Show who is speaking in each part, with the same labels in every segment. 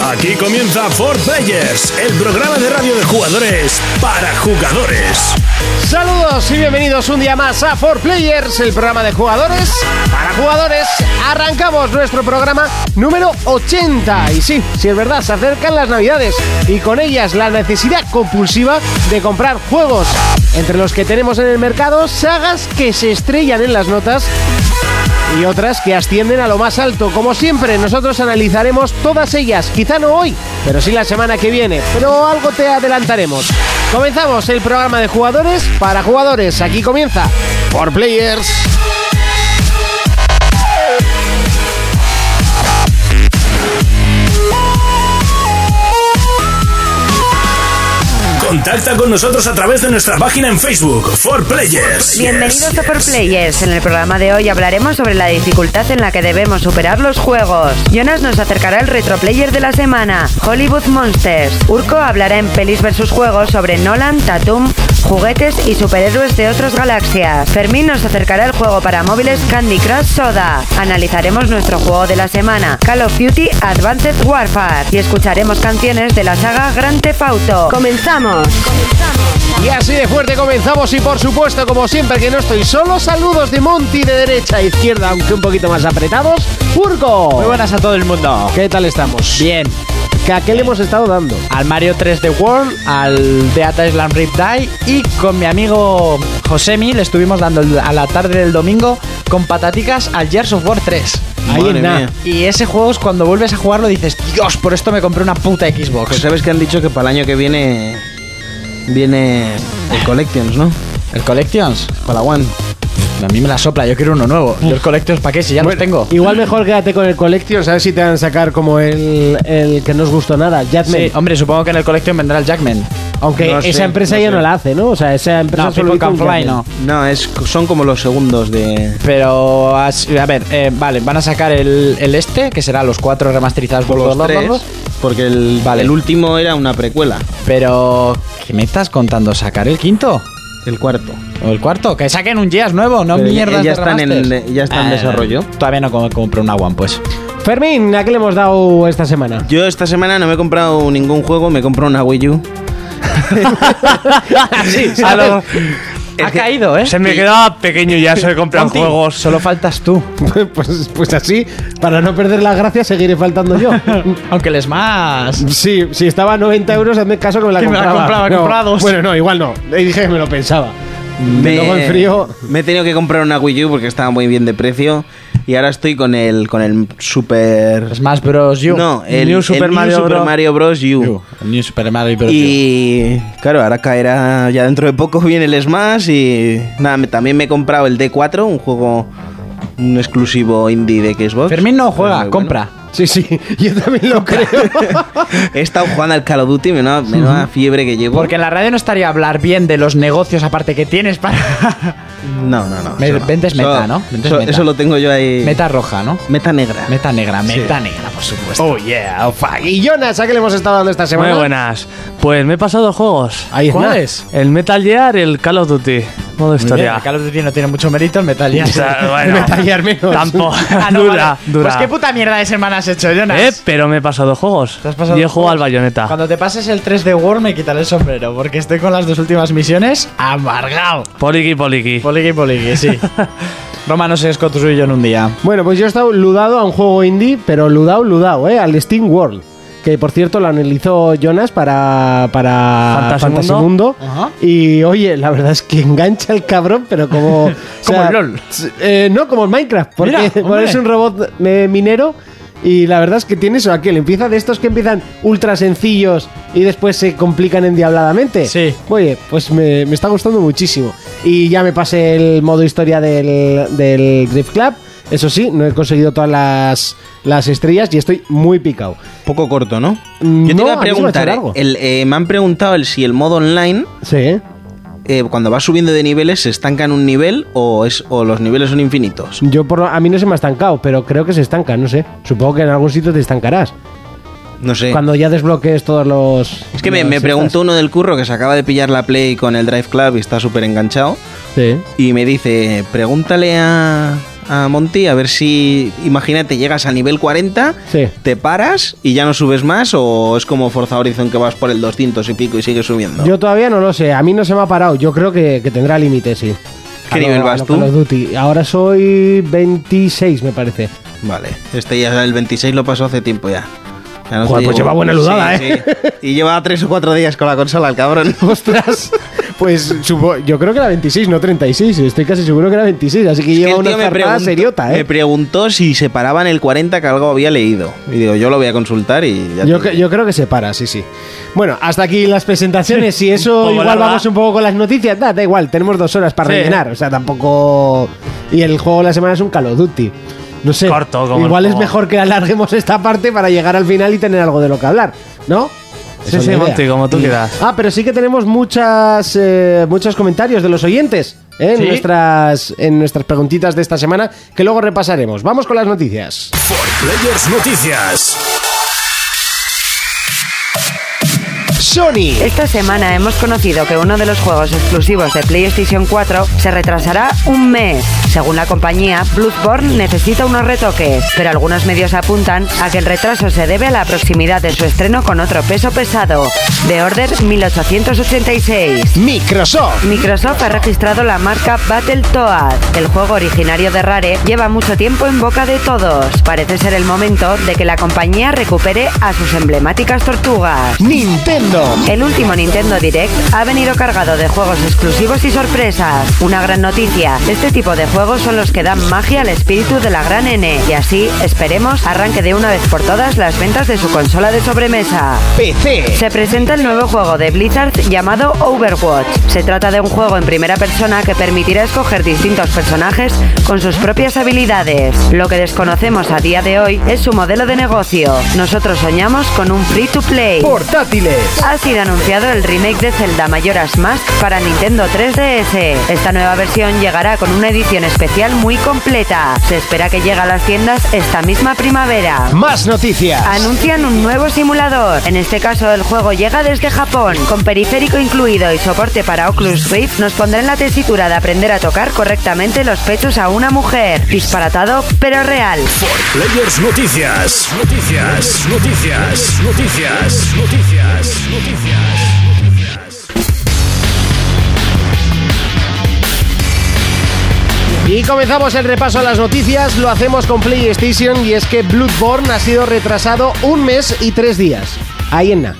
Speaker 1: Aquí comienza For Players, el programa de radio de jugadores para jugadores.
Speaker 2: Saludos y bienvenidos un día más a 4Players, el programa de jugadores para jugadores. Arrancamos nuestro programa número 80. Y sí, si es verdad, se acercan las navidades y con ellas la necesidad compulsiva de comprar juegos. Entre los que tenemos en el mercado, sagas que se estrellan en las notas y otras que ascienden a lo más alto. Como siempre, nosotros analizaremos todas ellas, quizá no hoy, pero sí la semana que viene, pero algo te adelantaremos. Comenzamos el programa de jugadores para jugadores. Aquí comienza por Players.
Speaker 1: Contacta con nosotros a través de nuestra página en Facebook, For Players.
Speaker 3: Bienvenidos a For Players. En el programa de hoy hablaremos sobre la dificultad en la que debemos superar los juegos. Jonas nos acercará el retroplayer de la semana, Hollywood Monsters. Urko hablará en Pelis vs Juegos sobre Nolan, Tatum, juguetes y superhéroes de otras galaxias. Fermín nos acercará el juego para móviles Candy Crush Soda. Analizaremos nuestro juego de la semana, Call of Duty Advanced Warfare. Y escucharemos canciones de la saga Grand Theft Auto. ¡Comenzamos!
Speaker 2: Y así de fuerte comenzamos y por supuesto, como siempre que no estoy solo, saludos de Monty de derecha a izquierda, aunque un poquito más apretados.
Speaker 4: Muy
Speaker 2: ¡Urco!
Speaker 4: buenas a todo el mundo.
Speaker 2: ¿Qué tal estamos?
Speaker 4: Bien.
Speaker 2: ¿Que ¿A qué le hemos estado dando?
Speaker 4: Al Mario 3 The World, al Theater Island Rip Die y con mi amigo Josemi le estuvimos dando el- a la tarde del domingo con pataticas al Gears of War 3.
Speaker 2: Ahí en nada.
Speaker 4: Y ese juego es cuando vuelves a jugarlo dices, Dios, por esto me compré una puta Xbox.
Speaker 5: Pues sabes que han dicho que para el año que viene viene el Collections, ¿no?
Speaker 4: ¿El Collections?
Speaker 5: Para la One.
Speaker 4: A mí me la sopla, yo quiero uno nuevo. ¿Yo el Collections para qué? Si ya
Speaker 2: Bueno,
Speaker 4: los tengo.
Speaker 2: Igual mejor quédate con el Collection, a ver si te van a sacar como el, el que no os gustó nada, Jetman.
Speaker 4: Sí, hombre, supongo que en el Collection vendrá el Jackman.
Speaker 2: Aunque
Speaker 5: No
Speaker 2: esa
Speaker 5: sé,
Speaker 2: empresa
Speaker 5: no
Speaker 2: ya
Speaker 5: sé.
Speaker 2: no la hace, ¿no? O sea, esa empresa
Speaker 4: No,
Speaker 2: solo
Speaker 4: People
Speaker 2: hizo
Speaker 4: Can
Speaker 2: un
Speaker 4: Fly
Speaker 2: Jetman.
Speaker 4: no.
Speaker 5: No, es, son como los segundos de...
Speaker 4: Pero, as- a ver, eh, vale, van a sacar el, el este, que será los cuatro remasterizados por
Speaker 5: Los tres, porque el,
Speaker 4: Vale.
Speaker 5: el último era una precuela,
Speaker 4: Pero, ¿qué me estás contando? ¿Sacar el quinto?
Speaker 5: el cuarto.
Speaker 4: ¿O el cuarto? Que saquen un Gears nuevo, no
Speaker 5: Pero ya-
Speaker 4: mierdas
Speaker 5: ya
Speaker 4: de
Speaker 5: están en-
Speaker 4: remasters.
Speaker 5: ya está en
Speaker 4: Ah,
Speaker 5: desarrollo.
Speaker 4: Todavía no com- compré una One, pues.
Speaker 2: Fermín, ¿a qué le hemos dado esta semana?
Speaker 5: Yo esta semana no me he comprado ningún juego, me comprado una Wii U.
Speaker 4: sí,
Speaker 6: A lo-
Speaker 4: Ha caído, ¿eh?
Speaker 6: Se me quedaba pequeño ya, se compran
Speaker 4: Monty,
Speaker 6: juegos.
Speaker 4: Solo faltas tú.
Speaker 2: pues, pues así, para no perder la gracia, seguiré faltando yo.
Speaker 4: Aunque les más.
Speaker 2: Sí, si estaba a 90 euros, hazme caso que me la
Speaker 4: Que me la
Speaker 2: compraba.
Speaker 4: compraba,
Speaker 2: No,
Speaker 4: compraba dos.
Speaker 2: Bueno, no, igual no. Le dije que me lo pensaba. Me... Luego en frío...
Speaker 5: me he tenido que comprar una Wii U porque estaba muy bien de precio y ahora estoy con el con el Super
Speaker 4: Los más Bros. U.
Speaker 5: No, el,
Speaker 6: New
Speaker 5: el
Speaker 6: Super Mario
Speaker 5: Super
Speaker 6: Bros.
Speaker 5: Mario Bros. U.
Speaker 4: U. New Super Mario Bros. U.
Speaker 5: Y claro, ahora caerá ya dentro de poco viene el Smash y nada, me- también me he comprado el D4, un juego un exclusivo indie de Xbox.
Speaker 4: Fermín no
Speaker 5: Pero
Speaker 4: juega,
Speaker 5: muy bueno.
Speaker 4: compra.
Speaker 2: Sí, sí, yo también lo creo.
Speaker 5: He estado jugando al Call of Duty, menuda, menuda fiebre que llevo.
Speaker 4: Porque en la radio no estaría hablar bien de los negocios aparte que tienes para...
Speaker 5: No, no, no.
Speaker 4: Me-
Speaker 5: eso no.
Speaker 4: vendes meta,
Speaker 5: Eso-
Speaker 4: ¿no? Vendes
Speaker 5: eso,
Speaker 4: meta.
Speaker 5: eso lo tengo yo ahí.
Speaker 4: Meta roja, ¿no?
Speaker 5: Meta negra.
Speaker 4: Meta negra, meta negra, por supuesto.
Speaker 2: oh, yeah, oh, fuck. Y Jonas, ¿a qué le hemos estado dando esta semana?
Speaker 6: Muy buenas. Pues me he pasado juegos.
Speaker 2: Ahí está.
Speaker 4: ¿Cuáles?
Speaker 6: El Metal Gear y el Call of Duty. Modo
Speaker 4: Muy bien,
Speaker 6: historia.
Speaker 4: el Call of Duty no tiene mucho mérito, el Metal
Speaker 6: O
Speaker 4: Gear.
Speaker 6: sea, bueno,
Speaker 2: Metal Gear menos.
Speaker 6: Tampoco.
Speaker 4: Ah, no,
Speaker 6: dura,
Speaker 4: vale.
Speaker 6: dura.
Speaker 4: Pues qué puta mierda de semana has hecho, Jonas.
Speaker 6: Eh, pero me he pasado juegos.
Speaker 4: ¿Te has pasado
Speaker 6: y he jugado al
Speaker 4: juegos?
Speaker 6: Bayonetta.
Speaker 4: Cuando te pases el 3 de War me quitaré el sombrero, porque estoy con las dos últimas misiones amargado.
Speaker 6: Poliki, poliki.
Speaker 4: Poliqui, poliqui, sí. Roma no se escoto suyo en un día.
Speaker 2: Bueno, pues yo he estado ludado a un juego indie, pero ludado, ludado, ¿eh? Al Steam World. Que por cierto lo analizó Jonas para, para
Speaker 6: Fantasy
Speaker 2: Mundo.
Speaker 6: Mundo.
Speaker 4: Ajá.
Speaker 2: Y oye, la verdad es que engancha el cabrón, pero como. o
Speaker 4: Como el LOL.
Speaker 2: eh, no, como el Minecraft. Porque
Speaker 4: Mira,
Speaker 2: porque
Speaker 4: hombre.
Speaker 2: es un robot eh, minero. Y la verdad es que tiene eso aquel. Empieza de estos que empiezan ultra sencillos y después se complican endiabladamente.
Speaker 4: Sí.
Speaker 2: Oye, pues me, me está gustando muchísimo. Y ya me pasé el modo historia del, del Griff Club. Eso sí, no he conseguido todas las, las estrellas y estoy muy picado.
Speaker 5: Poco corto, ¿no?
Speaker 2: Mm,
Speaker 5: Yo te
Speaker 2: no,
Speaker 5: iba
Speaker 2: a
Speaker 5: a
Speaker 2: mí se me ha hecho
Speaker 5: preguntar, ¿eh?
Speaker 2: largo.
Speaker 5: El, eh, me han preguntado el, si el modo online,
Speaker 2: Sí, ¿eh?
Speaker 5: eh, cuando vas subiendo de niveles, se estanca en un nivel o, es, o los niveles son infinitos.
Speaker 2: Yo por, a mí no se me ha estancado, pero creo que se estanca, no sé. Supongo que en algún sitio te estancarás.
Speaker 5: No sé.
Speaker 2: Cuando ya desbloquees todos los...
Speaker 5: Es que me,
Speaker 2: los
Speaker 5: me
Speaker 2: estas.
Speaker 5: preguntó uno del curro que se acaba de pillar la Play con el Drive Club y está súper enganchado.
Speaker 2: Sí.
Speaker 5: Y me dice, pregúntale a, a Monty, a ver si, imagínate, llegas al nivel 40,
Speaker 2: Sí.
Speaker 5: te paras y ya no subes más, o es como Forza Horizon que vas por el 200 y pico y sigues subiendo.
Speaker 2: Yo todavía no lo sé, a mí no se me ha parado. Yo creo que, que tendrá límite, sí.
Speaker 5: ¿Qué
Speaker 2: A lo-
Speaker 5: nivel
Speaker 2: a
Speaker 5: vas
Speaker 2: lo
Speaker 5: tú?
Speaker 2: Call of Duty. Ahora soy 26, me parece.
Speaker 5: Vale, este ya el 26 lo pasó hace tiempo ya. Ya no te
Speaker 2: Joder, pues
Speaker 5: digo-
Speaker 2: lleva buena ludada,
Speaker 5: Sí,
Speaker 2: ¿eh?
Speaker 5: sí. Y lleva 3 o 4 días con la consola, el cabrón.
Speaker 2: Ostras, pues supo- yo creo que era 26, no 36. Estoy casi seguro que era 26, así que
Speaker 5: Es que
Speaker 2: lleva
Speaker 5: el
Speaker 2: una
Speaker 5: tío me
Speaker 2: zarpada
Speaker 5: preguntó-
Speaker 2: seriota,
Speaker 5: Me
Speaker 2: ¿eh?
Speaker 5: preguntó si se paraban el 40 que algo había leído. Y digo, yo lo voy a consultar y ya
Speaker 2: Yo,
Speaker 5: te-
Speaker 2: cre- yo creo que se para, sí, sí. Bueno, hasta aquí las presentaciones. Si eso
Speaker 6: Un poco
Speaker 2: igual
Speaker 6: larga.
Speaker 2: vamos un poco con las noticias, da, da igual, tenemos dos horas para
Speaker 6: Sí.
Speaker 2: rellenar. O sea, tampoco. Y el juego de la semana es un Call of Duty. No sé.
Speaker 6: Corto como el
Speaker 2: igual es
Speaker 6: juego.
Speaker 2: mejor que alarguemos esta parte para llegar al final y tener algo de lo que hablar, ¿no? Esa
Speaker 6: Sí,
Speaker 2: es
Speaker 6: sí,
Speaker 2: la idea.
Speaker 6: Monty, como tú quieras.
Speaker 2: Ah, pero sí que tenemos muchas, eh, muchos comentarios de los oyentes ¿eh?
Speaker 6: Sí.
Speaker 2: en, nuestras, en nuestras preguntitas de esta semana que luego repasaremos. Vamos con las noticias.
Speaker 1: Players Noticias.
Speaker 2: Sony.
Speaker 3: Esta semana hemos conocido que uno de los juegos exclusivos de PlayStation 4 se retrasará un mes. Según la compañía, Bloodborne necesita unos retoques, pero algunos medios apuntan a que el retraso se debe a la proximidad de su estreno con otro peso pesado, de Order 1886.
Speaker 2: Microsoft.
Speaker 3: Microsoft ha registrado la marca Battletoad. El juego originario de Rare lleva mucho tiempo en boca de todos. Parece ser el momento de que la compañía recupere a sus emblemáticas tortugas.
Speaker 2: Nintendo.
Speaker 3: El último Nintendo Direct ha venido cargado de juegos exclusivos y sorpresas. Una gran noticia, este tipo de juegos son los que dan magia al espíritu de la gran N y así, esperemos, arranque de una vez por todas las ventas de su consola de sobremesa.
Speaker 2: PC.
Speaker 3: Se presenta el nuevo juego de Blizzard llamado Overwatch. Se trata de un juego en primera persona que permitirá escoger distintos personajes con sus propias habilidades. Lo que desconocemos a día de hoy es su modelo de negocio. Nosotros soñamos con un free to play.
Speaker 2: Portátiles.
Speaker 3: Ha sido anunciado el remake de Zelda Majora's Mask para Nintendo 3DS. Esta nueva versión llegará con una edición especial muy completa. Se espera que llegue a las tiendas esta misma primavera.
Speaker 2: Más noticias.
Speaker 3: Anuncian un nuevo simulador. En este caso, el juego llega desde Japón. Con periférico incluido y soporte para Oculus Rift, nos pondrá en la tesitura de aprender a tocar correctamente los pechos a una mujer. Disparatado, pero real.
Speaker 1: Players Noticias. Noticias. Noticias. Noticias. Noticias. Noticias.
Speaker 2: Y comenzamos el repaso a las noticias. Lo hacemos con PlayStation y es que Bloodborne ha sido retrasado un mes y tres días. Ahí en nada.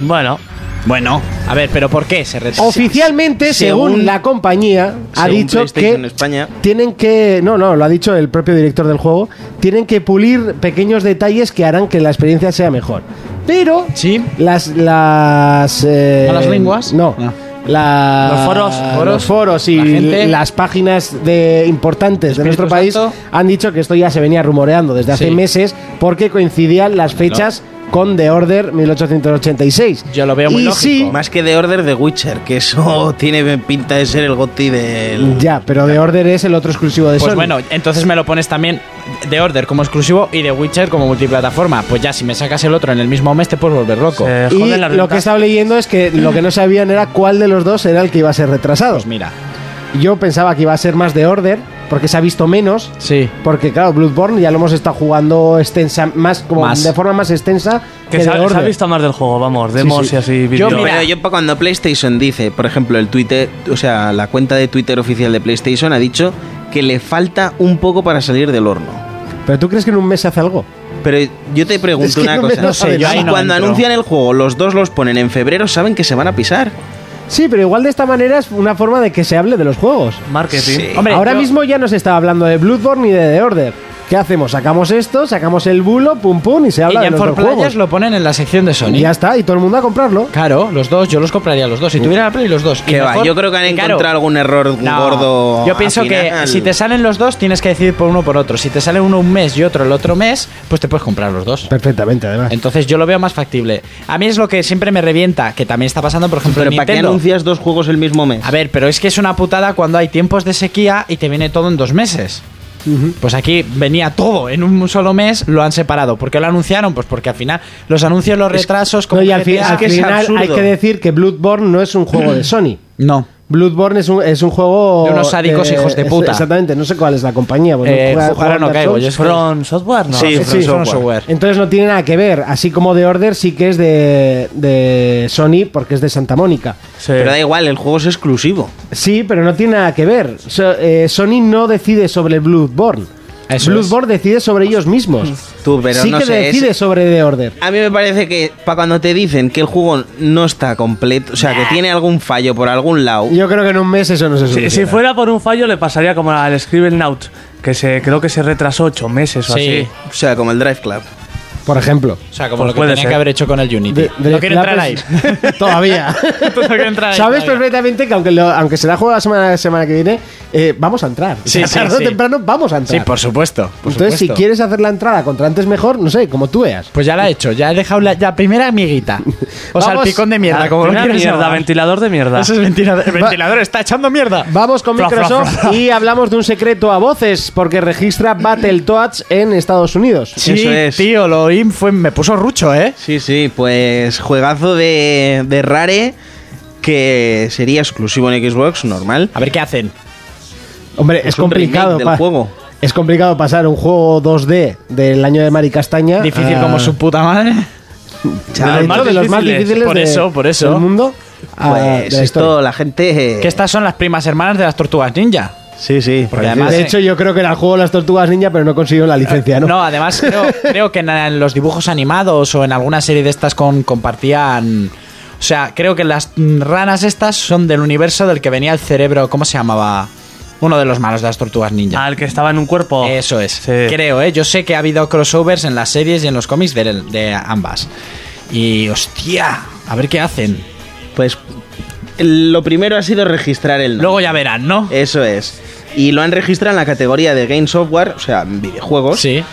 Speaker 6: Bueno,
Speaker 4: Bueno, a ver, pero ¿por qué se retrasa?
Speaker 2: Oficialmente, según,
Speaker 5: según-
Speaker 2: la compañía, ha
Speaker 5: según
Speaker 2: dicho que
Speaker 5: PlayStation España.
Speaker 2: tienen que, no, no, lo ha dicho el propio director del juego, tienen que pulir pequeños detalles que harán que la experiencia sea mejor. Pero
Speaker 4: Sí.
Speaker 2: las las eh,
Speaker 4: ¿Malas lenguas? Ah.
Speaker 2: no.
Speaker 4: No.
Speaker 2: la-
Speaker 6: Los foros,
Speaker 2: los foros y
Speaker 4: la gente.
Speaker 2: las páginas de importantes de
Speaker 4: Espíritu
Speaker 2: nuestro país
Speaker 4: Santo.
Speaker 2: han dicho que esto ya se venía rumoreando desde
Speaker 4: Sí.
Speaker 2: hace meses porque coincidían las fechas con The Order 1886.
Speaker 4: Yo lo veo muy
Speaker 2: y
Speaker 4: lógico.
Speaker 2: sí,
Speaker 5: Más que de Order de Witcher, que eso tiene pinta de ser el goti del.
Speaker 2: Ya, pero The Order es el otro exclusivo de
Speaker 4: Pues
Speaker 2: Sony.
Speaker 4: bueno, entonces me lo pones también de Order como exclusivo y de Witcher como multiplataforma. Pues ya, si me sacas el otro en el mismo mes, te puedes volver loco.
Speaker 6: se
Speaker 2: y
Speaker 6: joden las
Speaker 2: lo que he
Speaker 6: ventas.
Speaker 2: estado leyendo es que lo que no sabían era cuál de los dos era el que iba a ser retrasado.
Speaker 4: Pues mira.
Speaker 2: Yo pensaba que iba a ser más The Order, porque se ha visto menos.
Speaker 4: Sí.
Speaker 2: Porque claro, Bloodborne ya lo hemos estado jugando extensa, más como
Speaker 4: Más.
Speaker 2: de forma más extensa que,
Speaker 6: Que se
Speaker 2: The
Speaker 6: ha, se ha
Speaker 2: Order.
Speaker 6: visto más del juego, vamos, demos
Speaker 2: sí.
Speaker 6: y así vídeos.
Speaker 4: mira,
Speaker 5: Pero yo pa- cuando PlayStation dice, por ejemplo, el Twitter, o sea, la cuenta de Twitter oficial de PlayStation ha dicho que le falta un poco para salir del horno.
Speaker 2: Pero tú crees que en un mes se hace algo.
Speaker 5: Pero yo te pregunto
Speaker 2: Es que
Speaker 5: una
Speaker 2: no me
Speaker 5: cosa.
Speaker 2: lo sé,
Speaker 5: Si
Speaker 2: yo ahí
Speaker 4: no
Speaker 5: cuando
Speaker 4: entro.
Speaker 5: anuncian el juego, los dos los ponen en febrero, saben que se van a pisar.
Speaker 2: Sí, pero igual de esta manera es una forma de que se hable de los juegos.
Speaker 6: Marketing.
Speaker 5: Sí.
Speaker 4: Hombre,
Speaker 2: Ahora
Speaker 4: yo-
Speaker 2: mismo ya no se está hablando de Bloodborne ni de The Order. ¿Qué hacemos? Sacamos esto, sacamos el bulo, pum pum, y se
Speaker 4: Y
Speaker 2: habla
Speaker 4: ya
Speaker 2: de
Speaker 4: en
Speaker 2: los
Speaker 4: For
Speaker 2: dos juegos.
Speaker 4: Players lo ¿eh? ponen en la sección de Sony.
Speaker 2: Y ya Mm. está, y todo el mundo a comprarlo.
Speaker 4: Claro, los dos, yo los compraría los dos. Si tuviera la Play, los dos. Y
Speaker 5: Que va,
Speaker 4: mejor-
Speaker 5: yo creo que han
Speaker 4: y claro,
Speaker 5: encontrado algún error
Speaker 4: no,
Speaker 5: gordo.
Speaker 4: Yo pienso
Speaker 5: al final.
Speaker 4: que si te salen los dos, tienes que decidir por uno o por otro. Si te sale uno un mes y otro el otro mes, pues te puedes comprar los dos.
Speaker 2: Perfectamente, además.
Speaker 4: Entonces yo lo veo más factible. A mí es lo que siempre me revienta, que también está pasando, por ejemplo,
Speaker 5: Pero
Speaker 4: en
Speaker 5: ¿para qué
Speaker 4: Nintendo.
Speaker 5: anuncias dos juegos el mismo mes?
Speaker 4: A ver, pero es que es una putada cuando hay tiempos de sequía y te viene todo en dos meses. Pues aquí venía todo en un solo mes, lo han separado. ¿Por qué lo anunciaron? Pues porque al final los anuncios, los retrasos, como
Speaker 2: No, y al,
Speaker 4: que
Speaker 2: fin-
Speaker 4: te-
Speaker 2: al
Speaker 5: es que es
Speaker 2: final
Speaker 5: absurdo.
Speaker 2: hay que decir que Bloodborne no es un juego de Sony.
Speaker 4: No.
Speaker 2: Bloodborne es un, es un juego. eh,
Speaker 4: De unos sádicos hijos de
Speaker 2: es-
Speaker 4: puta.
Speaker 2: Exactamente, no sé cuál es la compañía. pues,
Speaker 4: Eh,
Speaker 2: juega-
Speaker 4: ju-
Speaker 2: juega
Speaker 4: ahora no
Speaker 2: Dark
Speaker 4: caigo,
Speaker 2: Souls.
Speaker 4: yo es
Speaker 6: From Software, ¿no?
Speaker 5: Sí,
Speaker 4: Sí,
Speaker 5: From
Speaker 4: sí, From
Speaker 5: Software.
Speaker 4: Software.
Speaker 2: Entonces no tiene nada que ver. Así como The Order sí que es de, de Sony porque es de Santa Mónica.
Speaker 6: Sí.
Speaker 5: Pero da igual, el juego es exclusivo.
Speaker 2: Sí, pero no tiene nada que ver. So- eh, Sony no decide sobre Bloodborne.
Speaker 4: Eso
Speaker 2: Bloodborne decide sobre ellos mismos.
Speaker 5: Tú, pero
Speaker 2: sí
Speaker 5: no
Speaker 2: que
Speaker 5: sé,
Speaker 2: decide
Speaker 5: es-
Speaker 2: sobre The Order.
Speaker 5: A mí me parece que para cuando te dicen que el juego no está completo, o sea, que tiene algún fallo por algún lado,
Speaker 2: Yo creo que en un mes eso no se
Speaker 6: Si,
Speaker 2: soluciona.
Speaker 6: si fuera por un fallo, le pasaría como al Scribblenaut, que se creo que se retrasó ocho meses o
Speaker 4: Sí.
Speaker 6: así.
Speaker 5: o sea, como el Drive Club.
Speaker 2: Por ejemplo.
Speaker 4: O sea, como
Speaker 6: Pues
Speaker 4: lo que
Speaker 6: puede
Speaker 4: tenía
Speaker 6: ser.
Speaker 4: que haber hecho con el Unity.
Speaker 2: De- de-
Speaker 4: no quiero
Speaker 2: la
Speaker 4: entrar ahí.
Speaker 2: pres- Todavía.
Speaker 4: No quiero entrar ahí
Speaker 2: Sabes
Speaker 4: todavía.
Speaker 2: perfectamente que aunque, lo- aunque será juego la semana, la semana que viene, eh, vamos a entrar.
Speaker 4: Sí, sí,
Speaker 2: Tarde o
Speaker 4: sí.
Speaker 2: temprano vamos a entrar.
Speaker 4: Sí, por supuesto. por
Speaker 2: Entonces, si
Speaker 4: supuesto.
Speaker 2: quieres hacer la entrada contra antes mejor, no sé, como tú veas.
Speaker 4: Pues ya la he hecho, ya he dejado la, la primera amiguita. O sea, el
Speaker 2: Vamos-
Speaker 4: picón de mierda, como lo
Speaker 6: Una
Speaker 4: quieras
Speaker 6: mierda,
Speaker 4: llamar.
Speaker 6: ventilador de mierda.
Speaker 4: Eso es ventilador, el ventilador está echando mierda.
Speaker 2: Vamos con
Speaker 4: Fra, fra,
Speaker 2: Microsoft
Speaker 4: fra, fra.
Speaker 2: y hablamos de un secreto a voces porque registra Battletoads en Estados Unidos.
Speaker 4: Sí,
Speaker 5: Eso es.
Speaker 4: tío, lo oí, fue, me puso rucho, ¿eh?
Speaker 5: Sí, sí, pues juegazo de, de Rare que sería exclusivo en Xbox, normal.
Speaker 4: A ver qué hacen.
Speaker 2: Hombre, es
Speaker 5: un
Speaker 2: complicado
Speaker 5: remake del
Speaker 2: pa-
Speaker 5: juego.
Speaker 2: Es complicado pasar un juego 2D del año de Mari Castaña.
Speaker 4: Difícil
Speaker 2: a-
Speaker 4: como su puta madre.
Speaker 2: de los más, de los más
Speaker 6: difíciles.
Speaker 2: difíciles
Speaker 4: Por
Speaker 2: de-
Speaker 4: eso, por eso.
Speaker 2: del mundo. a-
Speaker 5: Pues
Speaker 2: de la historia.
Speaker 5: esto la gente...
Speaker 4: Que estas son las primas hermanas de las tortugas ninja.
Speaker 5: Sí, sí.
Speaker 4: Porque
Speaker 5: parece-
Speaker 4: además-
Speaker 2: de hecho, yo creo que era el juego Las Tortugas Ninja, pero no consiguió la licencia, ¿no?
Speaker 4: No, además creo, creo que en, en los dibujos animados o en alguna serie de estas con, compartían... O sea, creo que las mm, ranas estas son del universo del que venía el cerebro, ¿cómo se llamaba? Uno de los malos de las tortugas ninja.
Speaker 6: Al Ah, que estaba en un cuerpo.
Speaker 4: Eso es.
Speaker 6: Sí.
Speaker 4: Creo, ¿eh? Yo sé que ha habido crossovers en las series y en los cómics de, de ambas. Y hostia, a ver qué hacen.
Speaker 5: Pues lo primero ha sido registrar el nombre.
Speaker 4: Luego ya verán, ¿no?
Speaker 5: Eso es. Y lo han registrado en la categoría de Game Software, o sea, videojuegos.
Speaker 4: sí.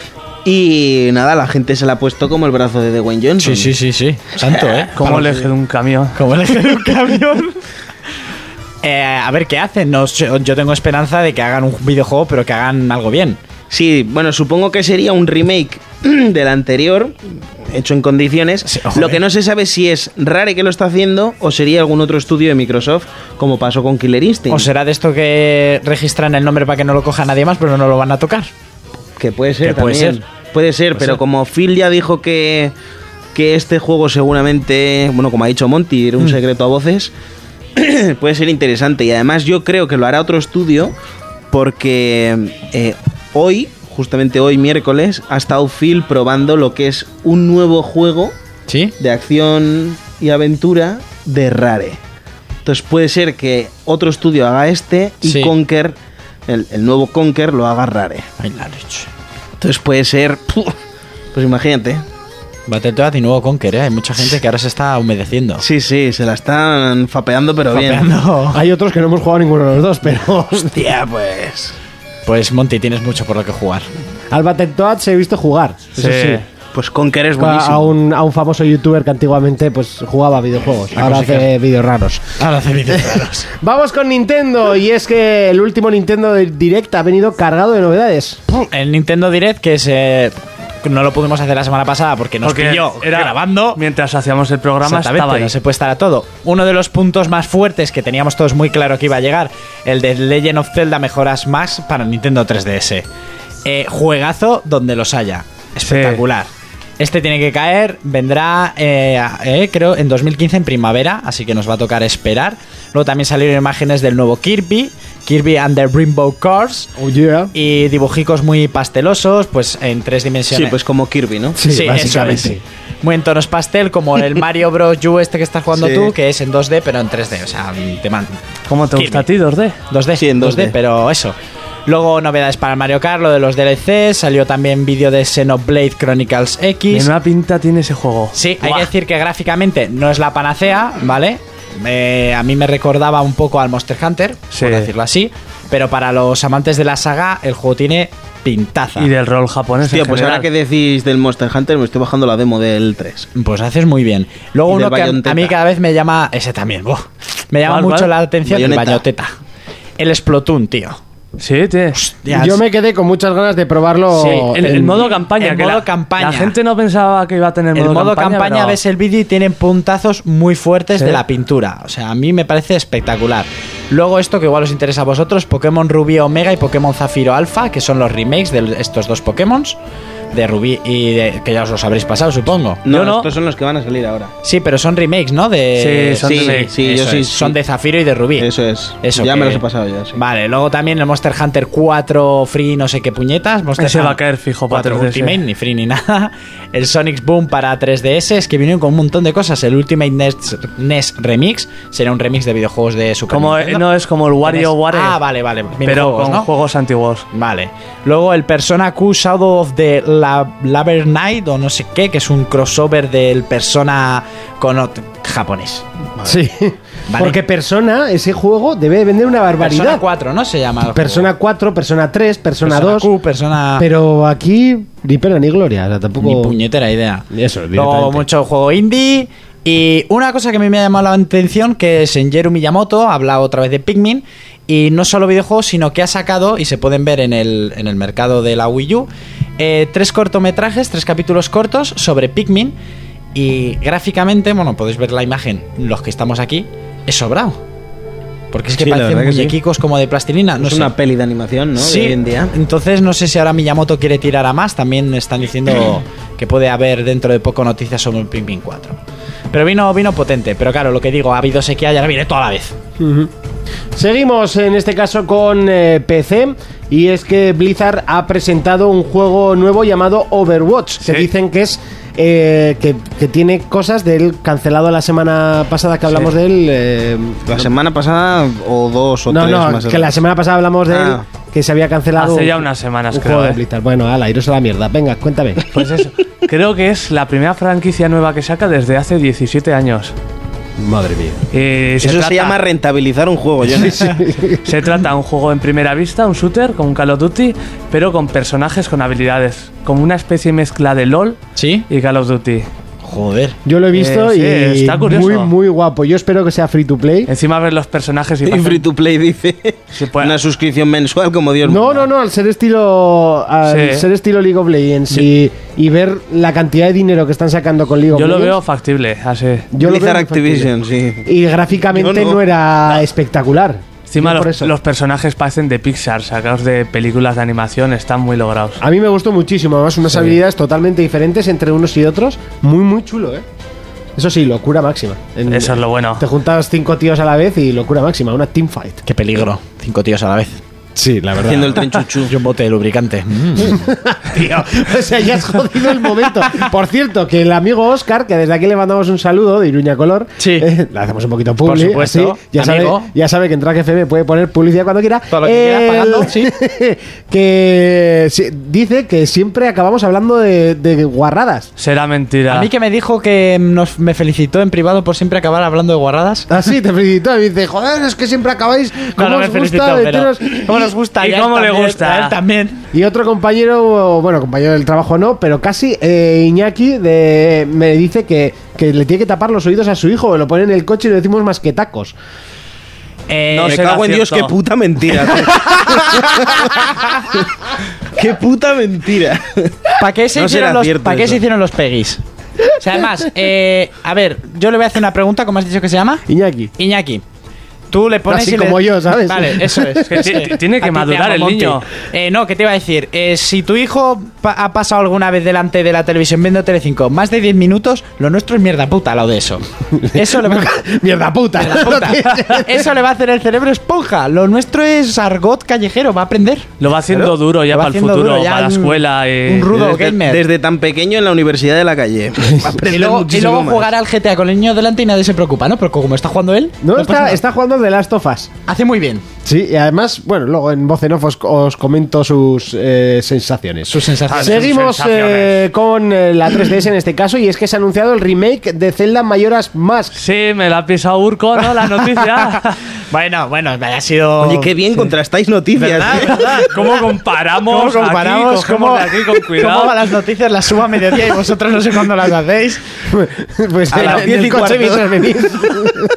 Speaker 5: Y nada, la gente se la ha puesto como el brazo de Dwayne Johnson.
Speaker 4: Sí, sí, sí, sí. Santo, ¿eh?
Speaker 6: Como el eje de un camión.
Speaker 4: Como el eje de un camión. Eh, a ver qué hacen. No sé, yo tengo esperanza de que hagan un videojuego, pero que hagan algo bien.
Speaker 5: Sí, bueno, supongo que sería un remake del anterior, hecho en condiciones.
Speaker 4: Sí, ojo,
Speaker 5: lo
Speaker 4: eh.
Speaker 5: que no se sabe si es Rare que lo está haciendo o sería algún otro estudio de Microsoft, como pasó con Killer Instinct.
Speaker 4: O será de esto que registran el nombre para que no lo coja nadie más, pero no lo van a tocar.
Speaker 5: que puede ser
Speaker 4: que puede
Speaker 5: también.
Speaker 4: ser.
Speaker 5: Puede ser, pero
Speaker 4: ser.
Speaker 5: como Phil ya dijo que, que este juego seguramente, bueno, como ha dicho Monty,
Speaker 4: Mm.
Speaker 5: era un secreto a voces, puede ser interesante. Y además yo creo que lo hará otro estudio porque eh, hoy, justamente hoy miércoles, ha estado Phil probando lo que es un nuevo juego
Speaker 4: ¿Sí?
Speaker 5: de acción y aventura de Rare. Entonces puede ser que otro estudio haga este y
Speaker 4: Sí.
Speaker 5: Conker, el, el nuevo Conker, lo haga Rare.
Speaker 4: Ay, la leche.
Speaker 5: Entonces puede ser. Pues imagínate.
Speaker 4: Battletoads y nuevo Conquer, ¿eh? Hay mucha gente que ahora se está humedeciendo.
Speaker 5: Sí, sí, se la están fapeando, pero bien.
Speaker 4: Papeando.
Speaker 2: Hay otros que no hemos jugado ninguno de los dos, pero.
Speaker 5: Hostia, pues.
Speaker 4: Pues Monty, tienes mucho por lo que jugar.
Speaker 2: Al Battletoads he visto jugar.
Speaker 6: Sí.
Speaker 2: Eso sí.
Speaker 5: Pues Conker es
Speaker 2: A
Speaker 5: buenísimo.
Speaker 2: un, a un famoso youtuber que antiguamente pues jugaba a videojuegos. Ahora hace vídeos raros.
Speaker 4: Ahora hace vídeos raros.
Speaker 2: Vamos con Nintendo. Y es que el último Nintendo Direct ha venido cargado de novedades.
Speaker 4: El Nintendo Direct, que se... No lo pudimos hacer la semana pasada porque nos
Speaker 6: Porque
Speaker 4: pilló
Speaker 6: era-
Speaker 4: grabando.
Speaker 6: Mientras hacíamos el programa estaba
Speaker 4: Exactamente,
Speaker 6: ahí.
Speaker 4: no se puede estar a todo. Uno de los puntos más fuertes que teníamos todos muy claro que iba a llegar, el de Legend of Zelda Mejoras Más para Nintendo 3DS. Eh, juegazo donde los haya. Espectacular. Este tiene que caer, vendrá eh, a- eh, creo en 2015 en primavera, así que nos va a tocar esperar. Luego también salieron imágenes del nuevo Kirby, Kirby and the Rainbow Course,
Speaker 2: Oh, yeah.
Speaker 4: y dibujicos muy pastelosos, pues en tres
Speaker 5: Sí,
Speaker 4: dimensiones.
Speaker 5: pues como Kirby, ¿no?
Speaker 2: Sí,
Speaker 4: Sí,
Speaker 2: básicamente.
Speaker 4: eso es. Muy en tonos pastel, como el Mario Bros. U este que estás jugando
Speaker 5: Sí.
Speaker 4: tú, que es en 2D, pero en 3D. O sea, te man-
Speaker 6: ¿Cómo te gusta a ti, 2D?
Speaker 4: 2D,
Speaker 5: Sí, en
Speaker 4: 2D,
Speaker 5: 2D.
Speaker 4: Eh, pero eso. Luego novedades para el Mario Kart, lo de los DLCs, salió también vídeo de Xenoblade Chronicles X.
Speaker 6: Menuda pinta tiene ese juego.
Speaker 4: Sí, hay
Speaker 6: Buah.
Speaker 4: que decir que gráficamente no es la panacea, ¿vale? Eh, a mí me recordaba un poco al Monster Hunter,
Speaker 6: Sí.
Speaker 4: por decirlo así, pero para los amantes de la saga el juego tiene pintaza.
Speaker 6: Y del rol japonés.
Speaker 5: Tío,
Speaker 6: en
Speaker 5: pues ahora
Speaker 6: general.
Speaker 5: que decís del Monster Hunter, me estoy bajando la demo del 3.
Speaker 4: Pues haces muy bien. Luego
Speaker 5: Y del
Speaker 4: uno que a- a,
Speaker 5: Bayonetta.
Speaker 4: mí cada vez me llama. Ese también, buah. Me llama
Speaker 6: ¿Cuál,
Speaker 4: mucho
Speaker 6: cuál?
Speaker 4: la atención el
Speaker 5: Bayonetta.
Speaker 4: Bayonetta. El Splatoon, tío.
Speaker 6: Sí, tío.
Speaker 4: Ya,
Speaker 2: Yo me quedé con muchas ganas de probarlo.
Speaker 4: Sí,
Speaker 6: El, el
Speaker 2: en-
Speaker 6: modo campaña.
Speaker 4: el
Speaker 6: que
Speaker 4: modo
Speaker 6: la,
Speaker 4: campaña.
Speaker 6: La gente no pensaba que iba a tener
Speaker 4: El modo, campaña,
Speaker 6: pero-
Speaker 4: ves el vídeo y tienen puntazos muy fuertes
Speaker 6: Sí.
Speaker 4: de la pintura. O sea, a mí me parece espectacular. Luego esto que igual os interesa a vosotros, Pokémon Rubí Omega y Pokémon Zafiro Alpha, que son los remakes de estos dos Pokémon, de Rubí y de, que ya os los habréis pasado, supongo.
Speaker 5: No,
Speaker 6: Yo no.
Speaker 5: estos son los que van a salir ahora.
Speaker 4: Sí, pero son remakes, ¿no? De...
Speaker 6: Sí, son Sí, remakes.
Speaker 5: sí,
Speaker 4: Eso
Speaker 5: yo sí,
Speaker 4: es.
Speaker 5: sí.
Speaker 4: Son de Zafiro y de Rubí.
Speaker 5: Eso es.
Speaker 4: Eso
Speaker 5: Ya
Speaker 4: que-
Speaker 5: me los he pasado ya, sí.
Speaker 4: Vale, luego también el Monster Hunter 4 Free, no sé qué puñetas. Monster
Speaker 6: Ese va a
Speaker 4: Hunter
Speaker 6: caer fijo para
Speaker 4: 4
Speaker 6: 3DS.
Speaker 4: Ultimate, ni Free ni nada. El Sonic Boom para 3DS, es que vinieron con un montón de cosas. El Ultimate NES, NES Remix, será un remix de videojuegos de Super
Speaker 6: Como, eh,
Speaker 4: Nintendo.
Speaker 6: no es como el Wario
Speaker 4: Ah, vale, vale.
Speaker 6: Pero
Speaker 4: minijuegos,
Speaker 6: con
Speaker 4: ¿no?
Speaker 6: juegos antiguos.
Speaker 4: Vale. Luego el Persona Q Shadow of the La Laver Night o no sé qué, que es un crossover del Persona con ot- japonés.
Speaker 2: Sí.
Speaker 4: Vale.
Speaker 2: Porque Persona, ese juego, debe vender una
Speaker 4: Persona
Speaker 2: barbaridad.
Speaker 4: 4, ¿no? Se llama. el juego.
Speaker 2: Persona 4, Persona 3, Persona,
Speaker 4: Persona
Speaker 2: 2.
Speaker 4: Q, Persona.
Speaker 2: Pero aquí ni pera ni gloria. o sea, tampoco.
Speaker 4: Ni puñetera idea.
Speaker 2: Eso,
Speaker 4: Luego
Speaker 2: directamente.
Speaker 4: mucho juego indie. Y una cosa que a mí me ha llamado la atención, que Senjeru Miyamoto ha hablado otra vez de Pikmin, y no solo videojuegos, sino que ha sacado, y se pueden ver en el, en el mercado de la Wii U, eh, tres cortometrajes, tres capítulos cortos sobre Pikmin, y gráficamente, bueno, podéis ver la imagen, los que estamos aquí, es sobrado. Porque es que
Speaker 5: Sí, la
Speaker 4: parecen
Speaker 5: verdad que sí.
Speaker 4: muñequicos como de plastilina. No
Speaker 5: es
Speaker 4: sé.
Speaker 5: una peli de animación, ¿no? De
Speaker 4: Sí,
Speaker 5: hoy en día.
Speaker 4: entonces no sé si ahora Miyamoto quiere tirar a más. También están diciendo que puede haber dentro de poco noticias sobre el Ping Ping 4. Pero vino, vino potente. Pero claro, lo que digo, ha habido sequía y ahora viene toda la vez.
Speaker 2: Seguimos en este caso con eh, PC y es que Blizzard ha presentado un juego nuevo llamado Overwatch que
Speaker 6: Sí.
Speaker 2: dicen que es eh, que, que tiene cosas del cancelado la semana pasada que hablamos de él. eh,
Speaker 5: La semana pasada o dos o
Speaker 2: no,
Speaker 5: tres
Speaker 2: no,
Speaker 5: más.
Speaker 2: que la semana pasada hablamos de él
Speaker 5: Ah.
Speaker 2: que se había cancelado.
Speaker 6: Hace ya
Speaker 2: un-
Speaker 6: unas semanas,
Speaker 2: un
Speaker 6: creo,
Speaker 2: juego de
Speaker 6: eh.
Speaker 2: Blizzard. Bueno, ala, iros a la mierda. Venga, cuéntame.
Speaker 6: Pues eso. Creo que es la primera franquicia nueva que saca desde hace 17 años.
Speaker 2: Madre mía.
Speaker 6: Y
Speaker 5: Eso se llama rentabilizar un juego, yo no sé.
Speaker 6: Se trata de un juego en primera vista, un shooter con un Call of Duty, pero con personajes con habilidades. Como una especie de mezcla de LOL
Speaker 4: ¿Sí?
Speaker 6: y Call of Duty.
Speaker 4: Joder.
Speaker 2: Yo lo he visto
Speaker 6: Eh, sí,
Speaker 2: y
Speaker 6: está curioso.
Speaker 2: muy muy guapo. Yo espero que sea free to play.
Speaker 6: Encima ver los personajes y,
Speaker 5: Y
Speaker 6: pasan- pues,
Speaker 5: free to play dice.
Speaker 6: Se puede-
Speaker 5: Una suscripción mensual como Dios
Speaker 2: No,
Speaker 5: manda.
Speaker 2: no, no, al ser estilo al
Speaker 6: Sí.
Speaker 2: ser estilo League of Legends y, y ver la cantidad de dinero que están sacando con League of
Speaker 6: Yo lo veo
Speaker 2: Legends.
Speaker 6: factible, así.
Speaker 2: yo lo
Speaker 5: Blizzard
Speaker 2: veo muy
Speaker 5: Activision, sí.
Speaker 2: factible. Y gráficamente
Speaker 5: Yo
Speaker 2: no.
Speaker 5: no.
Speaker 2: era espectacular.
Speaker 6: Encima
Speaker 2: Yo por
Speaker 6: los,
Speaker 2: eso.
Speaker 6: los personajes parecen de Pixar, sacados de películas de animación, están muy logrados.
Speaker 2: A mí me gustó muchísimo, además unas
Speaker 6: Sí.
Speaker 2: habilidades totalmente diferentes entre unos y otros, muy muy chulo, ¿eh? Eso sí, locura máxima. En-
Speaker 6: Eso es lo bueno.
Speaker 2: Te juntas cinco tíos a la vez y locura máxima, una team fight.
Speaker 4: Qué peligro. Cinco tíos a la vez.
Speaker 2: Sí, la
Speaker 5: Haciendo el tren chuchu.
Speaker 4: Y un bote de lubricante. Mm.
Speaker 2: O sea, ya has jodido el momento. Por cierto, que el amigo Oscar, que desde aquí le mandamos un saludo de Iruña Color,
Speaker 4: Sí.
Speaker 2: eh, le hacemos un poquito
Speaker 4: Por
Speaker 2: publi,
Speaker 4: supuesto,
Speaker 2: así, ya, sabe,
Speaker 4: amigo.
Speaker 2: ya sabe que en Track FM puede poner publicidad cuando quiera.
Speaker 4: Todo lo que quiera, pagando, sí.
Speaker 2: que sí, dice que siempre acabamos hablando de, de guarradas.
Speaker 6: Será mentira.
Speaker 4: A mí que me dijo que nos, me felicitó en privado por siempre acabar hablando de guarradas.
Speaker 2: Así Ah, te felicito y dice, joder, es que siempre acabáis. ¿Cómo os gusta meteros?".
Speaker 4: ¿Cómo nos gusta?
Speaker 6: y
Speaker 4: a él
Speaker 6: cómo le
Speaker 4: también,
Speaker 6: gusta.
Speaker 4: a él también.
Speaker 2: Y otro compañero, bueno, compañero del trabajo no, pero casi eh, Iñaki de, me dice que, que le tiene que tapar los oídos a su hijo, lo pone en el coche y le decimos más que tacos.
Speaker 4: Eh,
Speaker 6: No
Speaker 5: Me
Speaker 6: será
Speaker 5: cago en Dios, qué
Speaker 6: cierto.
Speaker 5: puta mentira. qué puta mentira.
Speaker 4: ¿Para qué se,
Speaker 5: No será
Speaker 4: hicieron, los,
Speaker 5: cierto
Speaker 4: ¿pa' qué
Speaker 5: eso.
Speaker 4: se hicieron los Peggy's? O sea, además, eh, a ver, yo le voy a hacer una pregunta, ¿cómo has dicho que se llama?
Speaker 2: Iñaki.
Speaker 4: Iñaki. Tú le pones.
Speaker 2: Casi
Speaker 4: y le-
Speaker 2: como yo, ¿sabes?
Speaker 4: Vale, eso es.
Speaker 6: Que ti-
Speaker 4: Sí.
Speaker 6: tiene que
Speaker 4: A ti te
Speaker 6: madurar el
Speaker 4: Monty.
Speaker 6: niño.
Speaker 4: Eh, no, que te iba a decir. eh, si tu hijo pa- ha pasado alguna vez delante de la televisión viendo Telecinco más de 10 minutos, lo nuestro es mierda puta al lado de eso. Eso le va a.
Speaker 2: Mierda puta.
Speaker 4: puta. Eso le va a hacer el cerebro esponja. Lo nuestro es argot callejero, va a aprender.
Speaker 6: Lo va haciendo
Speaker 4: Claro.
Speaker 6: duro ya
Speaker 4: Lo va
Speaker 6: para el
Speaker 4: haciendo
Speaker 6: futuro,
Speaker 4: duro ya
Speaker 6: para la
Speaker 4: un-
Speaker 6: escuela. eh, y-
Speaker 4: un rudo
Speaker 5: desde,
Speaker 4: gamer.
Speaker 5: desde tan pequeño en la universidad de la calle.
Speaker 4: Y luego, y luego jugar al GTA con el niño delante y nadie se preocupa, ¿no? Pero como está jugando él, no
Speaker 2: No,
Speaker 4: pasa
Speaker 2: está,
Speaker 4: nada.
Speaker 2: está jugando de Last of Us.
Speaker 4: hace muy bien
Speaker 2: Sí, y además, bueno, luego en voz en off os, os comento sus eh, sensaciones.
Speaker 4: sus sensaciones.
Speaker 2: Seguimos eh, con eh, la 3DS en este caso y es que se ha anunciado el remake de Zelda Mayoras Mask.
Speaker 6: Sí, me la ha pisado Urco, ¿no? La noticia.
Speaker 4: Bueno, bueno, ha sido.
Speaker 5: Oye, qué bien contrastáis noticias. ¿eh?
Speaker 6: ¿Cómo comparamos?
Speaker 4: ¿Cómo comparamos?
Speaker 6: Aquí, cómo,
Speaker 4: ¿Cómo-
Speaker 6: aquí con cuidado.
Speaker 4: ¿Cómo van las noticias? Las subo a mediodía y vosotros no sé cuándo las hacéis.
Speaker 2: pues
Speaker 4: A
Speaker 2: en
Speaker 4: las
Speaker 2: el
Speaker 4: 10 y
Speaker 2: coche
Speaker 4: cuarto.
Speaker 2: mientras venís.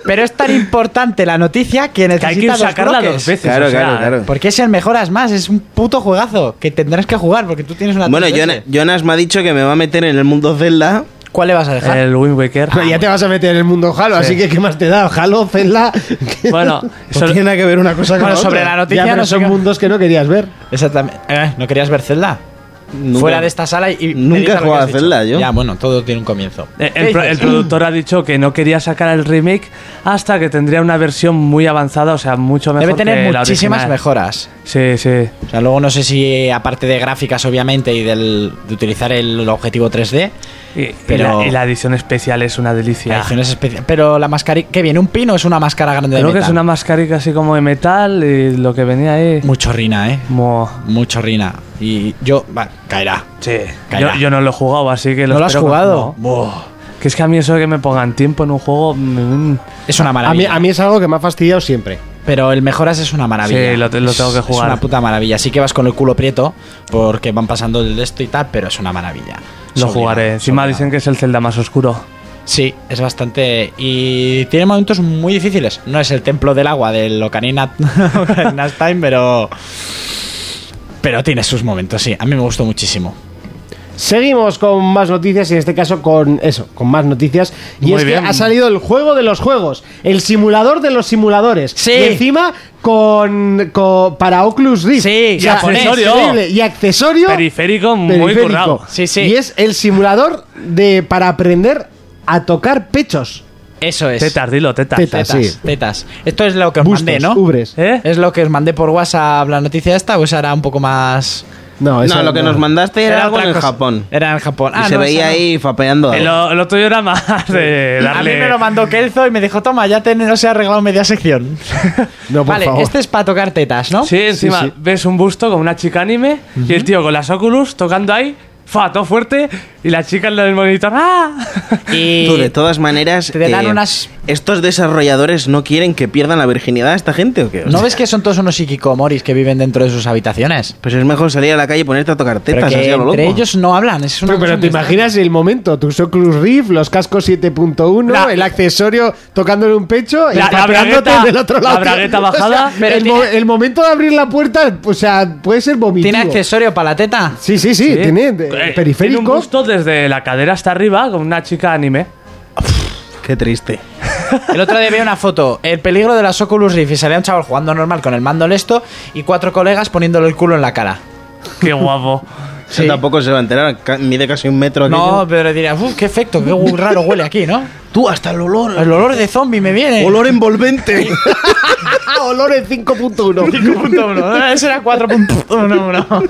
Speaker 4: Pero es tan importante la noticia que
Speaker 6: que
Speaker 4: necesita
Speaker 6: hay que
Speaker 4: dos
Speaker 6: sacarla
Speaker 4: bloques.
Speaker 6: dos veces.
Speaker 5: Claro,
Speaker 6: o sea,
Speaker 5: claro, claro.
Speaker 4: Porque es el mejoras más, es un puto juegazo que tendrás que jugar porque tú tienes una.
Speaker 5: Bueno,
Speaker 4: 3DS.
Speaker 5: Jona- Jonas me ha dicho que me va a meter en el mundo Zelda
Speaker 4: ¿Cuál le vas a dejar?
Speaker 6: El Wind Waker.
Speaker 2: Ya te vas a meter en el mundo Halo, así que ¿qué más te da? Halo, Zelda.
Speaker 6: Bueno,
Speaker 2: no
Speaker 6: sobre-
Speaker 2: tiene nada que ver una cosa con
Speaker 4: Bueno,
Speaker 2: la otra.
Speaker 4: sobre la noticia
Speaker 2: Ya, pero
Speaker 4: no sé
Speaker 2: son
Speaker 4: qué-
Speaker 2: mundos que no querías ver.
Speaker 4: Exactamente. Eh, ¿No querías ver Zelda?
Speaker 5: Nunca.
Speaker 4: Fuera de esta sala
Speaker 5: Nunca he
Speaker 4: y. medita lo que
Speaker 5: jugado
Speaker 4: has
Speaker 5: a
Speaker 4: dicho.
Speaker 5: Zelda, yo.
Speaker 4: Ya, bueno, todo tiene un comienzo.
Speaker 6: Eh, El, pro- el productor ha dicho que no quería sacar el remake hasta que tendría una versión muy avanzada, o sea, mucho mejor.
Speaker 4: Debe tener
Speaker 6: que la
Speaker 4: muchísimas
Speaker 6: original.
Speaker 4: mejoras.
Speaker 6: Sí, sí.
Speaker 4: O sea, luego no sé si, aparte de gráficas, obviamente, y del, de utilizar el objetivo 3D,
Speaker 6: Y, y
Speaker 4: Pero-
Speaker 6: la, y la edición especial es una delicia.
Speaker 4: ediciones especia- Pero la mascarilla. ¿Qué viene? ¿Un pino o es una máscara grande
Speaker 6: Creo
Speaker 4: de
Speaker 6: que
Speaker 4: metal?
Speaker 6: es una mascarilla así como de metal y lo que venía ahí.
Speaker 4: Mucho rina, ¿eh?
Speaker 6: Mo-
Speaker 4: Mucho rina. Y yo. Va, caerá.
Speaker 6: Sí. Yo,
Speaker 4: Caerá.
Speaker 6: yo no lo he jugado, así que lo
Speaker 4: ¿No lo has
Speaker 6: espero que-
Speaker 4: jugado?
Speaker 6: no.
Speaker 4: Buah.
Speaker 6: Que es que a mí eso de que me pongan tiempo en un juego. mm, mm,
Speaker 4: Es una
Speaker 2: A mí,
Speaker 4: maravilla.
Speaker 2: a mí es algo que me ha fastidiado siempre.
Speaker 4: Pero el mejoras es una maravilla.
Speaker 6: Sí, lo te- lo
Speaker 4: Es-
Speaker 6: tengo que
Speaker 4: Es
Speaker 6: jugar.
Speaker 4: una puta maravilla. Sí que vas con el culo prieto porque van pasando el de esto y tal, pero es una maravilla. Es
Speaker 6: lo
Speaker 4: obligado,
Speaker 6: jugaré.
Speaker 4: es
Speaker 6: Encima
Speaker 4: obligado.
Speaker 6: dicen que es el Zelda más oscuro.
Speaker 4: Sí, es bastante. Y tiene momentos muy difíciles. No es el templo del agua del Ocarina, Ocarina's Time, pero. Pero tiene sus momentos, sí. A mí me gustó muchísimo.
Speaker 2: Seguimos con más noticias y en este caso con eso, con más noticias. Y
Speaker 6: Muy
Speaker 2: es
Speaker 6: bien.
Speaker 2: que ha salido el juego de los juegos, el simulador de los simuladores.
Speaker 4: Sí.
Speaker 2: Y encima con, con- para Oculus Rift.
Speaker 4: Sí, japonés.
Speaker 2: accesorio. increíble. Y accesorio
Speaker 6: Periférico muy
Speaker 2: periférico.
Speaker 6: currado.
Speaker 4: Sí, sí.
Speaker 2: Y es el simulador de para aprender a tocar pechos.
Speaker 4: Eso es.
Speaker 6: Tetas, dilo, tetas.
Speaker 2: Pues Tetas.
Speaker 4: Tetas,
Speaker 2: sí.
Speaker 4: tetas. Esto es lo que os
Speaker 2: Bustos,
Speaker 4: mandé, ¿no?
Speaker 2: ubres.
Speaker 6: ¿Eh?
Speaker 4: Es lo que os mandé por WhatsApp la noticia esta, o esa era un poco más.
Speaker 2: No, esa
Speaker 5: No, lo que
Speaker 2: no.
Speaker 5: nos mandaste era, algo
Speaker 4: otra
Speaker 5: en
Speaker 4: cosa.
Speaker 5: Japón.
Speaker 4: Era en Japón.
Speaker 5: y
Speaker 4: Ah,
Speaker 5: se
Speaker 4: no,
Speaker 5: veía
Speaker 4: esa no.
Speaker 5: ahí fapeando.
Speaker 6: Eh,
Speaker 5: algo.
Speaker 6: Lo, lo tuyo era más de Eh, darle.
Speaker 4: A mí me lo mandó Kelzo y me dijo, toma, ya te, no se ha arreglado media sección.
Speaker 2: No, por
Speaker 4: vale,
Speaker 2: favor.
Speaker 4: este es para tocar tetas, ¿no?
Speaker 6: Sí, encima
Speaker 2: sí.
Speaker 6: ves un busto con una chica anime y el tío con las Oculus tocando ahí, fa, todo fuerte, y la chica en el monitor, ¡ah!
Speaker 4: Y...
Speaker 5: Tú, de todas maneras, eh,
Speaker 4: te dan unas-
Speaker 5: estos desarrolladores no quieren que pierdan la virginidad a esta gente o qué? O
Speaker 4: ¿No
Speaker 5: sea,
Speaker 4: ves que son todos unos psiquicomoris que viven dentro de sus habitaciones?
Speaker 5: Pues es mejor salir a la calle y ponerte a tocar
Speaker 4: Pero
Speaker 5: tetas
Speaker 4: que
Speaker 5: así a lo
Speaker 4: entre
Speaker 5: loco.
Speaker 4: ellos no hablan. Es una
Speaker 2: Pero, pero
Speaker 4: cosa
Speaker 2: te
Speaker 4: muy
Speaker 2: imaginas el momento, tus Oculus Rift, los cascos 7.1,
Speaker 4: La-
Speaker 2: el accesorio tocándole un pecho y
Speaker 6: La- la
Speaker 2: pateándote
Speaker 6: bragueta-
Speaker 2: del otro lado.
Speaker 6: la bragueta bajada.
Speaker 2: O sea,
Speaker 4: Pero
Speaker 2: el,
Speaker 4: tiene-
Speaker 2: mo- el momento de abrir la puerta, o sea, puede ser
Speaker 4: extraña.
Speaker 2: vomitivo.
Speaker 4: ¿Tiene accesorio para la teta?
Speaker 2: Sí, sí, sí, tiene de-
Speaker 6: Eh, Tiene
Speaker 2: periférico.
Speaker 6: un busto desde la cadera hasta arriba con una chica anime.
Speaker 5: Qué triste.
Speaker 4: El otro día vi una foto, el peligro de las Oculus Rift y salía un chaval jugando normal con el mando lesto y cuatro colegas poniéndole el culo en la cara.
Speaker 6: Qué guapo.
Speaker 5: Eso tampoco se va a enterar. ca- Mide casi un metro.
Speaker 4: No,
Speaker 5: aquello.
Speaker 4: pero dirías, uff, qué efecto, qué gu- raro huele aquí, ¿no?
Speaker 5: tú hasta el olor.
Speaker 4: El olor de zombie me viene.
Speaker 5: Olor envolvente.
Speaker 2: Ah, olores 5.1.
Speaker 4: 5.1, ese Ah, era 4.11.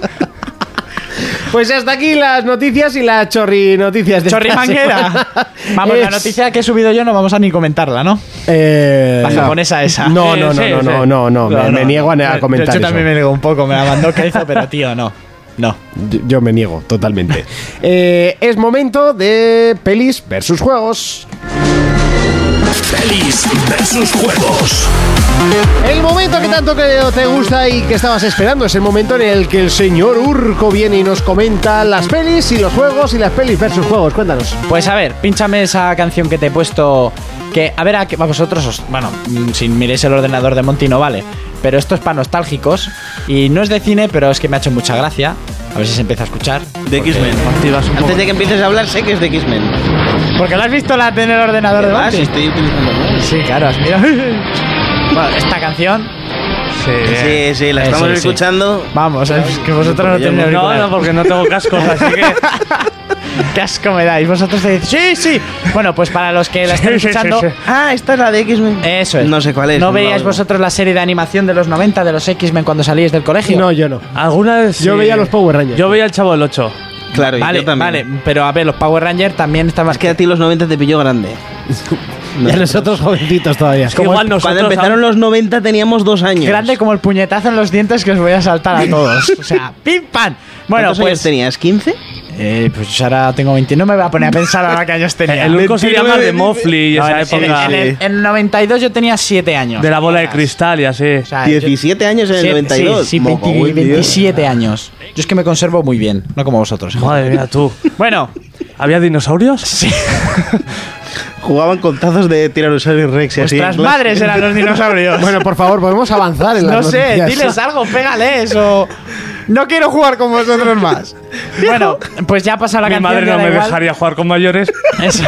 Speaker 2: Pues hasta aquí las noticias y las chorri noticias de
Speaker 4: Chorri
Speaker 2: esta
Speaker 4: manguera.
Speaker 2: semana.
Speaker 4: Vamos, la
Speaker 2: Es-
Speaker 4: noticia que he subido yo no vamos a ni comentarla, ¿no?
Speaker 2: Eh,
Speaker 4: La
Speaker 2: no.
Speaker 4: japonesa esa.
Speaker 2: No,
Speaker 6: Sí,
Speaker 2: no, no,
Speaker 6: sí,
Speaker 2: no,
Speaker 6: sí.
Speaker 2: no, no, no, me, me niego a, a
Speaker 4: Yo-
Speaker 2: comentar
Speaker 4: Yo
Speaker 2: eso.
Speaker 4: también me niego un poco, me la mandó Keizo, pero tío, no. No.
Speaker 2: Yo, yo me niego totalmente. Eh, es momento de pelis versus juegos.
Speaker 1: Pelis versus juegos.
Speaker 2: El momento que tanto creo te gusta y que estabas esperando es el momento en el que el señor Urco viene y nos comenta las pelis y los juegos y las pelis versus juegos. Cuéntanos.
Speaker 4: Pues a ver, pinchame esa canción que te he puesto. Que, a ver, a, que- a vosotros os. Bueno, mm, si miréis el ordenador de Monty no vale. Pero esto es para nostálgicos. Y no es de cine, pero es que me ha hecho mucha gracia. A ver si se empieza a escuchar.
Speaker 5: De X-Men.
Speaker 6: Activas un poco.
Speaker 5: Antes de que empieces a hablar, sé que es de X-Men.
Speaker 4: Porque lo has visto la en el ordenador de
Speaker 5: Ah, sí,
Speaker 4: Monty.
Speaker 5: estoy utilizando.
Speaker 4: Sí, claro, has mirado. Bueno, esta canción.
Speaker 6: Sí, bien.
Speaker 5: Sí, sí, la
Speaker 4: Eh,
Speaker 5: estamos
Speaker 4: sí, sí.
Speaker 5: escuchando.
Speaker 4: Vamos, es que vosotros no
Speaker 5: Porque yo
Speaker 4: tenéis
Speaker 6: No, no, porque no tengo cascos, así que.
Speaker 4: Qué asco me dais. Vosotros decís, sí, sí. Bueno, pues para los que la
Speaker 6: Sí,
Speaker 4: estén
Speaker 6: sí, sí,
Speaker 4: escuchando,
Speaker 6: sí.
Speaker 5: Ah, esta es la de X-Men.
Speaker 4: Eso es.
Speaker 5: No sé cuál es.
Speaker 4: ¿No
Speaker 5: la
Speaker 4: veíais
Speaker 5: oigo.
Speaker 4: vosotros la serie de animación de los 90 de los X-Men cuando salíais del colegio?
Speaker 2: No, yo no.
Speaker 6: Alguna vez.
Speaker 2: Yo
Speaker 6: sí.
Speaker 2: veía los Power Rangers.
Speaker 6: Yo veía el chavo del 8.
Speaker 5: Claro,
Speaker 4: Vale,
Speaker 5: yo también.
Speaker 4: vale, pero a ver, los Power Rangers también estaban.
Speaker 5: Es que a ti los 90 te pilló grande.
Speaker 2: Y a nosotros jovencitos todavía.
Speaker 6: que igual nosotros.
Speaker 5: Cuando empezaron los 90 teníamos dos años.
Speaker 4: grande como el puñetazo en los dientes que os voy a saltar a todos. O sea, pim pam. Bueno,
Speaker 5: ¿Cuántos años
Speaker 4: pues.
Speaker 5: tenías? ¿15?
Speaker 4: Eh, pues ahora tengo 29, me voy a poner a pensar ahora qué años tenía.
Speaker 6: El único sería
Speaker 5: 29
Speaker 6: más de
Speaker 5: dice-
Speaker 6: Mofli y
Speaker 4: No,
Speaker 6: esa
Speaker 4: en, en-
Speaker 6: época.
Speaker 4: en el, en 92 yo tenía 7 años.
Speaker 6: De la bola de cristal y así.
Speaker 4: O sea, yo-
Speaker 5: 17 años en el
Speaker 4: siete-
Speaker 5: 92.
Speaker 4: Sí, sí,
Speaker 5: Moco,
Speaker 4: 20
Speaker 5: güey, tío.
Speaker 4: 27 años. Yo es que me conservo muy bien, no como vosotros. hijo.
Speaker 6: Madre mía, tú.
Speaker 4: Bueno,
Speaker 6: ¿Había dinosaurios? Sí.
Speaker 5: Jugaban con tazos de Tyrannosaurus Rex y así.
Speaker 4: vuestras
Speaker 5: en clase.
Speaker 4: madres eran los dinosaurios.
Speaker 2: Bueno, por favor, podemos avanzar en las
Speaker 4: No sé,
Speaker 2: noticias.
Speaker 4: diles algo, pégales o.
Speaker 2: No quiero jugar con vosotros más.
Speaker 4: Bueno, pues ya pasa la
Speaker 6: Mi
Speaker 4: canción.
Speaker 6: madre
Speaker 4: ya
Speaker 6: no
Speaker 4: da
Speaker 6: me
Speaker 4: igual.
Speaker 6: dejaría jugar con mayores.
Speaker 4: Eso.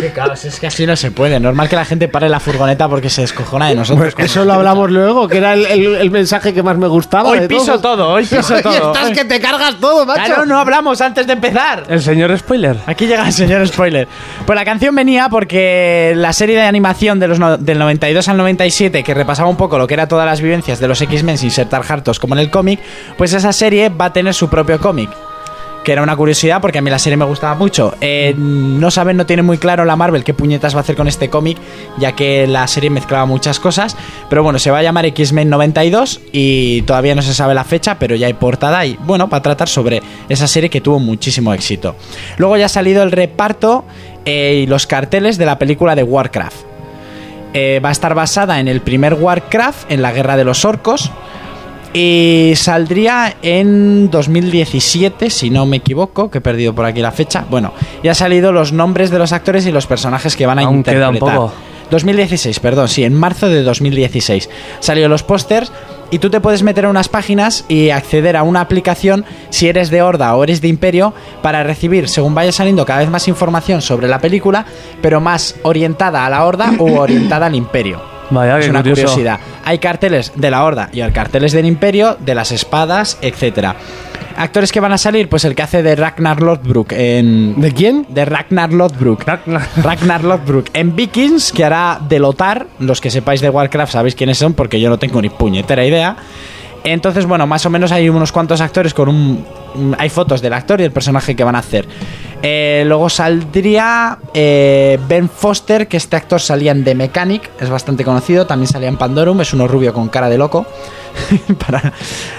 Speaker 4: Qué caos, es que así no se puede. Normal que la gente pare la furgoneta porque se descojona de nosotros.
Speaker 2: Pues Eso lo hablamos luego, que era el, el- el mensaje que más me gustaba.
Speaker 4: Hoy
Speaker 2: de
Speaker 4: piso
Speaker 2: todos.
Speaker 4: todo, hoy piso
Speaker 2: Oye,
Speaker 4: todo.
Speaker 2: estás que te cargas todo, macho.
Speaker 4: Claro, no hablamos antes de empezar.
Speaker 6: El señor spoiler.
Speaker 4: Aquí llega el señor spoiler. Pues la canción venía porque la serie de animación de los no- del 92 al 97, que repasaba un poco lo que era todas las vivencias de los X-Men sin ser tan hartos como en el cómic, pues esa serie va a tener su propio cómic. Que era una curiosidad porque a mí la serie me gustaba mucho. Eh, no saben, no tiene muy claro la Marvel qué puñetas va a hacer con este cómic, ya que la serie mezclaba muchas cosas. Pero bueno, se va a llamar X-Men 92 y todavía no se sabe la fecha, pero ya hay portada y bueno, para tratar sobre esa serie que tuvo muchísimo éxito. Luego ya ha salido el reparto eh, y los carteles de la película de Warcraft. Eh, va a estar basada en el primer Warcraft, en la guerra de los orcos. Y Eh, saldría en 2017, si no me equivoco, que he perdido por aquí la fecha. Bueno, ya han salido los nombres de los actores y los personajes que van a
Speaker 6: Aún queda
Speaker 4: interpretar.
Speaker 6: un poco.
Speaker 4: 2016, perdón, sí, en marzo de 2016. Salieron los pósters y tú te puedes meter a unas páginas y acceder a una aplicación si eres de Horda o eres de Imperio para recibir, según vaya saliendo, cada vez más información sobre la película, pero más orientada a la Horda o orientada al Imperio
Speaker 6: Vaya,
Speaker 4: es
Speaker 6: qué
Speaker 4: una
Speaker 6: curioso.
Speaker 4: curiosidad. Hay carteles de la Horda y hay carteles del Imperio, de las espadas, etcétera. Actores que van a salir, pues el que hace de Ragnar Lodbrok en
Speaker 2: ¿De quién?
Speaker 4: de Ragnar Lodbrok.
Speaker 6: Ragnar-
Speaker 4: Ragnar Lodbrok en Vikings, que hará de Lotar. Los que sepáis de Warcraft sabéis quiénes son, porque yo no tengo ni puñetera idea. Entonces, bueno, más o menos hay unos cuantos actores con un. mm, Hay fotos del actor y el personaje que van a hacer. Eh, luego saldría eh, Ben Foster, que este actor salía en The Mechanic, es bastante conocido. También salía en Pandorum, es uno rubio con cara de loco. Para-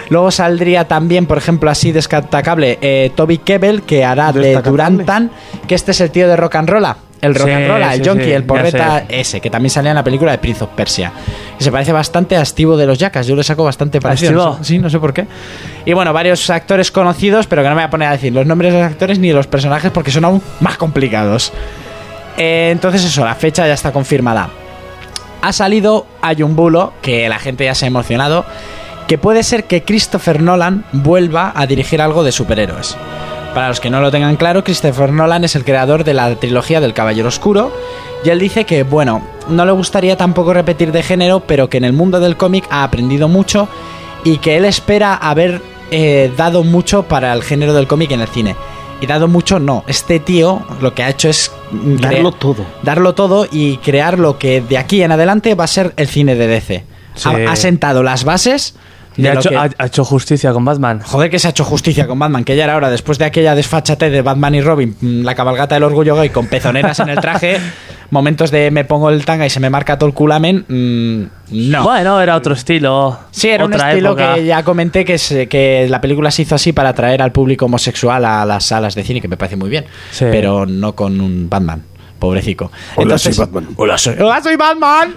Speaker 4: Luego saldría también, por ejemplo, así descatacable, eh, Toby Kebbell, que hará de
Speaker 5: Destacable.
Speaker 4: Durantan, que este es el tío de Rock and Rolla. El rock
Speaker 6: Sí,
Speaker 4: and roll, el
Speaker 6: sí,
Speaker 4: junkie,
Speaker 6: sí,
Speaker 4: el
Speaker 6: ya
Speaker 4: porreta ese, que también salía en la película de Prince of Persia. Y se parece bastante a Steve de los Jackas, yo le saco bastante parecido.
Speaker 6: Steve-O?
Speaker 4: no sé- sí, no sé por qué. Y bueno, varios actores conocidos, pero que no me voy a poner a decir los nombres de los actores ni de los personajes porque son aún más complicados. Eh, entonces eso, la fecha ya está confirmada. Ha salido hay un bulo, que la gente ya se ha emocionado, que puede ser que Christopher Nolan vuelva a dirigir algo de superhéroes. Para los que no lo tengan claro, Christopher Nolan es el creador de la trilogía del Caballero Oscuro y él dice que, bueno, no le gustaría tampoco repetir de género, pero que en el mundo del cómic ha aprendido mucho y que él espera haber eh, dado mucho para el género del cómic en el cine. Y dado mucho, no. Este tío lo que ha hecho es... mm,
Speaker 5: Darlo
Speaker 4: crea-
Speaker 5: todo.
Speaker 4: Darlo todo y crear lo que de aquí en adelante va a ser el cine de DC.
Speaker 6: Sí.
Speaker 4: Ha, ha sentado las bases. de
Speaker 6: Ya ha
Speaker 4: lo
Speaker 6: hecho,
Speaker 4: que-
Speaker 6: ha- ha hecho justicia con Batman.
Speaker 4: Joder, que se ha hecho justicia con Batman, que ya era hora, después de aquella desfachate de Batman y Robin, mm, la cabalgata del orgullo gay con pezoneras en el traje, momentos de me pongo el tanga y se me marca todo el culamen, mm, no.
Speaker 6: Bueno, era otro estilo.
Speaker 4: Sí, era
Speaker 6: otra
Speaker 4: un estilo
Speaker 6: época.
Speaker 4: que ya comenté que, se- que la película se hizo así para atraer al público homosexual a las salas de cine, que me parece muy bien,
Speaker 6: Sí.
Speaker 4: pero no con un Batman, pobrecico.
Speaker 1: Hola, soy Batman.
Speaker 4: Hola, soy, hola, soy Batman.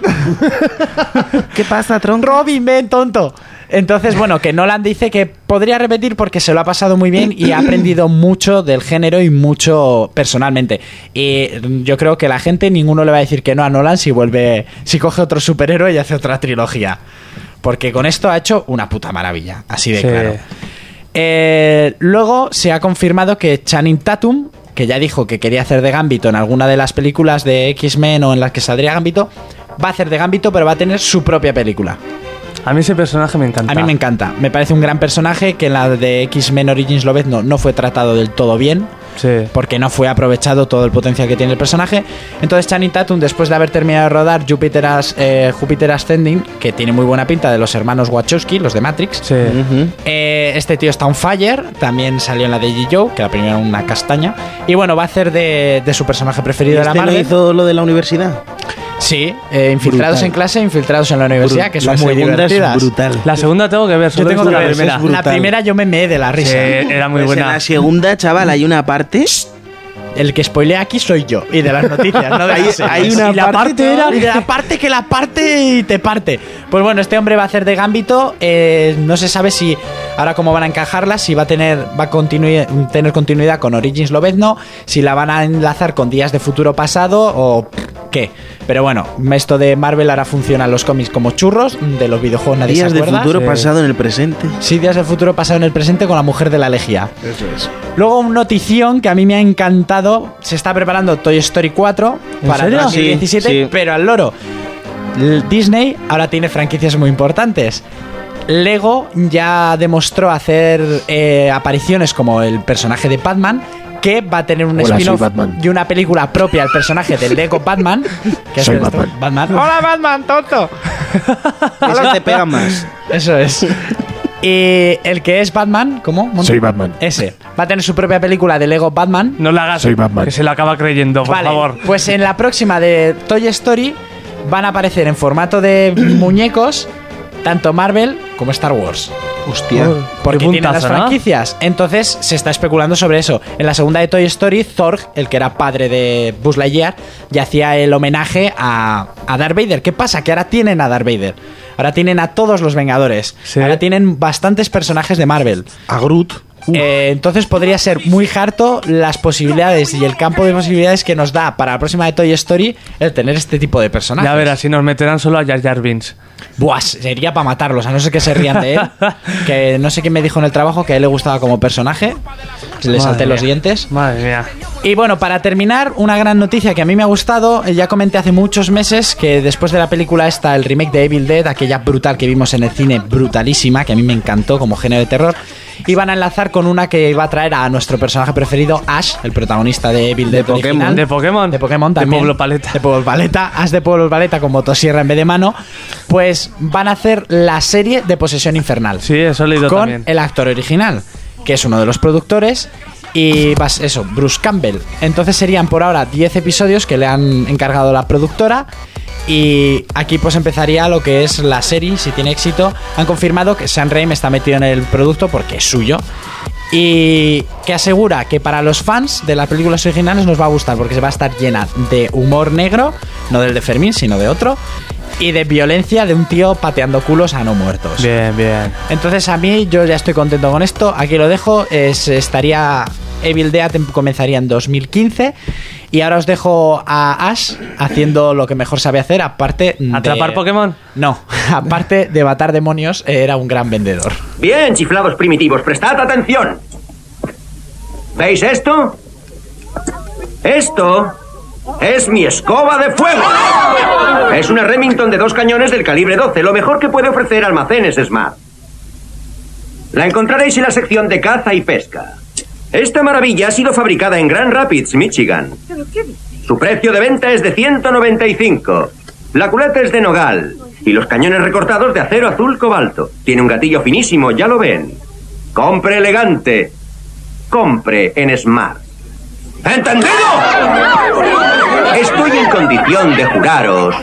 Speaker 5: ¿Qué pasa, tronco?
Speaker 4: Robin, ven, tonto. Entonces, bueno, que Nolan dice que podría repetir porque se lo ha pasado muy bien y ha aprendido mucho del género y mucho personalmente. Y yo creo que la gente, ninguno le va a decir que no a Nolan si vuelve, si coge otro superhéroe y hace otra trilogía. Porque con esto ha hecho una puta maravilla, así de
Speaker 6: Sí.
Speaker 4: claro. Eh, luego se ha confirmado que Channing Tatum, que ya dijo que quería hacer de Gambito en alguna de las películas de X-Men o en las que saldría Gambito, va a hacer de Gambito, pero va a tener su propia película.
Speaker 6: A mí ese personaje me encanta.
Speaker 4: A mí me encanta. Me parece un gran personaje que en la de X-Men Origins lo ves, no, no fue tratado del todo bien.
Speaker 6: Sí.
Speaker 4: Porque no fue aprovechado todo el potencial que tiene el personaje. Entonces, Channing Tatum, después de haber terminado de rodar Jupiter, As- eh, Jupiter Ascending, que tiene muy buena pinta de los hermanos Wachowski, los de Matrix,
Speaker 6: Sí.
Speaker 4: eh, este tío está on fire. También salió en la de G. Joe, que la primera era una castaña. Y bueno, va a hacer de, de su personaje preferido de la
Speaker 5: ¿Este no
Speaker 4: Marvel.
Speaker 5: hizo lo de la universidad?
Speaker 4: Sí, eh, infiltrados
Speaker 5: Brutal.
Speaker 4: en clase, infiltrados en la universidad, que son
Speaker 5: la
Speaker 4: muy
Speaker 5: segunda
Speaker 4: divertidas.
Speaker 5: es brutal.
Speaker 6: La segunda tengo que ver.
Speaker 4: Yo
Speaker 6: solo he
Speaker 4: tengo
Speaker 6: visto
Speaker 4: que
Speaker 6: la
Speaker 4: ver la
Speaker 6: primera.
Speaker 4: primera.
Speaker 5: brutal.
Speaker 4: yo me meé de la risa.
Speaker 6: Sí, era muy
Speaker 5: Pues en
Speaker 6: buena.
Speaker 5: la segunda, chaval, hay una parte.
Speaker 4: El que spoilea aquí soy yo. Y de las noticias, no de las
Speaker 5: Hay-
Speaker 4: series.
Speaker 5: hay una
Speaker 4: y la
Speaker 5: parte,
Speaker 4: parte era.
Speaker 5: chaval.
Speaker 4: y de la parte que la parte y te parte. Pues bueno, este hombre va a hacer de gambito. eh, no se sabe si. Ahora cómo van a encajarla, si va a tener, va a continui- tener continuidad con Origins Lobezno, si la van a enlazar con Días de Futuro Pasado o pff, qué. Pero bueno, esto de Marvel ahora funcionan los cómics como churros, de los videojuegos nadie
Speaker 5: Días
Speaker 4: se
Speaker 5: del
Speaker 4: acuerda.
Speaker 5: futuro
Speaker 6: Sí.
Speaker 5: pasado en el presente.
Speaker 4: Sí, días del futuro pasado en el presente con la mujer de la lejía.
Speaker 5: Eso es.
Speaker 4: Luego un notición que a mí me ha encantado. Se está preparando Toy Story 4
Speaker 6: ¿En
Speaker 4: para
Speaker 6: serio?
Speaker 4: 2017,
Speaker 5: Sí, sí.
Speaker 4: pero al loro. L- Disney ahora tiene franquicias muy importantes. Lego ya demostró hacer eh, apariciones como el personaje de Batman, que va a tener un
Speaker 7: Hola, soy
Speaker 4: spin-off
Speaker 7: Batman.
Speaker 4: y una película propia al personaje de Lego Batman. que
Speaker 7: Soy
Speaker 4: es esto,
Speaker 7: Batman.
Speaker 4: Hola Batman, tonto.
Speaker 5: Es que te pega más.
Speaker 4: Eso es. Y el que es Batman, ¿cómo? Monty?
Speaker 7: Soy Batman.
Speaker 4: Ese. Va a tener su propia película de Lego Batman.
Speaker 6: No la hagas.
Speaker 7: Soy Batman.
Speaker 6: Que se lo acaba creyendo, por
Speaker 4: Vale,
Speaker 6: favor.
Speaker 4: Pues en la próxima de Toy Story van a aparecer en formato de muñecos tanto Marvel como Star Wars.
Speaker 5: Hostia.
Speaker 4: Porque
Speaker 6: Qué
Speaker 4: tienen las
Speaker 6: puntazo, ¿no?
Speaker 4: franquicias. Entonces se está especulando sobre eso. En la segunda de Toy Story, Zorg, el que era padre de Buzz Lightyear, ya hacía el homenaje a, a Darth Vader. ¿Qué pasa? Que ahora tienen a Darth Vader. Ahora tienen a todos los Vengadores.
Speaker 6: Sí.
Speaker 4: Ahora tienen bastantes personajes de Marvel.
Speaker 5: A Groot.
Speaker 4: Eh, entonces podría ser muy harto las posibilidades y el campo de posibilidades que nos da para la próxima de Toy Story el tener este tipo de personajes.
Speaker 6: Ya verás, si nos meterán solo a Jar Jar Binks.
Speaker 4: Buah, sería para matarlos, a no ser que se rían de él. que no sé quién me dijo en el trabajo que a él le gustaba como personaje. Le
Speaker 6: Madre
Speaker 4: salté los
Speaker 6: mía.
Speaker 4: dientes.
Speaker 6: Madre mía.
Speaker 4: Y bueno, para terminar, una gran noticia que a mí me ha gustado. eh, Ya comenté hace muchos meses que después de la película esta, el remake de Evil Dead, aquella brutal que vimos en el cine, brutalísima, que a mí me encantó como género de terror, iban a enlazar con una que iba a traer a nuestro personaje preferido, Ash, el protagonista de Evil Dead.
Speaker 5: Pokémon.
Speaker 4: original.
Speaker 6: De Pokémon.
Speaker 4: De Pokémon
Speaker 6: De
Speaker 4: también.
Speaker 6: Pueblo Paleta.
Speaker 4: De Pueblo Paleta. Ash de Pueblo Paleta con motosierra en vez de mano. Pues van a hacer la serie de Posesión Infernal
Speaker 6: Sí, eso he leído
Speaker 4: con
Speaker 6: también.
Speaker 4: el actor original, que es uno de los productores. Y vas, eso, Bruce Campbell. Entonces serían por ahora 10 episodios que le han encargado la productora. Y aquí pues empezaría lo que es la serie, si tiene éxito. Han confirmado que Sam Raimi está metido en el producto porque es suyo. Y que asegura que para los fans de las películas originales nos va a gustar porque se va a estar llena de humor negro, no del de Fermín, sino de otro. Y de violencia de un tío pateando culos a no muertos.
Speaker 6: Bien, bien.
Speaker 4: Entonces a mí yo ya estoy contento con esto. Aquí lo dejo. Es, estaría Evil Dead em- comenzaría en 2015 y ahora os dejo a Ash haciendo lo que mejor sabe hacer, aparte de-
Speaker 6: ¿Atrapar Pokémon?
Speaker 4: No, aparte de matar demonios, eh, era un gran vendedor.
Speaker 8: Bien, chiflados primitivos, prestad atención. ¿Veis esto? Esto es mi escoba de fuego. Es una Remington de dos cañones del calibre 12, lo mejor que puede ofrecer Almacenes Smart. La encontraréis en la sección de caza y pesca. Esta maravilla ha sido fabricada en Grand Rapids, Michigan. Su precio de venta es de 195. La culeta es de nogal y los cañones recortados de acero azul cobalto. Tiene un gatillo finísimo, ya lo ven. Compre elegante. Compre en Smart. ¿Entendido? Estoy en condición de juraros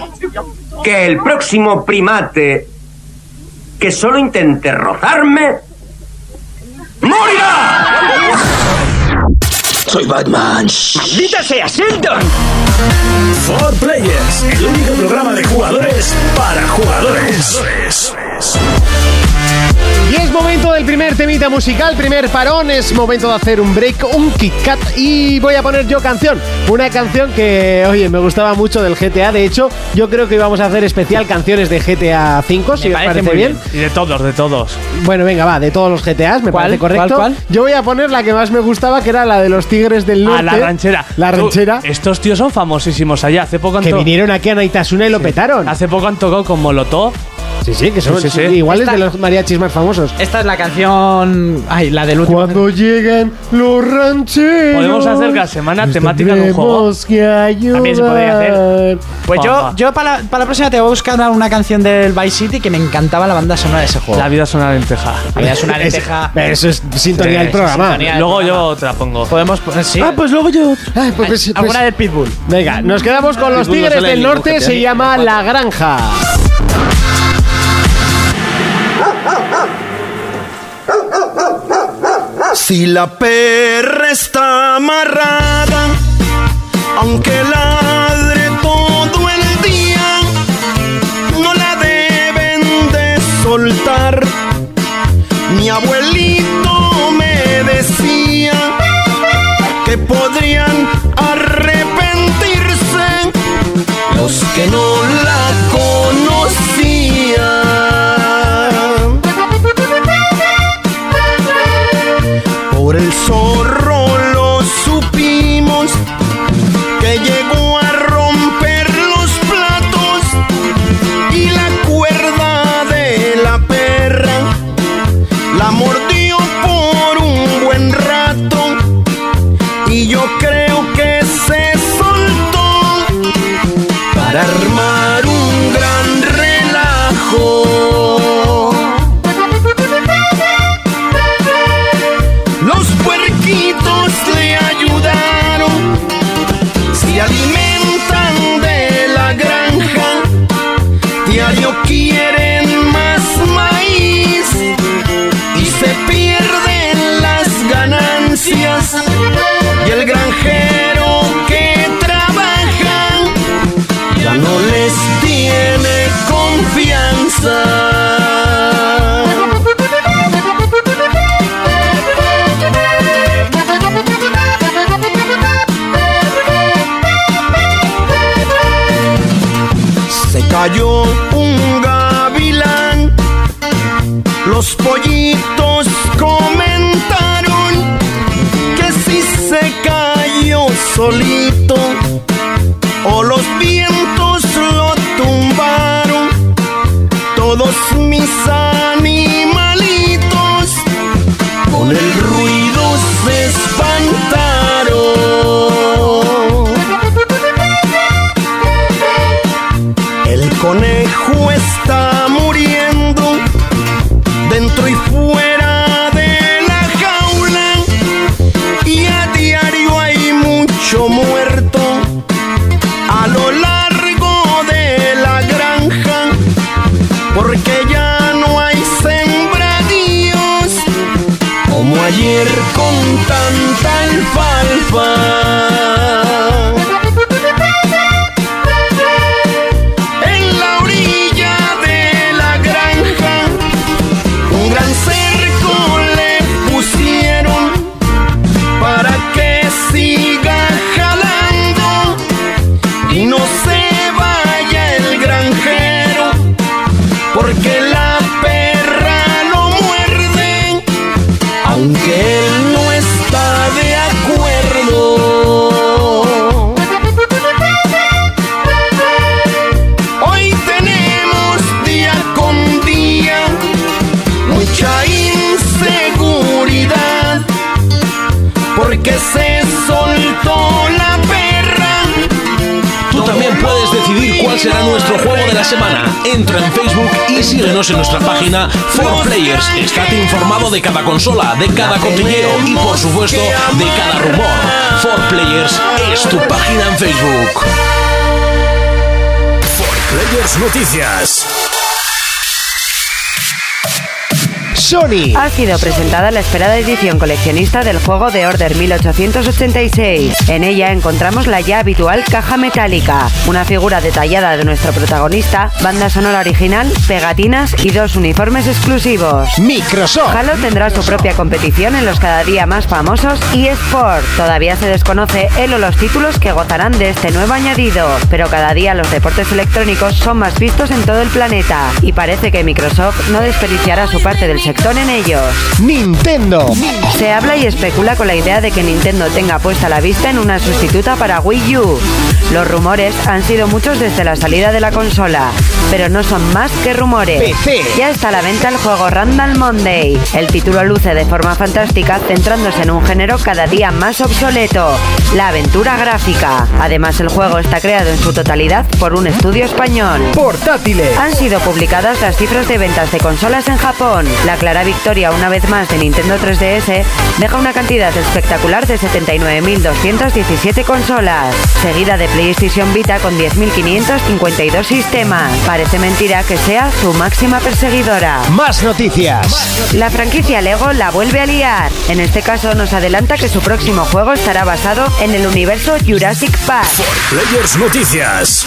Speaker 8: que el próximo primate que solo intente rozarme morirá.
Speaker 7: Soy Batman.
Speaker 8: ¡Maldita sea, Sheldon!
Speaker 1: For Players, el único programa de jugadores para jugadores.
Speaker 2: Y es momento del primer temita musical, primer parón, es momento de hacer un break, un kick cut y voy a poner yo canción. Una canción que, oye, me gustaba mucho del GTA, de hecho, yo creo que íbamos a hacer especial canciones de GTA 5, si
Speaker 4: Me
Speaker 2: os
Speaker 4: parece
Speaker 2: parece
Speaker 4: muy
Speaker 2: bien.
Speaker 6: Y de todos, de todos.
Speaker 2: Bueno, venga, va, de todos los GTAs, me
Speaker 4: ¿Cuál?
Speaker 2: parece correcto.
Speaker 4: ¿Cuál, cuál?
Speaker 2: Yo voy a poner la que más me gustaba, que era la de los Tigres del
Speaker 6: A
Speaker 4: Ah,
Speaker 2: Norte.
Speaker 6: Ah, la ranchera.
Speaker 2: ¿eh? La
Speaker 6: Tú,
Speaker 2: ranchera,
Speaker 6: estos tíos son famosísimos allá. Hace poco han,
Speaker 2: que
Speaker 6: to-
Speaker 2: vinieron aquí a Naitasuna y lo petaron.
Speaker 6: hace poco han tocado con Molotov.
Speaker 2: Sí, sí, que son
Speaker 6: Sí, sí, sí.
Speaker 2: iguales
Speaker 4: Esta-
Speaker 2: de los mariachis más famosos.
Speaker 4: Esta es la canción, ay, la del último.
Speaker 2: Cuando llegan los rancheros.
Speaker 6: Podemos hacer cada semana temática de un juego.
Speaker 2: tendremos que ayudar.
Speaker 4: También se podría hacer. Pues yo,
Speaker 6: Ojalá.
Speaker 4: yo para, la, para la próxima te voy a buscar una canción del Vice City que me encantaba la banda sonora de ese juego.
Speaker 6: La vida es una lenteja.
Speaker 4: A ver, es una lenteja.
Speaker 2: Pero Eso es
Speaker 4: Sí,
Speaker 2: sintonía del programa.
Speaker 4: sintonía. Ah, Eh,
Speaker 6: Luego yo otra pongo.
Speaker 4: Podemos poner, sí.
Speaker 2: pues luego yo. Ay, pues, pues-
Speaker 4: alguna Ah,
Speaker 2: pues-
Speaker 4: del Pitbull.
Speaker 2: Venga, nos quedamos con los
Speaker 5: Pitbull no
Speaker 2: Tigres
Speaker 5: sale
Speaker 2: del
Speaker 5: en ningún
Speaker 2: Norte.
Speaker 5: GTA,
Speaker 2: Se
Speaker 5: ni en
Speaker 2: llama
Speaker 5: el
Speaker 2: La Granja.
Speaker 9: Si la perra está amarrada, aunque ladre todo el día, no la deben de soltar. Mi abuelito me decía que podrían arrepentirse para armar un gran relajo. Los puerquitos le ayudaron, se alimentan de la granja, diario quieren más maíz y se pierden las ganancias. Y el granjero que trabaja ya no les tiene confianza. se cayó un gavilán. Los pollitos comentaron que si se cayó solito o los vientos lo tumbaron, todos mis animalitos con el ruido se espantaron. El conejo está muriendo dentro y fuera de la jaula y a diario hay mucho muerto a lo largo de la granja porque ya no hay sembradíos como ayer con tanta alfalfa. En la orilla de la granja, un gran cerco le pusieron para que siga jalando y no se vaya el granjero, porque la perra lo muerde, aunque él no está de acuerdo. Hoy tenemos día con día mucha inseguridad porque se soltó la perra.
Speaker 7: Tú también puedes decidir cuál será nuestro juego de la semana. Entra en Facebook y síguenos en nuestra página 4Players. Estate informado de cada consola, de cada cotilleo y, por supuesto, de cada rumor. 4Players es tu página en Facebook.
Speaker 1: Players Noticias.
Speaker 2: Sony.
Speaker 3: Ha sido presentada la esperada edición coleccionista del juego de Order 1886. En ella encontramos la ya habitual caja metálica, una figura detallada de nuestro protagonista, banda sonora original, pegatinas y dos uniformes exclusivos.
Speaker 2: Microsoft.
Speaker 3: Halo tendrá su propia competición en los cada día más famosos eSport. Todavía se desconoce el o los títulos que gozarán de este nuevo añadido, pero cada día los deportes electrónicos son más vistos en todo el planeta y parece que Microsoft no desperdiciará su parte del sector en ellos.
Speaker 2: Nintendo.
Speaker 3: Se habla y especula con la idea de que Nintendo tenga puesta la vista en una sustituta para Wii U. Los rumores han sido muchos desde la salida de la consola, pero no son más que rumores.
Speaker 2: PC.
Speaker 3: Ya está a la venta el juego Randall Monday. El título luce de forma fantástica, centrándose en un género cada día más obsoleto, la aventura gráfica. Además, el juego está creado en su totalidad por un estudio español.
Speaker 2: Portátiles.
Speaker 3: Han sido publicadas las cifras de ventas de consolas en Japón. La clara victoria una vez más de Nintendo 3DS deja una cantidad espectacular de 79.217 consolas, seguida de PlayStation Vita con 10.552 sistemas. Parece mentira que sea su máxima perseguidora.
Speaker 2: Más noticias.
Speaker 3: La franquicia Lego la vuelve a liar. En este caso nos adelanta que su próximo juego estará basado en el universo Jurassic Park.
Speaker 1: Players Noticias.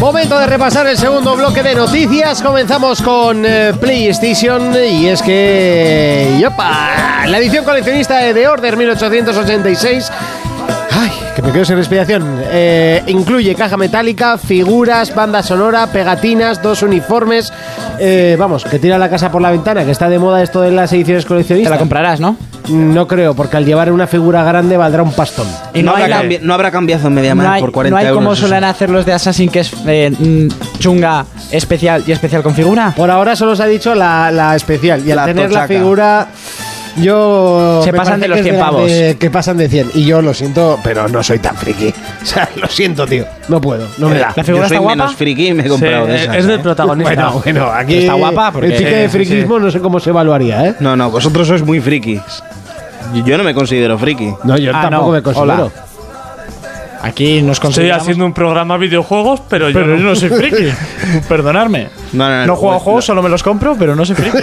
Speaker 2: Momento de repasar el segundo bloque de noticias. Comenzamos con eh, PlayStation y es que... ¡Yopa! La edición coleccionista de The Order 1886... Ay, que me quedo sin respiración. Eh, incluye caja metálica, figuras, banda sonora, pegatinas, dos uniformes. Eh, vamos, que tira la casa por la ventana, que está de moda esto de las ediciones
Speaker 4: Te
Speaker 2: coleccionistas.
Speaker 4: la comprarás, ¿no?
Speaker 2: No creo, porque al llevar una figura grande valdrá un pastón.
Speaker 4: Y
Speaker 5: no,
Speaker 4: hay
Speaker 5: habrá
Speaker 4: la-
Speaker 5: cambi- no habrá cambiado en media
Speaker 4: no
Speaker 5: Man
Speaker 4: hay-
Speaker 5: por 40
Speaker 4: no hay
Speaker 5: euros.
Speaker 4: como
Speaker 5: eso sí.
Speaker 4: suelen hacer los de Assassin que es eh, mm, chunga, especial y especial con figura?
Speaker 2: Por ahora solo se ha dicho la, la especial. Y al
Speaker 5: La
Speaker 2: tener la
Speaker 5: tochaca.
Speaker 2: figura. Yo.
Speaker 4: Se
Speaker 2: me
Speaker 4: pasan
Speaker 2: parece
Speaker 4: de los
Speaker 2: que es
Speaker 4: 100
Speaker 2: la
Speaker 4: pavos.
Speaker 2: de- que pasan de 100. Y yo lo siento, pero no soy tan friki. O sea, lo siento, tío. No puedo, no me da.
Speaker 4: Eh, La
Speaker 5: Yo
Speaker 4: figura
Speaker 5: soy
Speaker 4: está guapa.
Speaker 5: menos friki y me he comprado
Speaker 6: Sí,
Speaker 5: de esas.
Speaker 6: es
Speaker 5: ¿eh?
Speaker 6: del protagonista.
Speaker 2: Bueno, bueno, aquí.
Speaker 4: Está guapa porque-
Speaker 2: El pique de friquismo no sé cómo se evaluaría, ¿eh?
Speaker 5: No, no, vosotros sois muy frikis. Yo- Yo no me considero friki.
Speaker 2: No, yo
Speaker 4: Ah,
Speaker 2: tampoco
Speaker 4: no.
Speaker 2: me considero.
Speaker 4: Hola. Aquí nos
Speaker 6: Estoy
Speaker 4: consideramos.
Speaker 6: haciendo un programa videojuegos, pero, yo
Speaker 4: Pero
Speaker 6: no.
Speaker 4: yo no soy friki. Perdonadme.
Speaker 5: No, no, no.
Speaker 4: juego a
Speaker 5: No.
Speaker 4: juegos, solo me los compro, pero no soy friki.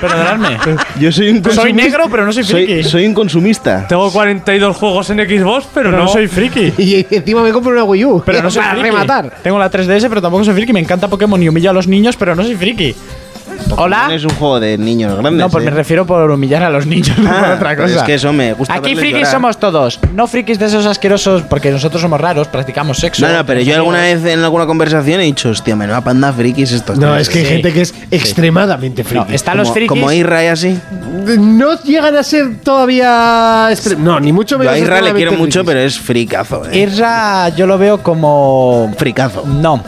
Speaker 4: Perdonadme.
Speaker 5: Yo soy un
Speaker 4: Soy
Speaker 5: consumista-
Speaker 4: negro, pero no soy friki.
Speaker 5: Soy, soy un consumista.
Speaker 6: Tengo 42 juegos en Xbox, pero,
Speaker 4: pero
Speaker 6: no.
Speaker 4: no soy friki.
Speaker 2: Y encima me compro una Wii U.
Speaker 4: Pero no soy
Speaker 2: Para
Speaker 4: friki.
Speaker 2: rematar.
Speaker 4: Tengo la 3DS, pero tampoco soy friki. Me encanta Pokémon y humillo a los niños, pero no soy friki.
Speaker 5: No
Speaker 4: Hola.
Speaker 5: es un juego de niños grandes.
Speaker 4: No, pues
Speaker 5: ¿eh?
Speaker 4: me refiero por humillar a los niños, no por
Speaker 5: Ah,
Speaker 4: otra
Speaker 5: pero
Speaker 4: cosa.
Speaker 5: Es que eso me gusta.
Speaker 4: Aquí
Speaker 5: verles
Speaker 4: frikis
Speaker 5: llorar.
Speaker 4: somos todos. No frikis de esos asquerosos, porque nosotros somos raros, practicamos sexo.
Speaker 5: No, no, pero yo alguna vez en alguna conversación he dicho, hostia, menuda panda frikis estos.
Speaker 2: No,
Speaker 5: tíos".
Speaker 2: es que hay
Speaker 4: Sí.
Speaker 2: gente que es extremadamente friki.
Speaker 4: No, están los
Speaker 5: Como-
Speaker 4: frikis.
Speaker 5: Como Irra y así.
Speaker 2: No llegan a ser todavía. extre- No, ni mucho
Speaker 5: Yo
Speaker 2: menos.
Speaker 5: a Irra le
Speaker 2: extremadamente
Speaker 5: quiero mucho,
Speaker 2: frikis.
Speaker 5: pero es fricazo, eh.
Speaker 4: Irra, yo lo veo como.
Speaker 5: Fricazo.
Speaker 4: No.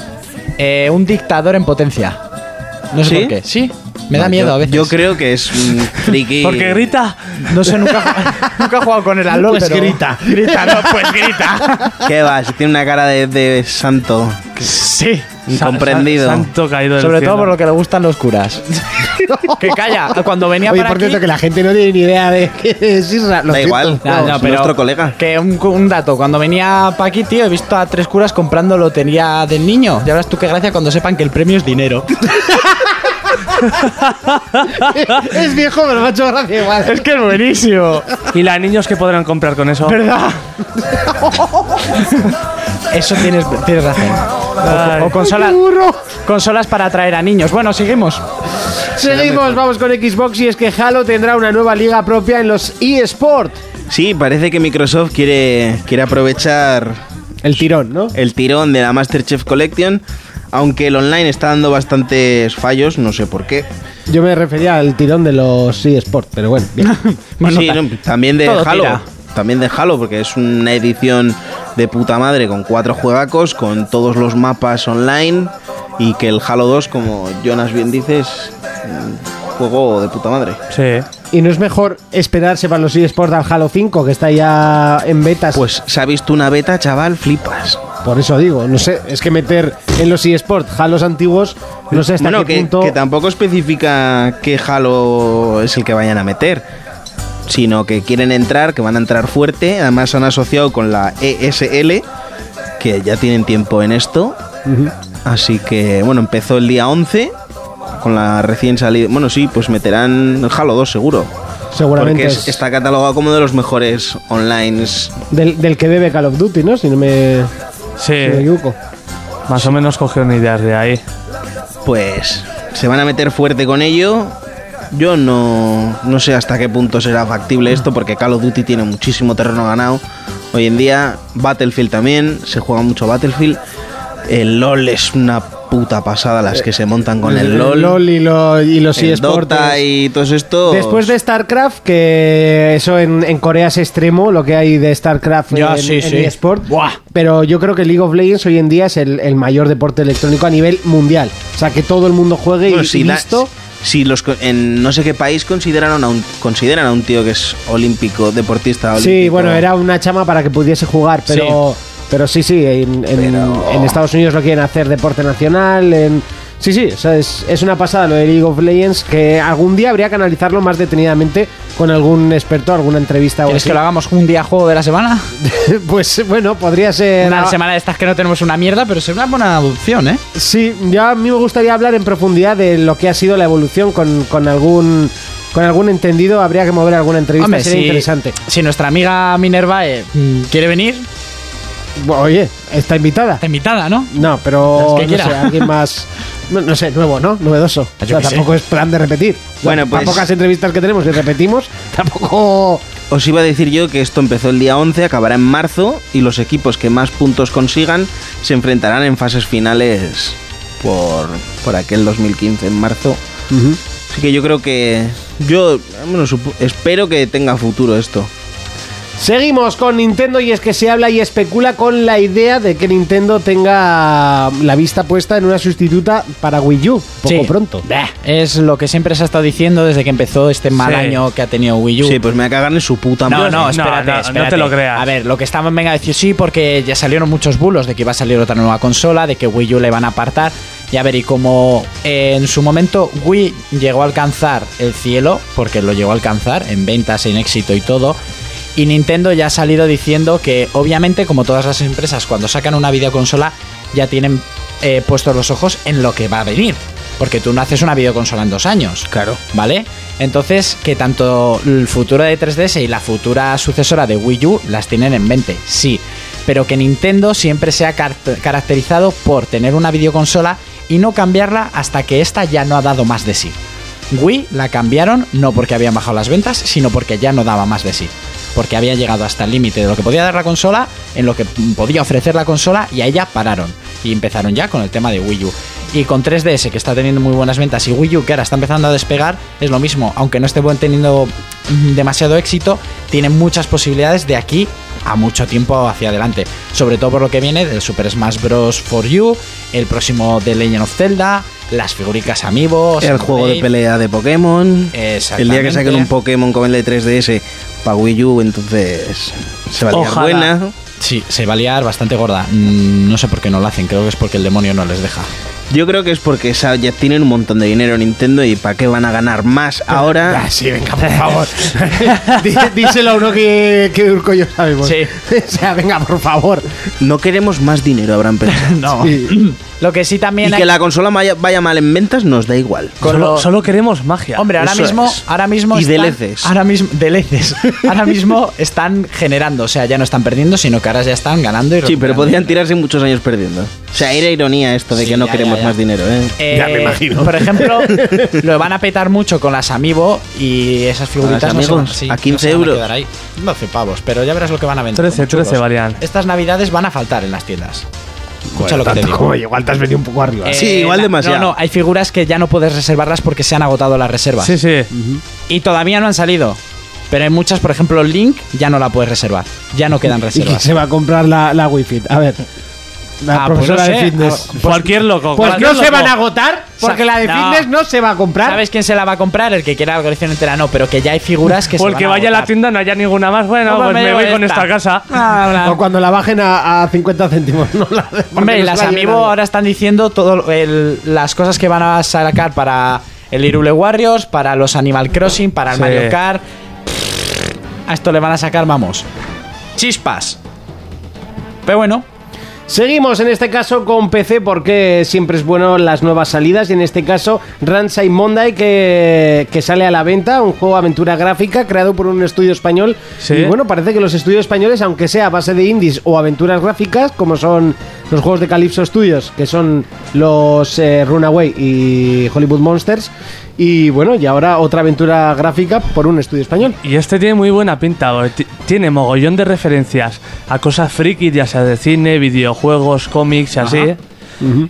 Speaker 4: Eh, un dictador en potencia. No sé
Speaker 5: ¿Sí?
Speaker 4: por qué. Sí. Me da
Speaker 5: No,
Speaker 4: miedo
Speaker 5: yo-
Speaker 4: a veces.
Speaker 5: Yo creo que es un friki.
Speaker 6: Porque grita.
Speaker 4: No sé, nunca, nunca he jugado con él al LOL,
Speaker 2: Pues
Speaker 4: pero-
Speaker 2: grita.
Speaker 4: Grita, no, pues grita.
Speaker 5: ¿Qué va? Si tiene una cara de, de santo.
Speaker 4: Sí.
Speaker 6: Sa-
Speaker 5: Incomprendido.
Speaker 6: sa- santo caído del
Speaker 4: Sobre
Speaker 6: cielo.
Speaker 4: todo por lo que le gustan los curas. que calla, cuando venía
Speaker 2: Oye,
Speaker 4: para
Speaker 2: por
Speaker 4: aquí...
Speaker 2: cierto, que la gente no tiene ni idea de qué es Isra. lo
Speaker 5: Da
Speaker 2: siento.
Speaker 5: igual.
Speaker 4: No, no,
Speaker 5: Es
Speaker 4: pero
Speaker 5: nuestro colega.
Speaker 4: Que un, un dato, cuando venía pa' aquí, tío, he visto a tres curas comprando lotería del niño. Ya verás tú qué gracia cuando sepan que el premio es dinero.
Speaker 2: es viejo, pero me ha hecho gracia igual.
Speaker 4: es que es buenísimo.
Speaker 6: ¿Y la niños que podrán comprar con eso?
Speaker 4: ¿Verdad? Eso tienes, tienes razón. O, o consola-
Speaker 2: Burro.
Speaker 4: consolas para atraer a niños. Bueno, seguimos.
Speaker 2: Seguimos, vamos con Xbox y es que Halo tendrá una nueva liga propia en los eSport.
Speaker 5: Sí, parece que Microsoft quiere, quiere aprovechar
Speaker 2: El tirón, ¿no?
Speaker 5: el tirón de la Masterchef Collection. Aunque el online está dando bastantes fallos, no sé por qué.
Speaker 2: Yo me refería al tirón de los eSport, pero bueno. bien.
Speaker 4: Bueno,
Speaker 5: Sí,
Speaker 4: ta-
Speaker 5: no, también de
Speaker 4: todo
Speaker 5: Halo.
Speaker 4: tira.
Speaker 5: También de Halo, porque es una edición de puta madre con cuatro juegacos, con todos los mapas online. Y que el Halo 2, como Jonas bien dices, un juego de puta madre.
Speaker 6: Sí.
Speaker 2: ¿Y no es mejor esperarse para los eSport al Halo 5, que está ya en betas?
Speaker 5: Pues se ha visto una beta, chaval, flipas.
Speaker 2: Por eso digo, no sé, es que meter en los eSport Halos antiguos, no sé hasta
Speaker 5: bueno,
Speaker 2: qué
Speaker 5: que,
Speaker 2: punto...
Speaker 5: que tampoco especifica qué Halo es el que vayan a meter, sino que quieren entrar, que van a entrar fuerte. Además, se han asociado con la ESL, que ya tienen tiempo en esto. Así que, bueno, empezó el día 11 con la recién salida. Bueno, sí, pues meterán el Halo 2 seguro.
Speaker 2: seguramente
Speaker 5: Porque es-
Speaker 2: es
Speaker 5: está catalogado como de los mejores online.
Speaker 2: del, del que debe Call of Duty, ¿no? Si no me, si
Speaker 6: Sí.
Speaker 2: no me equivoco.
Speaker 6: Más o menos cogieron ideas de ahí.
Speaker 5: Pues se van a meter fuerte con ello. Yo no, no sé hasta qué punto será factible esto, porque Call of Duty tiene muchísimo terreno ganado. Hoy en día, Battlefield también, se juega mucho Battlefield. El LOL es una puta pasada las que se montan con el LOL.
Speaker 2: y, lo- y los
Speaker 5: el
Speaker 2: eSports.
Speaker 5: Dota y todo esto.
Speaker 2: Después de StarCraft, que eso en, en Corea es extremo, lo que hay de StarCraft
Speaker 4: Ya,
Speaker 2: en,
Speaker 4: sí,
Speaker 2: en
Speaker 4: sí.
Speaker 2: eSport.
Speaker 4: Buah.
Speaker 2: Pero yo creo que League of Legends hoy en día es el, el mayor deporte electrónico a nivel mundial. O sea, que todo el mundo juegue
Speaker 5: Bueno,
Speaker 2: y,
Speaker 5: si
Speaker 2: y
Speaker 5: da-
Speaker 2: listo.
Speaker 5: si los co- en no sé qué país consideraron a un consideran a un tío que es olímpico, deportista olímpico.
Speaker 2: Sí, bueno, era una chama para que pudiese jugar, pero sí, pero sí, sí en, en- en Estados Unidos lo quieren hacer deporte nacional. en- sí, sí, o sea, es, es una pasada lo de League of Legends, que algún día habría que analizarlo más detenidamente con algún experto, alguna entrevista o
Speaker 4: ¿Quieres
Speaker 2: así.
Speaker 4: que lo hagamos un día juego de la semana?
Speaker 2: Pues bueno, podría
Speaker 5: Eh,
Speaker 2: ser...
Speaker 4: Una semana de estas que no tenemos una mierda, pero sería una buena opción, ¿eh?
Speaker 2: Sí, ya a mí me gustaría hablar en profundidad de lo que ha sido la evolución con, con algún... Con algún entendido habría que mover alguna entrevista,
Speaker 4: Hombre,
Speaker 2: sería
Speaker 4: si-
Speaker 2: interesante.
Speaker 4: Si nuestra amiga Minerva eh, mm, quiere venir,
Speaker 2: Oye, está invitada.
Speaker 4: está invitada, ¿no?
Speaker 2: No, pero
Speaker 4: Las que
Speaker 2: no sé,
Speaker 4: quiera.
Speaker 2: alguien más. No, no sé, nuevo, ¿no? Novedoso. O sea,
Speaker 4: Ah, qué sé.
Speaker 2: tampoco es plan de repetir.
Speaker 5: Bueno, pues-
Speaker 2: Las pocas entrevistas que tenemos y repetimos, tampoco.
Speaker 5: Os iba a decir yo que esto empezó el día 11, acabará en marzo y los equipos que más puntos consigan se enfrentarán en fases finales por, por aquel 2015 en marzo. Así que yo creo que yo bueno, supo- espero que tenga futuro esto.
Speaker 2: Seguimos con Nintendo y es que se habla y especula con la idea de que Nintendo tenga la vista puesta en una sustituta para Wii U poco
Speaker 4: Sí.
Speaker 2: pronto.
Speaker 4: Bah, Es lo que siempre se ha estado diciendo desde que empezó este mal
Speaker 6: Sí.
Speaker 4: año que ha tenido Wii U.
Speaker 5: Sí, pues me voy a cagar en su puta
Speaker 4: No,
Speaker 5: madre.
Speaker 4: no,
Speaker 6: no,
Speaker 4: espérate,
Speaker 6: no, no
Speaker 4: espérate.
Speaker 6: te lo creas.
Speaker 4: A ver, lo que estaban venga a decir sí, porque ya salieron muchos bulos de que iba a salir otra nueva consola, de que Wii U le van a apartar. Y a ver, y como eh, en su momento Wii llegó a alcanzar el cielo, porque lo llegó a alcanzar en ventas, en éxito y todo. Y Nintendo ya ha salido diciendo que, obviamente, como todas las empresas, cuando sacan una videoconsola, ya tienen eh, puestos los ojos en lo que va a venir. Porque tú no haces una videoconsola en dos años.
Speaker 5: Claro.
Speaker 4: ¿Vale? Entonces, que tanto el futuro de 3DS y la futura sucesora de Wii U las tienen en mente, sí. Pero que Nintendo siempre se ha car- caracterizado por tener una videoconsola y no cambiarla hasta que esta ya no ha dado más de sí. Wii la cambiaron no porque habían bajado las ventas, sino porque ya no daba más de sí. Porque había llegado hasta el límite de lo que podía dar la consola, en lo que podía ofrecer la consola, y ahí ya pararon. Y empezaron ya con el tema de Wii U. Y con 3DS, que está teniendo muy buenas ventas, y Wii U, que ahora está empezando a despegar, es lo mismo. Aunque no esté buen- teniendo mm, demasiado éxito, tiene muchas posibilidades de aquí a mucho tiempo hacia adelante. Sobre todo por lo que viene del Super Smash Bros. for You, el próximo The Legend of Zelda, las figuricas Amiibo,
Speaker 5: El juego de
Speaker 4: Xenoblade.
Speaker 5: pelea de Pokémon.
Speaker 4: Exactamente.
Speaker 5: El día que saquen un Pokémon con el de 3DS para Wii U, entonces se va a liar
Speaker 6: Ojalá.
Speaker 5: buena.
Speaker 4: Sí, se va a liar bastante gorda. Mm, No sé por qué no lo hacen, creo que es porque el demonio no les deja.
Speaker 5: Yo creo que es porque sa- ya tienen un montón de dinero Nintendo y para qué van a ganar más ahora.
Speaker 2: Ah, sí, venga, por favor. Dí- Díselo a uno que, que Urco y yo sabemos.
Speaker 4: Sí.
Speaker 2: o sea, venga, por favor.
Speaker 5: No queremos más dinero, habrán pensado.
Speaker 4: No.
Speaker 2: Sí.
Speaker 4: Lo que sí
Speaker 5: Y
Speaker 4: también hay-
Speaker 5: que la consola vaya, vaya mal en ventas nos da igual.
Speaker 4: con
Speaker 6: Solo,
Speaker 4: lo-
Speaker 6: solo queremos magia.
Speaker 4: Hombre, ahora
Speaker 5: Eso
Speaker 4: mismo,
Speaker 5: es.
Speaker 4: ahora mismo
Speaker 5: Y
Speaker 4: están-
Speaker 5: DLCs.
Speaker 4: Ahora mismo DLCs. Ahora mismo están generando, o sea, ya no están perdiendo, sino que ahora ya están ganando y
Speaker 5: Sí, pero
Speaker 4: recuperando.
Speaker 5: podían tirarse muchos años perdiendo. O sea, era ironía esto de
Speaker 4: Sí,
Speaker 5: que no
Speaker 4: ya,
Speaker 5: queremos
Speaker 4: ya, ya.
Speaker 5: más dinero, ¿eh?
Speaker 4: Eh,
Speaker 1: Ya me imagino.
Speaker 4: Por ejemplo, lo van a petar mucho con las Amiibo y esas figuritas
Speaker 5: Con las
Speaker 4: no se van-
Speaker 5: Amigos,
Speaker 4: sí,
Speaker 5: a
Speaker 4: no
Speaker 5: 15
Speaker 4: se van
Speaker 5: euros.
Speaker 4: quedar ahí. 12 pavos, pero ya verás lo que van a vender.
Speaker 6: 13,
Speaker 4: como chulos.
Speaker 6: 13 varían.
Speaker 4: Estas navidades van a faltar en las tiendas. Escucha lo que te
Speaker 2: Tanto
Speaker 4: digo.
Speaker 2: como igual te has venido un poco arriba.
Speaker 4: Eh,
Speaker 5: Sí, igual
Speaker 4: la-
Speaker 5: demasiado.
Speaker 4: No, no, hay figuras que ya no puedes reservarlas porque se han agotado las reservas.
Speaker 6: Sí, sí.
Speaker 4: Y todavía no han salido. Pero hay muchas, por ejemplo, Link ya no la puedes reservar. Ya no quedan
Speaker 2: ¿Y quién
Speaker 4: reservas.
Speaker 2: se va a comprar la, la Wii Fit? A ver. La
Speaker 4: Ah, pues no
Speaker 2: profesora
Speaker 4: sé.
Speaker 2: de fitness.
Speaker 4: Ah,
Speaker 6: cualquier loco.
Speaker 2: Pues
Speaker 6: cualquier
Speaker 2: no se
Speaker 6: loco.
Speaker 2: van a agotar porque la de
Speaker 4: No.
Speaker 2: fitness no se va a comprar.
Speaker 4: ¿Sabes quién se la va a comprar? El que quiera la colección entera no, pero que ya hay figuras que se
Speaker 6: Porque
Speaker 4: van a
Speaker 6: vaya a la
Speaker 4: agotar.
Speaker 6: tienda, no haya ninguna más. Bueno,
Speaker 4: No,
Speaker 6: pues me
Speaker 4: llevo
Speaker 6: voy con esta casa.
Speaker 4: Ah, bla.
Speaker 2: O cuando la bajen a, a 50 céntimos. No la porque
Speaker 4: Hombre, y
Speaker 2: no se
Speaker 4: las
Speaker 2: la
Speaker 4: Amiibo
Speaker 2: llevan.
Speaker 4: ahora están diciendo todas las cosas que van a sacar para el Irule Warriors, para los Animal Crossing, para el
Speaker 6: Sí.
Speaker 4: Mario Kart. A esto le van a sacar, vamos, chispas. Pero bueno,
Speaker 2: Seguimos en este caso con PC porque siempre es bueno las nuevas salidas y en este caso Ransai Monday que, que sale a la venta, un juego de aventura gráfica creado por un estudio español.
Speaker 6: Sí.
Speaker 2: Y bueno, parece que los estudios españoles, aunque sea a base de indies o aventuras gráficas, como son los juegos de Calypso Studios, que son los eh, Runaway y Hollywood Monsters, y bueno, y ahora otra aventura gráfica por un estudio español.
Speaker 6: Y este tiene muy buena pinta, porque ti- tiene mogollón de referencias a cosas frikis, ya sea de cine, videojuegos, cómics y así.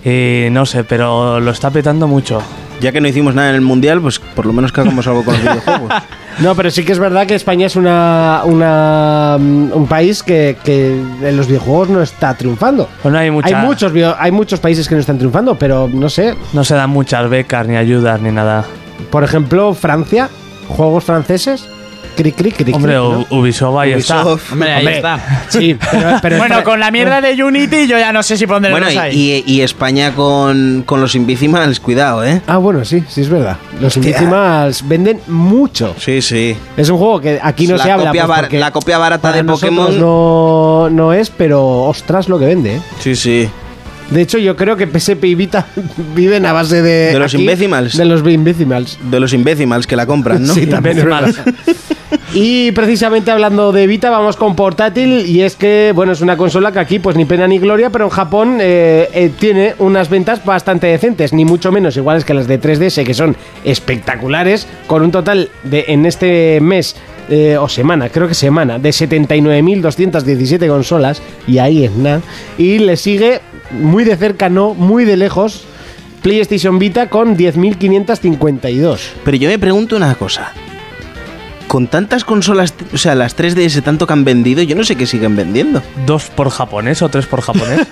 Speaker 6: Y no sé, pero lo está petando mucho.
Speaker 5: Ya que no hicimos nada en el mundial, pues por lo menos que hagamos algo con los videojuegos.
Speaker 2: No, pero sí que es verdad que España es una, una, mm, un país que, que en los videojuegos no está triunfando.
Speaker 6: Pues no hay mucha-
Speaker 2: Hay muchos, bio- hay muchos países que no están triunfando, pero no sé.
Speaker 6: No se dan muchas becas, ni ayudas, ni nada.
Speaker 2: Por ejemplo, Francia, juegos franceses, cri cri cri. cri,
Speaker 6: Hombre,
Speaker 2: ¿no?
Speaker 6: U- Ubisoft ahí está.
Speaker 5: Ubisoft.
Speaker 4: hombre, ahí
Speaker 2: Hombre,
Speaker 4: está.
Speaker 2: Sí, pero, pero
Speaker 4: bueno,
Speaker 2: espera,
Speaker 4: con la mierda de Unity yo ya no sé si pondré
Speaker 5: bueno,
Speaker 4: los ahí.
Speaker 5: y, y- y España con, con los Invisimals, cuidado, ¿eh?
Speaker 2: Ah, bueno, sí, sí es verdad. Los Invisimals venden mucho.
Speaker 5: Sí, sí.
Speaker 2: Es un juego que aquí no
Speaker 5: la
Speaker 2: se habla.
Speaker 5: copia
Speaker 2: pues,
Speaker 5: bar-
Speaker 2: porque
Speaker 5: la copia barata
Speaker 2: para
Speaker 5: de
Speaker 2: nosotros
Speaker 5: Pokémon.
Speaker 2: No, no es, pero ostras lo que vende, ¿eh?
Speaker 5: Sí, sí.
Speaker 2: De hecho, yo creo que PSP y Vita viven a base de.
Speaker 5: De los Invisimals.
Speaker 2: Eh, De los Invisimals.
Speaker 5: De los Invisimals que la compran, ¿no?
Speaker 2: Sí, también es
Speaker 6: Invisimals.
Speaker 2: verdad. Y precisamente hablando de Vita, vamos con portátil. Y es que, bueno, es una consola que aquí, pues ni pena ni gloria, pero en Japón eh, eh, tiene unas ventas bastante decentes, ni mucho menos iguales que las de 3DS, que son espectaculares, con un total de en este mes. eh, o semana, creo que semana, de 79.217 consolas, y ahí es nada. Y le sigue muy de cerca, no, muy de lejos, PlayStation Vita con 10.552.
Speaker 5: Pero yo me pregunto una cosa. con tantas consolas, o sea, las 3DS tanto que han vendido, yo no sé qué siguen vendiendo.
Speaker 6: ¿Dos por japonés o tres por japonés?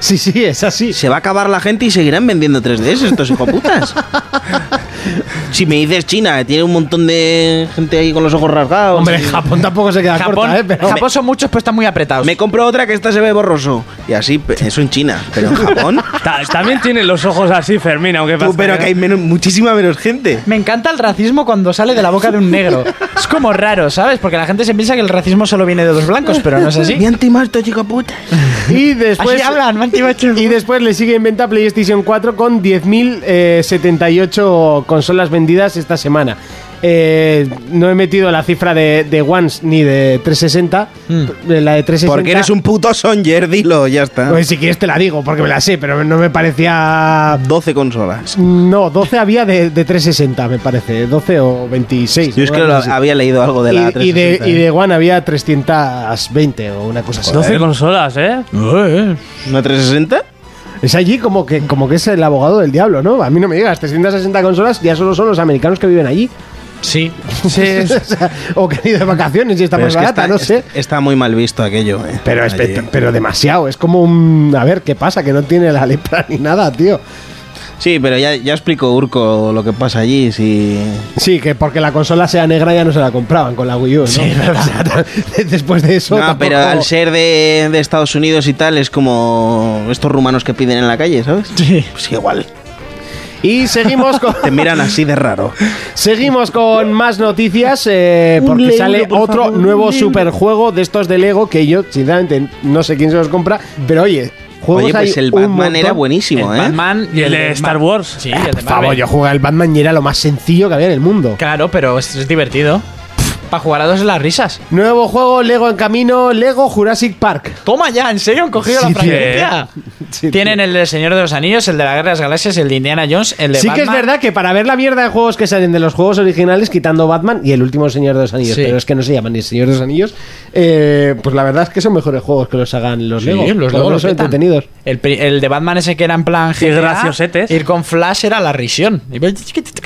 Speaker 2: Sí, sí, es así.
Speaker 5: Se va a acabar la gente y seguirán vendiendo 3DS estos hijoputas. si me dices China, tiene un montón de gente ahí con los ojos rasgados.
Speaker 2: Hombre, Japón tampoco se queda
Speaker 4: Japón,
Speaker 2: corta, ¿eh? Pero...
Speaker 4: Japón son muchos, pero están muy apretados.
Speaker 5: Me compro otra que esta se ve borroso. Y así, pe- eso en China. Pero en Japón.
Speaker 6: Ta- también tiene los ojos así, Fermín, aunque
Speaker 5: Tú, pero que hay menos- muchísima menos gente.
Speaker 4: Me encanta el racismo cuando sale de la boca de un negro. Es como raro, ¿sabes? Porque la gente se piensa que el racismo solo viene de los blancos, pero no es así.
Speaker 5: Bien timado, chico puta.
Speaker 2: Y después...
Speaker 4: Así hablan, me han tirado hecho el-
Speaker 2: Y después le sigue en venta PlayStation 4 con eh, 10.078 consolas vendidas esta semana. Eh, no he metido la cifra de, de Ones ni de 360.
Speaker 4: Hmm.
Speaker 2: de La de 360.
Speaker 5: Porque eres un puto songer, dilo, ya está.
Speaker 2: Pues si quieres te la digo, porque me la sé, pero no me parecía.
Speaker 5: 12 consolas.
Speaker 2: No, 12 había de, de 360, me parece. 12 o 26.
Speaker 5: Yo es que
Speaker 2: una
Speaker 5: lo
Speaker 2: cosa así.
Speaker 5: había leído algo de la ¿eh?
Speaker 2: y, y de,
Speaker 5: 360,
Speaker 2: y de One había 320 o una cosa así.
Speaker 6: 12 consolas, ¿eh?
Speaker 5: ¿No 360?
Speaker 2: Es allí como que, como que es el abogado del diablo, ¿no? A mí no me digas, 360 consolas ya solo son los americanos que viven allí.
Speaker 4: Sí.
Speaker 2: o, sea, o que han ido de vacaciones y está
Speaker 5: Pero
Speaker 2: más
Speaker 5: es que
Speaker 2: barata,
Speaker 5: está,
Speaker 2: no sé.
Speaker 5: está muy mal visto aquello, eh.
Speaker 2: Pero,
Speaker 5: Allí.
Speaker 2: espe- pero demasiado, es como un... A ver, ¿qué pasa? Que no tiene la lepra ni nada, tío.
Speaker 5: Sí, pero ya, ya explicó Urco lo que pasa allí. Si...
Speaker 2: Sí, que porque la consola sea negra ya no se la compraban con la Wii U, ¿no? O sea, t- después de eso...
Speaker 5: No,
Speaker 2: tampoco-
Speaker 5: pero al ser de, de Estados Unidos y tal, es como estos rumanos que piden en la calle, ¿sabes? Sí. Pues igual.
Speaker 2: Y seguimos con...
Speaker 5: Te miran así de raro.
Speaker 2: Seguimos con más noticias eh, porque sale otro nuevo superjuego de estos de Lego que yo sinceramente no sé quién se los compra, pero oye, juegos
Speaker 5: Oye, pues
Speaker 2: hay
Speaker 5: el
Speaker 2: un
Speaker 5: Batman
Speaker 2: montón.
Speaker 5: era buenísimo, ¿eh?
Speaker 4: Batman
Speaker 6: Y el de
Speaker 4: Ma-
Speaker 6: Star Wars.
Speaker 4: Sí, el de
Speaker 2: Por favor,
Speaker 4: Marvel.
Speaker 2: yo jugaba el Batman y era lo más sencillo que había en el mundo.
Speaker 4: Claro, pero es, es divertido. Para jugar a dos las risas.
Speaker 2: Nuevo juego Lego en camino, Lego Jurassic Park.
Speaker 4: Toma ya, en serio, han cogido
Speaker 6: Sí,
Speaker 4: la franquicia.
Speaker 2: Sí,
Speaker 4: Tienen el del Señor de los Anillos, el de la Guerra de las Galaxias, el de Indiana Jones, el de
Speaker 2: Sí que es
Speaker 4: Batman.
Speaker 2: verdad que para ver la mierda de juegos que salen de los juegos originales, quitando Batman y el último Señor de los Anillos,
Speaker 4: Sí.
Speaker 2: pero es que no se llaman ni Señor de los Anillos, eh, pues la verdad es que son mejores juegos que los hagan los
Speaker 4: Sí,
Speaker 2: Lego.
Speaker 4: los
Speaker 2: porque
Speaker 4: Lego
Speaker 2: no
Speaker 4: los
Speaker 2: son
Speaker 4: petan.
Speaker 2: entretenidos.
Speaker 4: El, pri- el de Batman ese que era en plan GTA,
Speaker 6: graciosetes.
Speaker 4: Ir con Flash era la risión.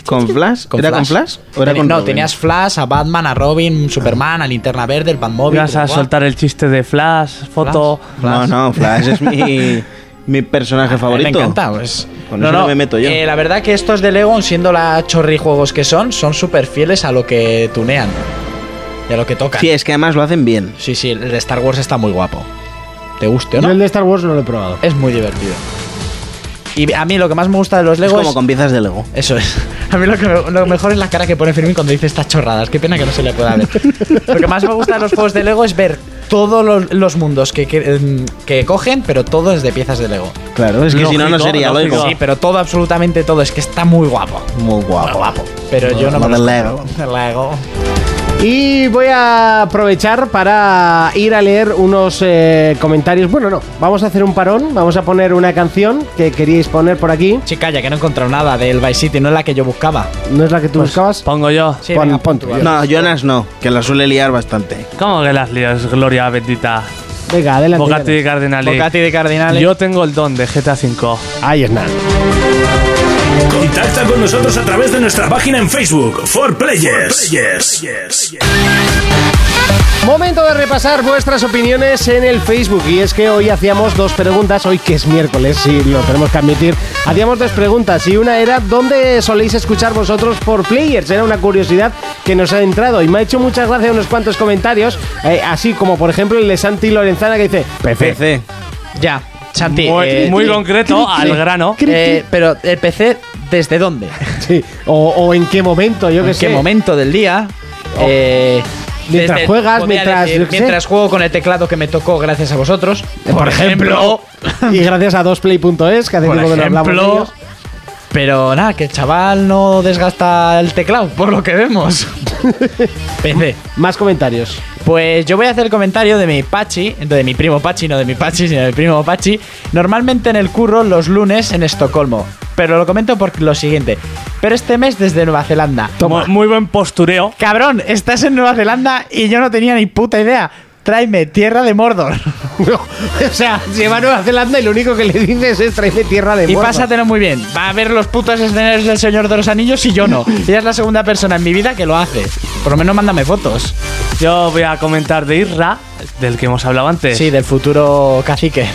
Speaker 5: ¿Con Flash? ¿Era con Flash? ¿O era
Speaker 4: Teni-
Speaker 5: con
Speaker 4: no,
Speaker 5: Robin?
Speaker 4: tenías Flash, a Batman, a Robin, Superman, a Linterna Verde, el Batmóvil.
Speaker 6: Vas a
Speaker 4: guau.
Speaker 6: soltar el chiste de Flash, foto.
Speaker 5: No, no, Flash es mi, mi personaje favorito.
Speaker 4: Me encanta, pues.
Speaker 5: Con eso no me meto yo.
Speaker 4: eh, la verdad que estos de Lego, aun siendo la chorri juegos que son, son súper fieles a lo que tunean. Y a lo que tocan.
Speaker 5: Sí, es que además lo hacen bien.
Speaker 4: Sí, sí, el de Star Wars está muy guapo. ¿Te guste o
Speaker 2: Yo
Speaker 4: no?
Speaker 2: el de Star Wars no lo he probado.
Speaker 4: Es muy divertido. Y a mí lo que más me gusta de los
Speaker 5: Es
Speaker 4: Lego es...
Speaker 5: como con piezas de Lego.
Speaker 4: Eso es. A mí lo, que me- lo mejor es la cara que pone Fermín cuando dice estas chorradas. Qué pena que no se le pueda ver. lo que más me gusta de los juegos de Lego es ver todos los, los mundos que, que, em, que cogen, pero todo es de piezas de Lego.
Speaker 5: Claro, es que si no, no
Speaker 6: Lógico,
Speaker 5: sería
Speaker 6: lógico.
Speaker 5: Lego.
Speaker 4: Sí, pero todo, absolutamente todo. Es que está muy guapo.
Speaker 5: Muy
Speaker 4: Muy
Speaker 5: guapo.
Speaker 4: guapo. Pero yo no
Speaker 5: Lo
Speaker 4: me
Speaker 5: del
Speaker 4: lo- Lego.
Speaker 2: Y voy a aprovechar para ir a leer unos eh, comentarios. Bueno, no, vamos a hacer un parón, vamos a poner una canción que queríais poner por aquí.
Speaker 4: Sí, calla, que no he encontrado nada del Vice City. No es la que yo buscaba. Pues
Speaker 2: ¿No es la que tú buscabas?
Speaker 6: Pongo yo.
Speaker 4: Sí,
Speaker 2: Pon-
Speaker 4: venga,
Speaker 2: pon tú,
Speaker 4: vas.
Speaker 5: No, Jonas no, que la suele liar bastante.
Speaker 6: ¿Cómo que las lías, Gloria bendita?
Speaker 2: Venga, adelante.
Speaker 6: Bogatti y Cardinali.
Speaker 4: Bocati de Cardinales.
Speaker 6: Yo tengo el don de GTA V.
Speaker 2: Ahí es nada.
Speaker 1: Contacta con nosotros a través de nuestra página en Facebook, For Players.
Speaker 2: Momento de repasar vuestras opiniones en el Facebook. Y es que hoy hacíamos dos preguntas, hoy que es miércoles, sí, lo tenemos que admitir. Hacíamos dos preguntas y una era: ¿dónde soléis escuchar vosotros por players? Era una curiosidad que nos ha entrado y me ha hecho muchas gracias unos cuantos comentarios, eh, así como por ejemplo el de Santi Lorenzana que dice: PC.
Speaker 5: PC.
Speaker 4: Ya, Santi.
Speaker 6: Muy,
Speaker 4: eh,
Speaker 6: muy concreto, al grano.
Speaker 4: eh, pero el PC, ¿desde dónde?
Speaker 2: Sí, O, o en qué momento, yo que
Speaker 4: ¿En
Speaker 2: sé. Oh.
Speaker 4: qué momento del día? Eh,
Speaker 2: Mientras juegas,
Speaker 4: podría
Speaker 2: mientras-
Speaker 4: decir,
Speaker 2: yo qué sé.
Speaker 4: mientras juego con el teclado que me tocó gracias a vosotros.
Speaker 2: Por ejemplo. Y gracias a dosplay.es, que hace
Speaker 4: Por
Speaker 2: tiempo que no hablamos de
Speaker 4: ejemplo.
Speaker 2: ellos.
Speaker 4: Pero nada, que el chaval no desgasta el teclado, por lo que vemos. PC.
Speaker 2: Más comentarios.
Speaker 4: Pues yo voy a hacer el comentario de mi Pachi, de mi primo Pachi, no de mi Pachi, sino de mi primo Pachi. Normalmente en el curro los lunes en Estocolmo. Pero lo comento por lo siguiente. Pero este mes desde Nueva Zelanda.
Speaker 6: Mu- Muy buen postureo.
Speaker 4: Cabrón, estás en Nueva Zelanda y yo no tenía ni puta idea. Tráeme tierra de Mordor.
Speaker 2: o sea, lleva a Nueva Zelanda y lo único que le dices es tráeme tierra de
Speaker 4: Y
Speaker 2: Mordo".
Speaker 4: pásatelo muy bien. Va a ver los putos escenarios del Señor de los Anillos y yo no. Ella es la segunda persona en mi vida que lo hace. Por lo menos mándame fotos.
Speaker 6: Yo voy a comentar de Irra, del que hemos hablado antes.
Speaker 4: Sí, del futuro cacique.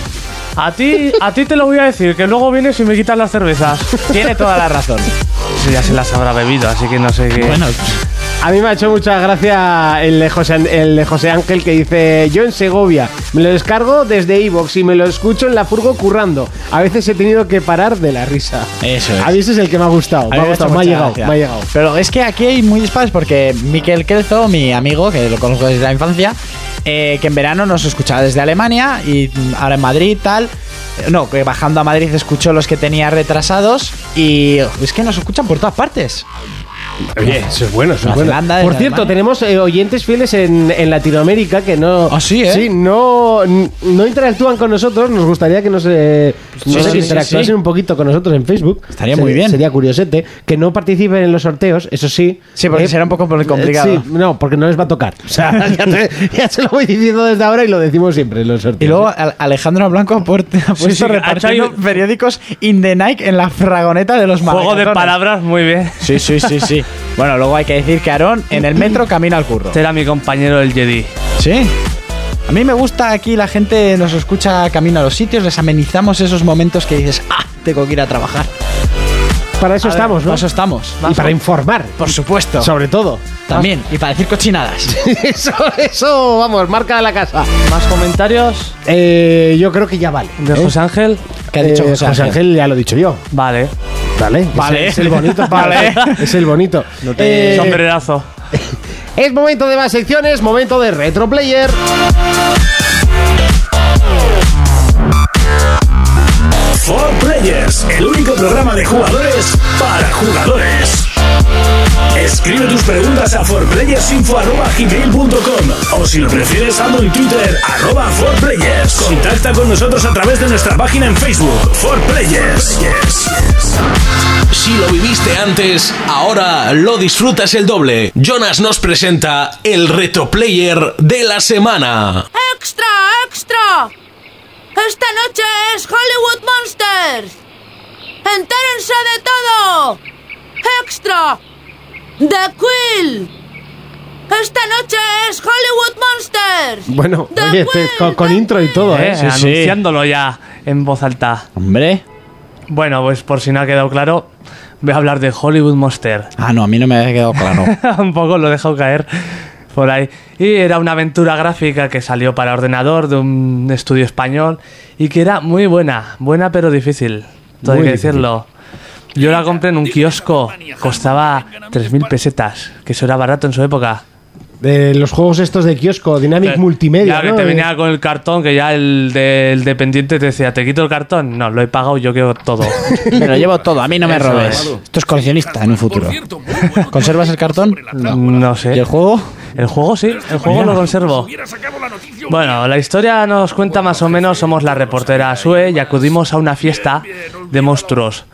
Speaker 6: A ti, a ti te lo voy a decir, que luego vienes y me quitas las cervezas.
Speaker 4: Tiene toda la razón.
Speaker 6: Eso ya se las habrá bebido, así que no sé qué.
Speaker 4: Bueno,
Speaker 2: A mí me ha hecho mucha gracia el de José, An- el de José Ángel que dice, yo en Segovia me lo descargo desde iVoox y me lo escucho en la furgo currando. A veces he tenido que parar de la risa.
Speaker 4: Eso es.
Speaker 2: A mí ese es el que me ha gustado.
Speaker 4: A
Speaker 2: Me
Speaker 4: mí
Speaker 2: ha
Speaker 4: me ha hecho
Speaker 2: gustado, me ha
Speaker 4: mucha
Speaker 2: llegado,
Speaker 4: gracia.
Speaker 2: me ha llegado.
Speaker 4: Pero es que aquí hay muy dispares porque Miquel Kelzo, mi amigo, que lo conozco desde la infancia, eh, que en verano nos escuchaba desde Alemania y mm, ahora en Madrid tal. Eh, No, que bajando a Madrid escuchó los que tenía retrasados y es que nos escuchan por todas partes.
Speaker 2: Oye, eso es bueno, eso
Speaker 4: Nueva
Speaker 2: es Pues bueno.
Speaker 4: Zelanda,
Speaker 2: Por
Speaker 4: desde
Speaker 2: cierto,
Speaker 4: Alemania.
Speaker 2: tenemos eh, oyentes fieles en, en Latinoamérica que no.
Speaker 4: Ah, sí, ¿eh?
Speaker 2: Sí, no, n- no interactúan con nosotros. Nos gustaría que nos, eh, no
Speaker 4: Pues Sí,
Speaker 2: sé,
Speaker 4: sí,
Speaker 2: que
Speaker 4: sí,
Speaker 2: interactuasen
Speaker 4: sí.
Speaker 2: un poquito con nosotros en Facebook.
Speaker 4: Estaría
Speaker 2: Sería-
Speaker 4: muy bien.
Speaker 2: Sería curiosete. Que no participen en los sorteos, eso sí.
Speaker 4: Sí, porque será un poco
Speaker 2: eh,
Speaker 4: complicado.
Speaker 2: sí, no, porque no les va a tocar. O sea, ya, te- ya se lo voy diciendo desde ahora y lo decimos siempre en los sorteos. ¿eh?
Speaker 4: Y luego Al- Alejandro Blanco ha puert- ha puesto
Speaker 6: sí, ha
Speaker 4: repartiendo
Speaker 6: hecho ahí-
Speaker 4: periódicos in the night en la fragoneta de los
Speaker 6: Juego de
Speaker 4: magatones.
Speaker 6: palabras, muy bien.
Speaker 4: Sí, sí, sí, sí. bueno, luego hay que decir que Aarón en el metro camina al curro.
Speaker 6: Este era mi compañero el Jedi.
Speaker 4: Sí. A mí me gusta aquí la gente nos escucha camino a los sitios, les amenizamos esos momentos que dices, ah, tengo que ir a trabajar.
Speaker 2: para eso
Speaker 4: A ver,
Speaker 2: estamos,
Speaker 4: para
Speaker 2: ¿no?
Speaker 4: Pues Eso estamos.
Speaker 2: Pues y para informar,
Speaker 4: Por supuesto.
Speaker 2: sobre todo.
Speaker 4: También. Y para decir cochinadas.
Speaker 2: Eso, eso, vamos, marca de la casa.
Speaker 6: ¿Más comentarios
Speaker 2: Eh, yo creo que ya vale.
Speaker 6: de
Speaker 2: ¿eh?
Speaker 6: José Ángel?
Speaker 4: ¿Qué ha dicho
Speaker 2: Eh,
Speaker 4: José Ángel?
Speaker 2: ya lo he dicho yo.
Speaker 6: Vale.
Speaker 2: Vale, es
Speaker 4: Vale.
Speaker 2: el- Es, el bonito.
Speaker 4: Vale.
Speaker 2: Es el bonito. Eh,
Speaker 6: Sombrerazo.
Speaker 2: es momento de más secciones, momento de retro player.
Speaker 1: For Players, el único programa de jugadores para jugadores. Escribe tus preguntas a forplayersinfo.gmail.com o si lo prefieres, hazlo en Twitter, arroba forplayers. Contacta con nosotros a través de nuestra página en Facebook, For Players.
Speaker 7: Si lo viviste antes, ahora lo disfrutas el doble. Jonas nos presenta el reto player de la semana.
Speaker 10: ¡Extra, extra! Esta noche es Hollywood Monsters. Entérense de todo. ¡Extra! The Quill. Esta noche es Hollywood Monsters.
Speaker 2: Bueno,
Speaker 10: The
Speaker 2: oye, este,
Speaker 10: Quill,
Speaker 2: con, con
Speaker 10: The
Speaker 2: intro y todo,
Speaker 6: Eh,
Speaker 2: ¿eh?
Speaker 4: sí, sí.
Speaker 6: anunciándolo ya en voz alta.
Speaker 4: Hombre.
Speaker 6: Bueno, pues por si no ha quedado claro, voy a hablar de Hollywood Monster.
Speaker 4: Ah, no, a mí no me ha quedado claro.
Speaker 6: un poco lo he dejado caer por ahí. Y era una aventura gráfica que salió para ordenador de un estudio español y que era muy buena, buena pero difícil, todo hay
Speaker 2: Muy
Speaker 6: que
Speaker 2: difícil.
Speaker 6: decirlo. Yo la compré en un kiosco, costaba 3.000 Ah, pesetas, que eso era barato en su época.
Speaker 2: De los juegos estos de kiosco, Dynamic Multimedia.
Speaker 6: Ya que
Speaker 2: ¿no?
Speaker 6: te
Speaker 2: Eh,
Speaker 6: venía con el cartón, que ya el, de- el dependiente te decía, te quito el cartón. No, lo he pagado, yo quiero todo.
Speaker 4: me lo llevo todo, a mí no me
Speaker 6: Eso
Speaker 4: robes.
Speaker 6: es.
Speaker 4: Esto es coleccionista en un futuro. ¿Conservas el cartón?
Speaker 6: no sé.
Speaker 4: ¿Y el juego?
Speaker 6: El juego sí, el juego lo conservo. Bueno, la historia nos cuenta más o menos, somos la reportera Sue y acudimos a una fiesta de monstruos,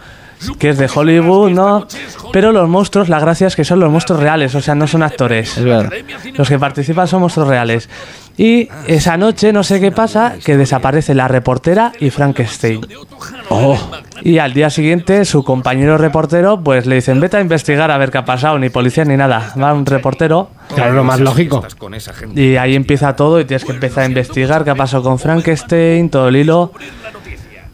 Speaker 6: que es de Hollywood, ¿no? Pero los monstruos, la gracia es que son los monstruos reales, o sea, no son actores.
Speaker 4: Es verdad.
Speaker 6: Los que participan son monstruos reales. Y esa noche, no sé qué pasa, que desaparece la reportera y Frankenstein. Y al día siguiente, su compañero reportero, pues le dicen, vete a investigar a ver qué ha pasado, ni policía ni nada. Va un reportero
Speaker 2: Claro, lo más lógico.
Speaker 6: y ahí empieza todo y tienes que empezar a investigar qué ha pasado con Frankenstein, todo el hilo.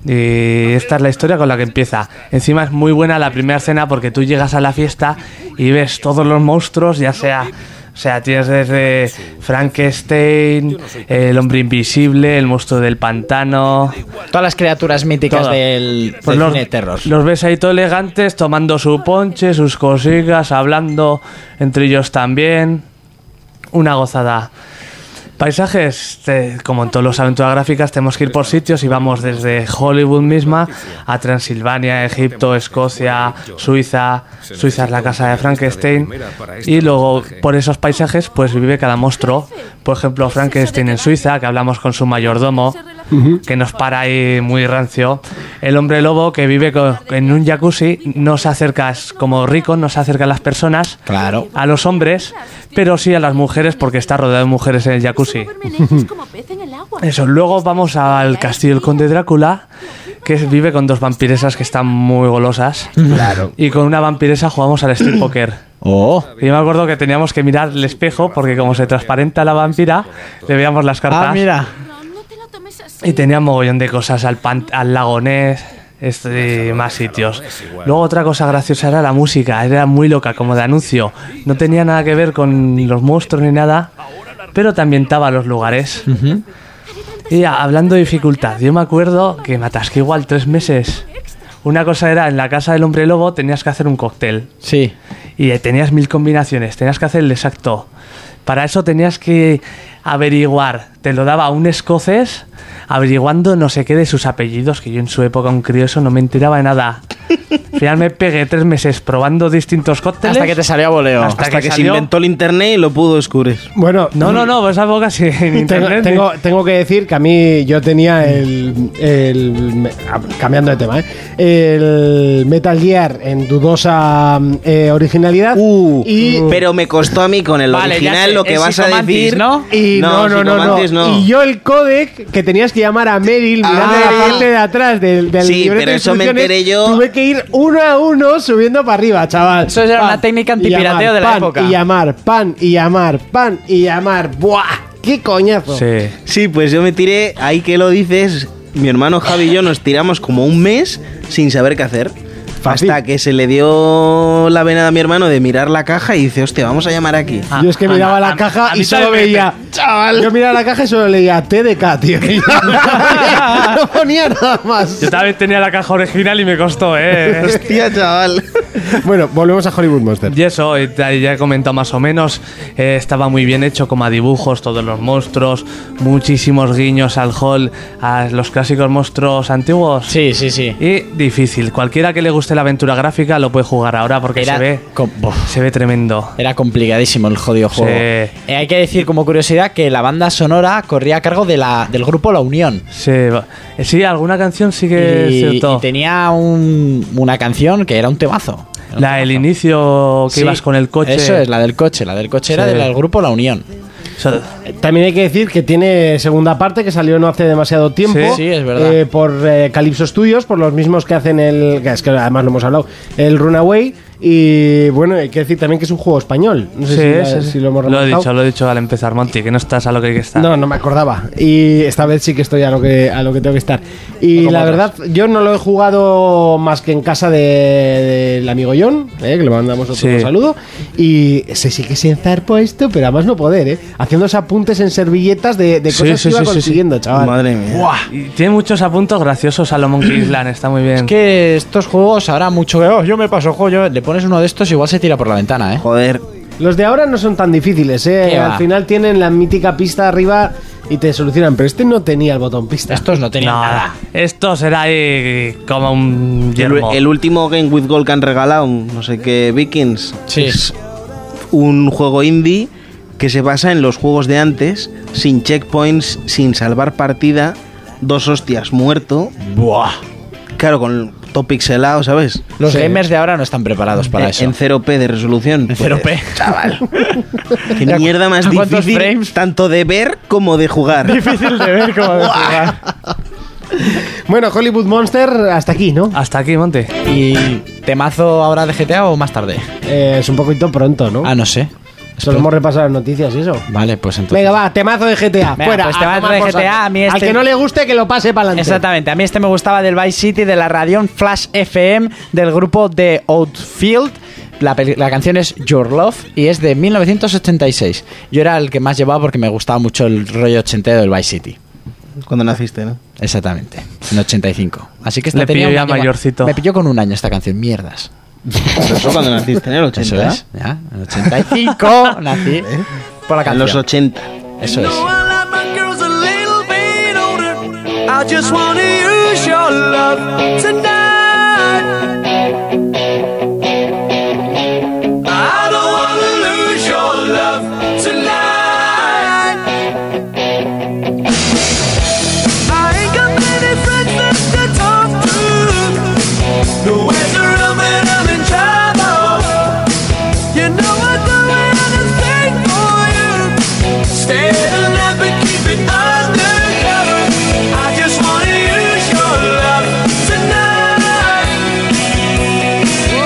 Speaker 6: Y esta es la historia con la que empieza. Encima es muy buena la primera escena porque tú llegas a la fiesta y ves todos los monstruos, ya sea... O sea, tienes desde Frankenstein, el hombre invisible, el monstruo del pantano,
Speaker 4: Todas las criaturas míticas
Speaker 6: Todas.
Speaker 4: del,
Speaker 6: pues
Speaker 4: del
Speaker 6: los,
Speaker 4: cine de terror.
Speaker 6: los ves ahí todo elegantes, tomando su ponche, sus cositas, hablando entre ellos también. Una gozada. Paisajes, te- como en todas las aventuras gráficas, tenemos que ir por sitios y vamos desde Hollywood misma a Transilvania, Egipto, Escocia, Suiza. Suiza es la casa de Frankenstein. Y luego por esos paisajes pues vive cada monstruo. Por ejemplo, Frankenstein en Suiza, que hablamos con su mayordomo que nos para ahí muy rancio. El hombre lobo que vive co- en un jacuzzi no se acerca, es como rico, no se acerca a las personas,
Speaker 4: Claro.
Speaker 6: a los hombres, pero sí a las mujeres porque está rodeado de mujeres en el jacuzzi. Eso, luego vamos al castillo del conde Drácula, que vive con dos vampiresas que están muy golosas. Claro. Y con una vampiresa jugamos al street poker.
Speaker 4: Oh,
Speaker 6: Y yo me acuerdo que teníamos que mirar el espejo porque como se transparenta la vampira, le veíamos las cartas.
Speaker 4: ah, mira.
Speaker 10: No, no te lo tomes así.
Speaker 6: Y tenía mogollón de cosas al, pan, al lagonés, este, más sitios. Luego otra cosa graciosa era la música, era muy loca, como de anuncio. No tenía nada que ver con los monstruos ni nada, pero te ambientaba los lugares. Y ya, hablando de dificultad, yo me acuerdo que me atasqué igual tres meses. Una cosa era, en la casa del hombre lobo tenías que hacer un cóctel.
Speaker 4: Sí.
Speaker 6: Y eh, tenías mil combinaciones, tenías que hacer el exacto. Para eso tenías que averiguar, te lo daba un escocés averiguando no sé qué de sus apellidos, que yo en su época un crío eso no me enteraba de nada. Al final me pegué tres meses probando distintos cócteles.
Speaker 4: Hasta que te salió a voleo.
Speaker 6: Hasta
Speaker 5: Hasta que se
Speaker 6: salió-
Speaker 5: inventó el internet y lo pudo descubrir.
Speaker 2: Bueno,
Speaker 6: No, no, no, esa boca sí, en
Speaker 2: Tengo,
Speaker 6: internet. ¿eh?
Speaker 2: tengo, tengo que decir que a mí yo tenía el. el- me- a- cambiando de tema, ¿eh? El Metal Gear en dudosa mm, eh, originalidad.
Speaker 5: Uh,
Speaker 2: y.
Speaker 5: pero me costó a mí con el
Speaker 4: Vale, ya
Speaker 5: original
Speaker 4: sé,
Speaker 5: lo que
Speaker 4: es
Speaker 5: vas a
Speaker 4: Psicomantis,
Speaker 5: decir.
Speaker 4: ¿no?
Speaker 2: y no, no, no, no,
Speaker 5: Psicomantis no.
Speaker 2: Y yo el codec que tenías que llamar a Meryl
Speaker 5: Ah.
Speaker 2: mirando la parte de atrás del, del
Speaker 5: Sí,
Speaker 2: libreto
Speaker 5: pero
Speaker 2: de
Speaker 5: eso me
Speaker 2: instrucciones,
Speaker 5: enteré yo.
Speaker 2: Tuve que ir uno a uno subiendo para arriba, chaval.
Speaker 4: Eso era una técnica
Speaker 2: y
Speaker 4: antipirateo
Speaker 2: llamar,
Speaker 4: de la
Speaker 2: pan,
Speaker 4: época.
Speaker 2: Y llamar, pan, y llamar, pan, y llamar. ¡Buah! ¡Qué coñazo!
Speaker 6: Sí.
Speaker 5: Sí, pues yo me tiré, ahí que lo dices, mi hermano Javi y yo nos tiramos como un mes sin saber qué hacer.
Speaker 2: Fácil.
Speaker 5: Hasta que se le dio la vena a mi hermano de mirar la caja y dice, hostia, vamos a llamar aquí.
Speaker 2: Yo es que miraba
Speaker 6: a-
Speaker 2: la
Speaker 6: a-
Speaker 2: caja
Speaker 6: a
Speaker 2: y
Speaker 6: mí
Speaker 2: solo
Speaker 6: también me-
Speaker 2: veía. Chaval. Yo miraba la caja y solo leía TDK, tío. que yo no ponía nada más.
Speaker 6: Yo también tenía la caja original y me costó, eh.
Speaker 5: Hostia, chaval.
Speaker 2: Bueno, volvemos a Hollywood Monster.
Speaker 6: Y eso, y ta- ya he comentado más o menos, eh, estaba muy bien hecho como a dibujos, todos los monstruos, muchísimos guiños al hall, a los clásicos monstruos antiguos.
Speaker 4: Sí, sí, sí.
Speaker 6: Y difícil, cualquiera que le guste la aventura gráfica lo puede jugar ahora porque
Speaker 4: Era
Speaker 6: se ve
Speaker 4: com- buf.
Speaker 6: se ve tremendo.
Speaker 4: Era complicadísimo el jodido juego.
Speaker 6: Sí.
Speaker 4: Eh, hay que decir como curiosidad que la banda sonora corría a cargo de la, del grupo La Unión.
Speaker 6: Se va- eh, sí, alguna canción sí que es
Speaker 4: Y,
Speaker 6: cierto.
Speaker 4: y tenía un- una canción que era un temazo. Era un
Speaker 6: la del
Speaker 4: temazo.
Speaker 6: inicio que
Speaker 4: Sí,
Speaker 6: ibas con el coche.
Speaker 4: Eso es, la del coche. La del coche era
Speaker 6: Sí.
Speaker 4: del del grupo La Unión.
Speaker 6: Eso-
Speaker 2: También hay que decir que tiene segunda parte que salió no hace demasiado tiempo.
Speaker 6: Sí,
Speaker 4: sí, es verdad.
Speaker 2: eh, por eh, Calypso Studios, por los mismos que hacen el. que Es que además lo hemos hablado. El Runaway. Y bueno, hay que decir también que es un juego español. No sé
Speaker 6: sí,
Speaker 2: si, ya-
Speaker 6: sí, sí.
Speaker 2: si lo hemos
Speaker 6: he
Speaker 2: remarcado.
Speaker 6: dicho, lo he dicho al empezar, Monty, que no estás a lo que hay que estar.
Speaker 2: No, no me acordaba. Y esta vez sí que estoy a lo que, a lo que tengo que estar. Y
Speaker 6: Como
Speaker 2: la verdad,
Speaker 6: otras.
Speaker 2: yo no lo he jugado más que en casa de- del amigo John, ¿eh? que le mandamos otro
Speaker 6: Sí.
Speaker 2: saludo. Y se sigue sin zarpo esto, pero además no poder, ¿eh? Haciéndose apuntes en servilletas de, de
Speaker 6: Sí,
Speaker 2: cosas
Speaker 6: sí,
Speaker 2: que iba
Speaker 6: sí, sí, sí.
Speaker 2: consiguiendo, chaval.
Speaker 5: Madre mía.
Speaker 6: Y tiene muchos apuntos graciosos a lo Monkey Island, está muy bien.
Speaker 4: Es que estos juegos ahora mucho que... "Oh, yo me paso juego, yo-". le pones uno de estos igual se tira por la ventana, ¿eh?
Speaker 5: Joder.
Speaker 2: Los de ahora no son tan difíciles, ¿eh?
Speaker 4: Qué
Speaker 2: Al
Speaker 4: va.
Speaker 2: final tienen la mítica pista arriba y te solucionan. Pero este no tenía el botón pista.
Speaker 4: Estos no tenían
Speaker 6: No,
Speaker 4: nada.
Speaker 6: esto será ahí como un
Speaker 5: El,
Speaker 6: yermo.
Speaker 5: el último Game with Gold que han regalado, no sé qué, Vikings.
Speaker 4: Sí.
Speaker 5: Es un juego indie que se basa en los juegos de antes, sin checkpoints, sin salvar partida, dos hostias muerto.
Speaker 4: Buah.
Speaker 5: Claro, con todo pixelado, ¿sabes?
Speaker 4: Los gamers de ahora no están preparados para
Speaker 5: en,
Speaker 4: eso.
Speaker 5: en 0p de resolución. Pues,
Speaker 4: En 0p.
Speaker 5: Chaval. Qué mierda más
Speaker 4: ¿A cuántos
Speaker 5: difícil
Speaker 4: frames?
Speaker 5: tanto de ver como de jugar.
Speaker 2: difícil de ver cómo Bueno, Hollywood Monster, hasta aquí, ¿no?
Speaker 6: Hasta aquí, Monte.
Speaker 4: ¿Y temazo ahora de GTA o más tarde?
Speaker 2: Eh, es un poquito pronto, ¿no?
Speaker 4: Ah, no sé.
Speaker 2: Solo hemos repasado las noticias y eso.
Speaker 4: Vale, pues entonces...
Speaker 2: Venga, va, temazo de
Speaker 4: Venga,
Speaker 2: GTA. fuera.
Speaker 4: pues
Speaker 2: a
Speaker 4: temazo
Speaker 2: tomar
Speaker 4: de
Speaker 2: por
Speaker 4: GTA,
Speaker 2: saco.
Speaker 4: a mí este-
Speaker 2: Al que no le guste, que lo pase para adelante.
Speaker 4: Exactamente, a mí este me gustaba del Vice City, de la Radion Flash FM, del grupo de Outfield. La, peli- la canción es Your Love y es de 1986. Yo era el que más llevaba porque me gustaba mucho el rollo ochentero del Vice City.
Speaker 5: Cuando naciste, ¿no?
Speaker 4: Exactamente, en 85. Así que esta
Speaker 6: Le
Speaker 4: tenía
Speaker 6: pilló
Speaker 4: un
Speaker 6: ya
Speaker 4: año más.
Speaker 6: mayorcito.
Speaker 4: Me pilló con un año esta canción, mierdas.
Speaker 5: Pero eso cuando naciste, en el 80.
Speaker 4: Eso
Speaker 5: ¿eh?
Speaker 4: es, ya, en 85 nací
Speaker 2: ¿Eh?
Speaker 4: por la
Speaker 5: En
Speaker 4: canción.
Speaker 5: los 80.
Speaker 4: Eso es.
Speaker 9: I just wanna use your love tonight
Speaker 11: Oh,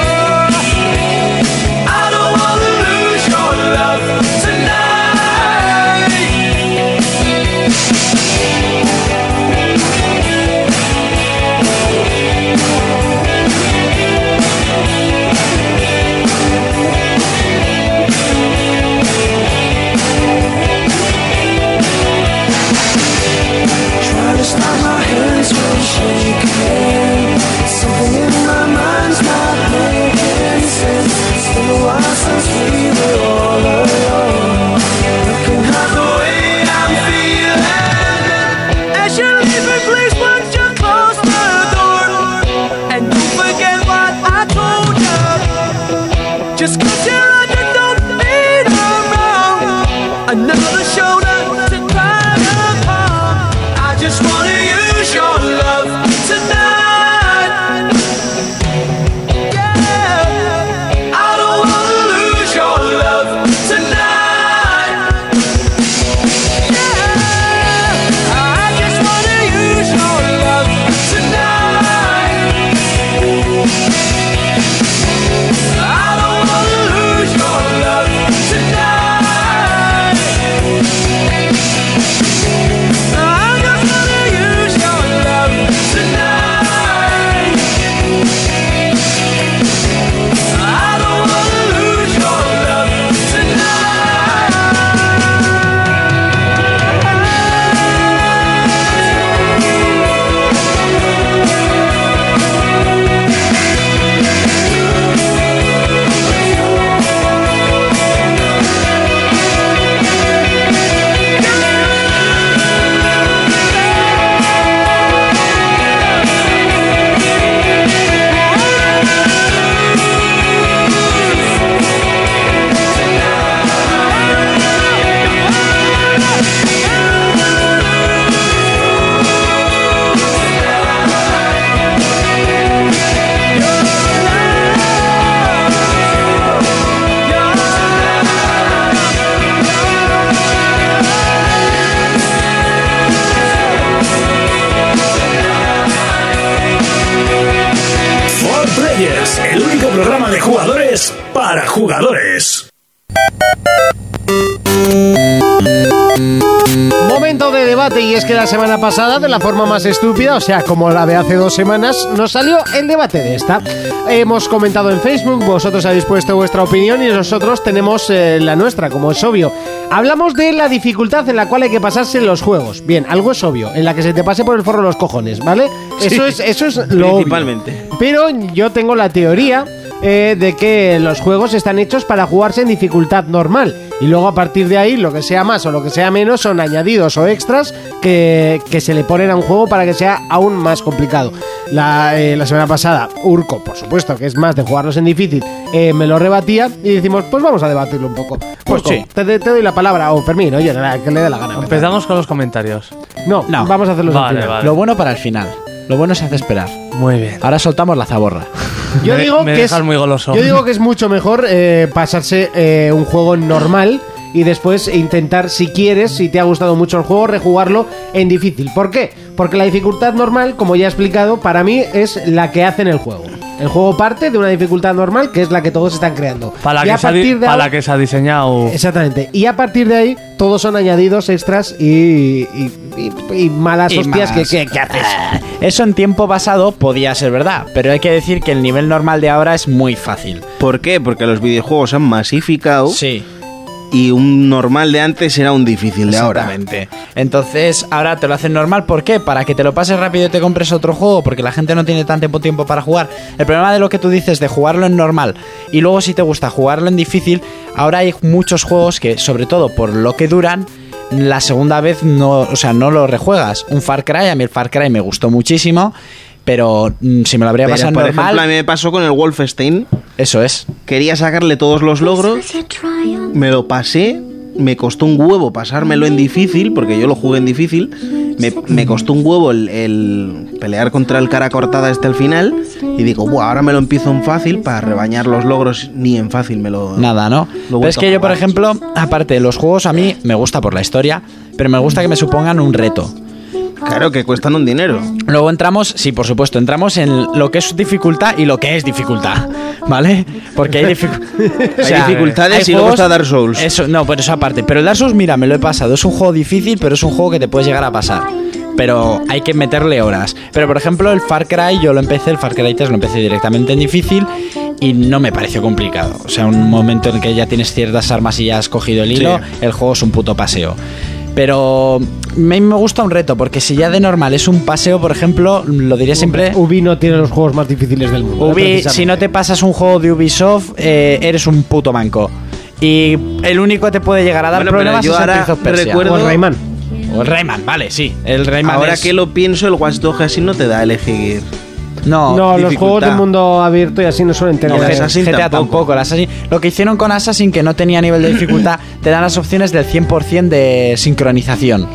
Speaker 1: jugadores.
Speaker 2: Momento de debate y es que la semana pasada, de la forma más estúpida, o sea, como la de hace dos semanas, nos salió el debate de esta. Hemos comentado en Facebook, vosotros habéis puesto vuestra opinión y nosotros tenemos eh, la nuestra, como es obvio. Hablamos de la dificultad en la cual hay que pasarse los juegos. Bien, algo es obvio, en la que se te pase por el forro los cojones, ¿vale? Eso es, eso es lo obvio.
Speaker 5: Principalmente.
Speaker 2: Pero yo tengo la teoría eh, de que los juegos están hechos para jugarse en dificultad normal. Y luego a partir de ahí, lo que sea más o lo que sea menos son añadidos o extras que, que se le ponen a un juego para que sea aún más complicado. La, eh, la semana pasada, Urco, por supuesto, que es más de jugarlos en difícil, eh, me lo rebatía y decimos, pues vamos a debatirlo un poco. Pues
Speaker 4: sí.
Speaker 2: te, te doy la palabra, o Fermín, oye, la que le dé la gana.
Speaker 6: Empezamos con los comentarios.
Speaker 2: No,
Speaker 4: No.
Speaker 2: vamos a hacerlo al
Speaker 6: Vale,
Speaker 2: final.
Speaker 6: vale.
Speaker 4: Lo bueno para el final. Lo bueno se hace esperar.
Speaker 6: Muy bien.
Speaker 4: Ahora soltamos la zaborra.
Speaker 2: Yo
Speaker 6: Me-
Speaker 2: digo
Speaker 6: me
Speaker 2: que
Speaker 6: dejas
Speaker 2: es
Speaker 6: muy goloso.
Speaker 2: Yo digo que es mucho mejor eh, pasarse eh, un juego normal y después intentar, si quieres, si te ha gustado mucho el juego, rejugarlo en difícil. ¿Por qué? Porque la dificultad normal, como ya he explicado, para mí es la que hacen el juego. El juego parte de una dificultad normal que es la que todos están creando.
Speaker 6: Para
Speaker 2: Y
Speaker 6: la
Speaker 2: a
Speaker 6: que, se ha di-
Speaker 2: partir
Speaker 6: pa'
Speaker 2: de
Speaker 6: la
Speaker 2: ahora-
Speaker 6: que se ha diseñado.
Speaker 2: Exactamente. Y a partir de ahí, todos son añadidos, extras y, y- y- y malas
Speaker 4: Y
Speaker 2: hostias
Speaker 4: más.
Speaker 2: que, que- que haces.
Speaker 4: Eso en tiempo pasado podía ser verdad, pero hay que decir que el nivel normal de ahora es muy fácil.
Speaker 5: ¿Por qué? Porque los videojuegos se han masificado
Speaker 4: Sí,
Speaker 5: y un normal de antes era un difícil de ahora.
Speaker 4: exactamente. Entonces, ahora te lo hacen normal. ¿Por qué? Para que te lo pases rápido y te compres otro juego, porque la gente no tiene tanto tiempo para jugar. El problema de lo que tú dices, de jugarlo en normal y luego si te gusta jugarlo en difícil, ahora hay muchos juegos que, sobre todo por lo que duran, la segunda vez no, o sea, no lo rejuegas. Un Far Cry, a mí el Far Cry me gustó muchísimo, pero mm, si me lo habría
Speaker 5: Pero,
Speaker 4: pasado
Speaker 5: por
Speaker 4: normal,
Speaker 5: ejemplo, a mí me pasó con el Wolfenstein.
Speaker 4: eso es.
Speaker 5: Quería sacarle todos los logros. Me lo pasé. Me costó un huevo pasármelo en difícil, porque yo lo jugué en difícil. Me, me costó un huevo el, el pelear contra el cara cortada hasta el final. Y digo, "Buah, ahora me lo empiezo en fácil para rebañar los logros. Ni en fácil me lo.
Speaker 4: Nada,
Speaker 5: Lo he
Speaker 4: ¿no? Pero es
Speaker 5: vuelto
Speaker 4: que
Speaker 5: a
Speaker 4: yo, por
Speaker 5: jugar.
Speaker 4: ejemplo, ah, aparte, los juegos a mí me gusta por la historia, pero me gusta que me supongan un reto.
Speaker 5: Claro que cuestan un dinero.
Speaker 4: Luego entramos, sí, por supuesto, entramos en lo que es dificultad y lo que es dificultad, ¿vale? Porque hay, dificu- o sea,
Speaker 5: Hay dificultades y luego
Speaker 4: juegos-
Speaker 5: está Dark Souls.
Speaker 4: Eso, no, pero eso aparte. Pero el Dark Souls, mira, me lo he pasado. Es un juego difícil, pero es un juego que te puedes llegar a pasar. Pero hay que meterle horas. Pero por ejemplo, el Far Cry, yo lo empecé, el Far Cry 3 lo empecé directamente en difícil y no me pareció complicado. O sea, un momento en el que ya tienes ciertas armas y ya has cogido el hilo, el juego es un puto paseo. Pero me, me gusta un reto, porque si ya de normal es un paseo, por ejemplo, lo diré siempre.
Speaker 2: Ubi no tiene los juegos más difíciles del mundo. eh,
Speaker 4: Ubi,
Speaker 2: precisamente.
Speaker 4: si no te pasas un juego de Ubisoft, eh, eres un puto manco. Y el único que te puede llegar a dar
Speaker 5: Bueno, pero
Speaker 4: problemas
Speaker 5: yo
Speaker 4: es el
Speaker 5: ahora
Speaker 4: Prince of Persia.
Speaker 5: recuerdo-
Speaker 2: O el Rayman.
Speaker 4: O el Rayman, vale, sí. El Rayman
Speaker 5: Ahora
Speaker 4: es-
Speaker 5: que lo pienso, el Watch Dogs así no te da a elegir.
Speaker 4: No,
Speaker 2: No, los
Speaker 5: dificultad.
Speaker 2: juegos del mundo abierto y así no suelen tener.
Speaker 5: No,
Speaker 4: el
Speaker 5: el
Speaker 4: G-
Speaker 5: Assassin
Speaker 4: GTA tampoco.
Speaker 5: tampoco.
Speaker 4: el Assassin- Lo que hicieron con Assassin, que no tenía nivel de dificultad, te dan las opciones del 100% de sincronización.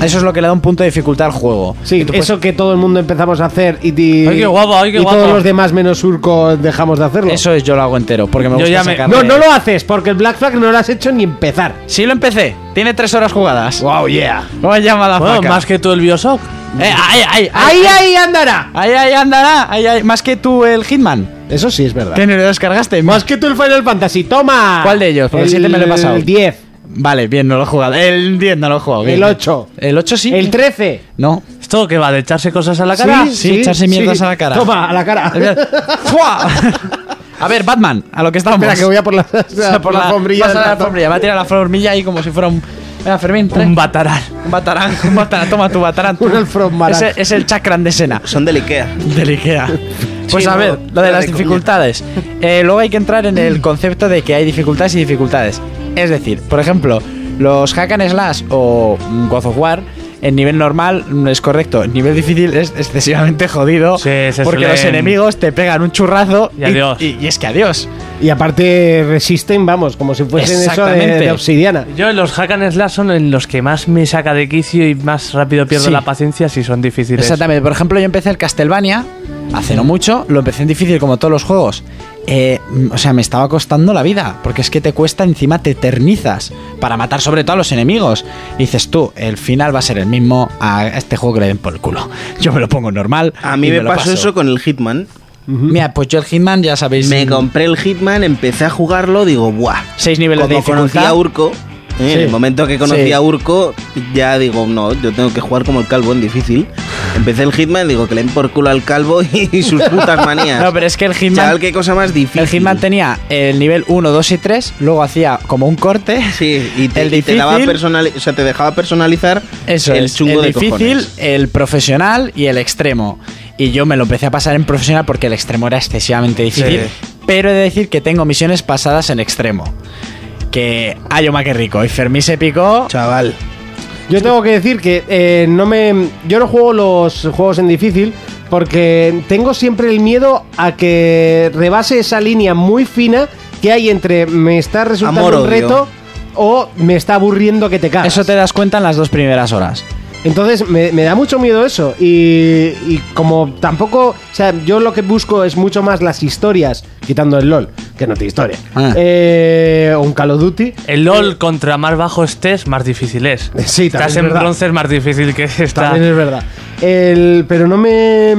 Speaker 4: Eso es lo que le da un punto de dificultad al juego.
Speaker 2: Sí,
Speaker 4: tú puedes-
Speaker 2: eso que todo el mundo empezamos a hacer y, y-
Speaker 6: Ay, qué guapo, ay, qué
Speaker 2: y todos
Speaker 6: guapo.
Speaker 2: los demás menos surco dejamos de hacerlo.
Speaker 4: Eso es, yo lo hago entero, porque me
Speaker 6: Yo
Speaker 4: gusta
Speaker 6: ya me-
Speaker 4: sacarle-
Speaker 2: no, no lo haces, porque el Black Flag no lo has hecho ni empezar.
Speaker 4: Sí lo empecé. Tiene tres horas jugadas. Wow, yeah. Vaya
Speaker 6: Bueno,
Speaker 4: motherfucker.
Speaker 6: más que tú el Bioshock.
Speaker 4: Eh, ay, ay,
Speaker 2: Ahí,
Speaker 4: ay,
Speaker 2: ahí andará.
Speaker 4: ay, ay, andará. Ay, ay, más que tú el Hitman.
Speaker 2: Eso sí es verdad.
Speaker 4: ¿Qué no lo descargaste?
Speaker 2: Más que tú el Final Fantasy, toma.
Speaker 4: ¿Cuál de ellos? Porque el siete me lo he pasado.
Speaker 2: Ah. El 10,
Speaker 4: Vale, bien, no lo he jugado. El 10 no lo he jugado. bien.
Speaker 2: el 8,
Speaker 4: El 8 sí.
Speaker 2: el 13.
Speaker 4: No.
Speaker 6: ¿Esto que va de echarse cosas a la cara?
Speaker 4: Sí, echarse mierdas a la cara.
Speaker 2: Toma, a la cara.
Speaker 4: ¡Fua! A ver, Batman, a lo que estábamos.
Speaker 2: Espera, que voy a por la,
Speaker 4: Pasa
Speaker 2: por la alfombrilla.
Speaker 4: pasa
Speaker 2: del
Speaker 4: la
Speaker 2: ratón.
Speaker 4: alfombrilla. Va a tirar la alfombrilla ahí como si fuera un. Venga, Fermín, trae.
Speaker 6: Un batarán.
Speaker 4: Un batarán. Un batarán. Toma tu batarán.
Speaker 2: Un alfombarán.
Speaker 4: Es el- Es el chakran de Sena.
Speaker 5: Son del Ikea.
Speaker 4: Del Ikea. Pues a
Speaker 5: no,
Speaker 4: ver, lo de
Speaker 5: era
Speaker 4: las
Speaker 5: de coña.
Speaker 4: dificultades. Eh, luego hay que entrar en el concepto de que hay dificultades y dificultades. Es decir, por ejemplo, los hack and slash o mm, God of War en nivel normal mm, es correcto, en nivel difícil es excesivamente jodido
Speaker 6: Sí, se
Speaker 4: porque los
Speaker 6: suelen-
Speaker 4: enemigos te pegan un churrazo
Speaker 6: Y adiós.
Speaker 4: y- y es que adiós.
Speaker 2: Y aparte resisten, vamos, como si fuesen eso de,
Speaker 4: Exactamente.
Speaker 2: de obsidiana.
Speaker 6: Yo en los hack and slash son en los que más me saca de quicio y más rápido pierdo
Speaker 4: Sí.
Speaker 6: la paciencia si son difíciles.
Speaker 4: Exactamente. Por ejemplo, yo empecé el Castlevania hace no mucho. Lo empecé en difícil como todos los juegos. Eh, mm, o sea, me estaba costando la vida. Porque es que te cuesta, encima te eternizas. Para matar sobre todo a los enemigos. Y dices tú, el final va a ser el mismo a este juego que le den por el culo. Yo me lo pongo normal.
Speaker 5: A mí
Speaker 4: y
Speaker 5: me
Speaker 4: lo
Speaker 5: pasó
Speaker 4: paso.
Speaker 5: eso con el Hitman.
Speaker 4: Mira, pues yo el Hitman ya sabéis. mm,
Speaker 5: Me compré el Hitman, empecé a jugarlo, digo, ¡buah!
Speaker 4: Seis niveles de
Speaker 5: Como conocí
Speaker 4: dificultad.
Speaker 5: a Urco, eh, en
Speaker 4: Sí.
Speaker 5: el momento que conocí
Speaker 4: Sí.
Speaker 5: a Urco, ya digo, no, yo tengo que jugar como el calvo en difícil. Empecé el Hitman, digo que le den por culo al calvo y sus putas manías.
Speaker 4: No, pero es que el Hitman.
Speaker 5: Chaval, qué cosa más difícil.
Speaker 4: El Hitman tenía el nivel 1, 2 y 3, luego hacía como un corte.
Speaker 5: Sí, y te,
Speaker 4: el
Speaker 5: y te daba
Speaker 4: difícil-
Speaker 5: personali- o sea, te dejaba personalizar
Speaker 4: Eso
Speaker 5: el
Speaker 4: es,
Speaker 5: chungo
Speaker 4: el
Speaker 5: de
Speaker 4: difícil,
Speaker 5: cojones.
Speaker 4: el profesional y el extremo. Y yo me lo empecé a pasar en profesional porque el extremo era excesivamente difícil. Pero he de decir que tengo misiones pasadas en extremo. Que ah, ayoma que rico. Y Fermín se picó.
Speaker 5: Chaval.
Speaker 2: Yo tengo que decir que eh, no me. Yo no juego los juegos en difícil porque tengo siempre el miedo a que rebase esa línea muy fina que hay entre me está resultando
Speaker 5: Amor,
Speaker 2: un
Speaker 5: odio.
Speaker 2: reto o me está aburriendo que te cagas.
Speaker 4: Eso te das cuenta en las dos primeras horas.
Speaker 2: Entonces me, me da mucho miedo eso. Y, y como tampoco. O sea, yo lo que busco es mucho más las historias, quitando el LOL, que no tiene historia.
Speaker 4: Ah.
Speaker 2: Eh, o un Call of Duty.
Speaker 6: El LOL contra más bajo estés, más difícil es.
Speaker 2: Sí, también
Speaker 6: Estás
Speaker 2: es
Speaker 6: en
Speaker 2: verdad.
Speaker 6: bronce, es más difícil que está.
Speaker 2: También es verdad. El- pero no me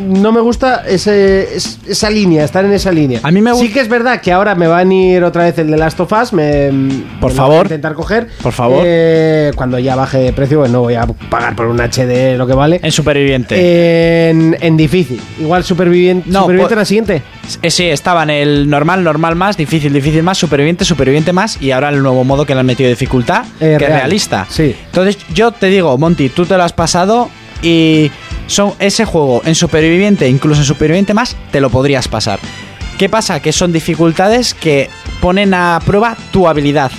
Speaker 2: no me gusta ese, es- esa línea, estar en esa línea.
Speaker 4: A mí me gu-
Speaker 2: Sí que es verdad que ahora me va a venir otra vez el de Last of Us. Me,
Speaker 4: Por
Speaker 2: me lo
Speaker 4: favor.
Speaker 2: voy a intentar coger.
Speaker 4: Por favor.
Speaker 2: Eh, cuando ya baje de precio, pues no voy a pagar por un HD lo que vale.
Speaker 4: En superviviente.
Speaker 2: En, en difícil. Igual superviviente,
Speaker 4: No, pues-
Speaker 2: superviviente
Speaker 4: por-
Speaker 2: en la siguiente.
Speaker 4: Eh, sí, estaban el normal, normal más, difícil, difícil más, superviviente, superviviente más. Y ahora el nuevo modo que le han metido de dificultad,
Speaker 2: Eh,
Speaker 4: que
Speaker 2: real.
Speaker 4: es realista.
Speaker 2: Sí.
Speaker 4: Entonces yo te digo, Monty, tú te lo has pasado y son ese juego en superviviente, incluso en superviviente más, te lo podrías pasar. ¿Qué pasa? Que son dificultades que ponen a prueba tu habilidad,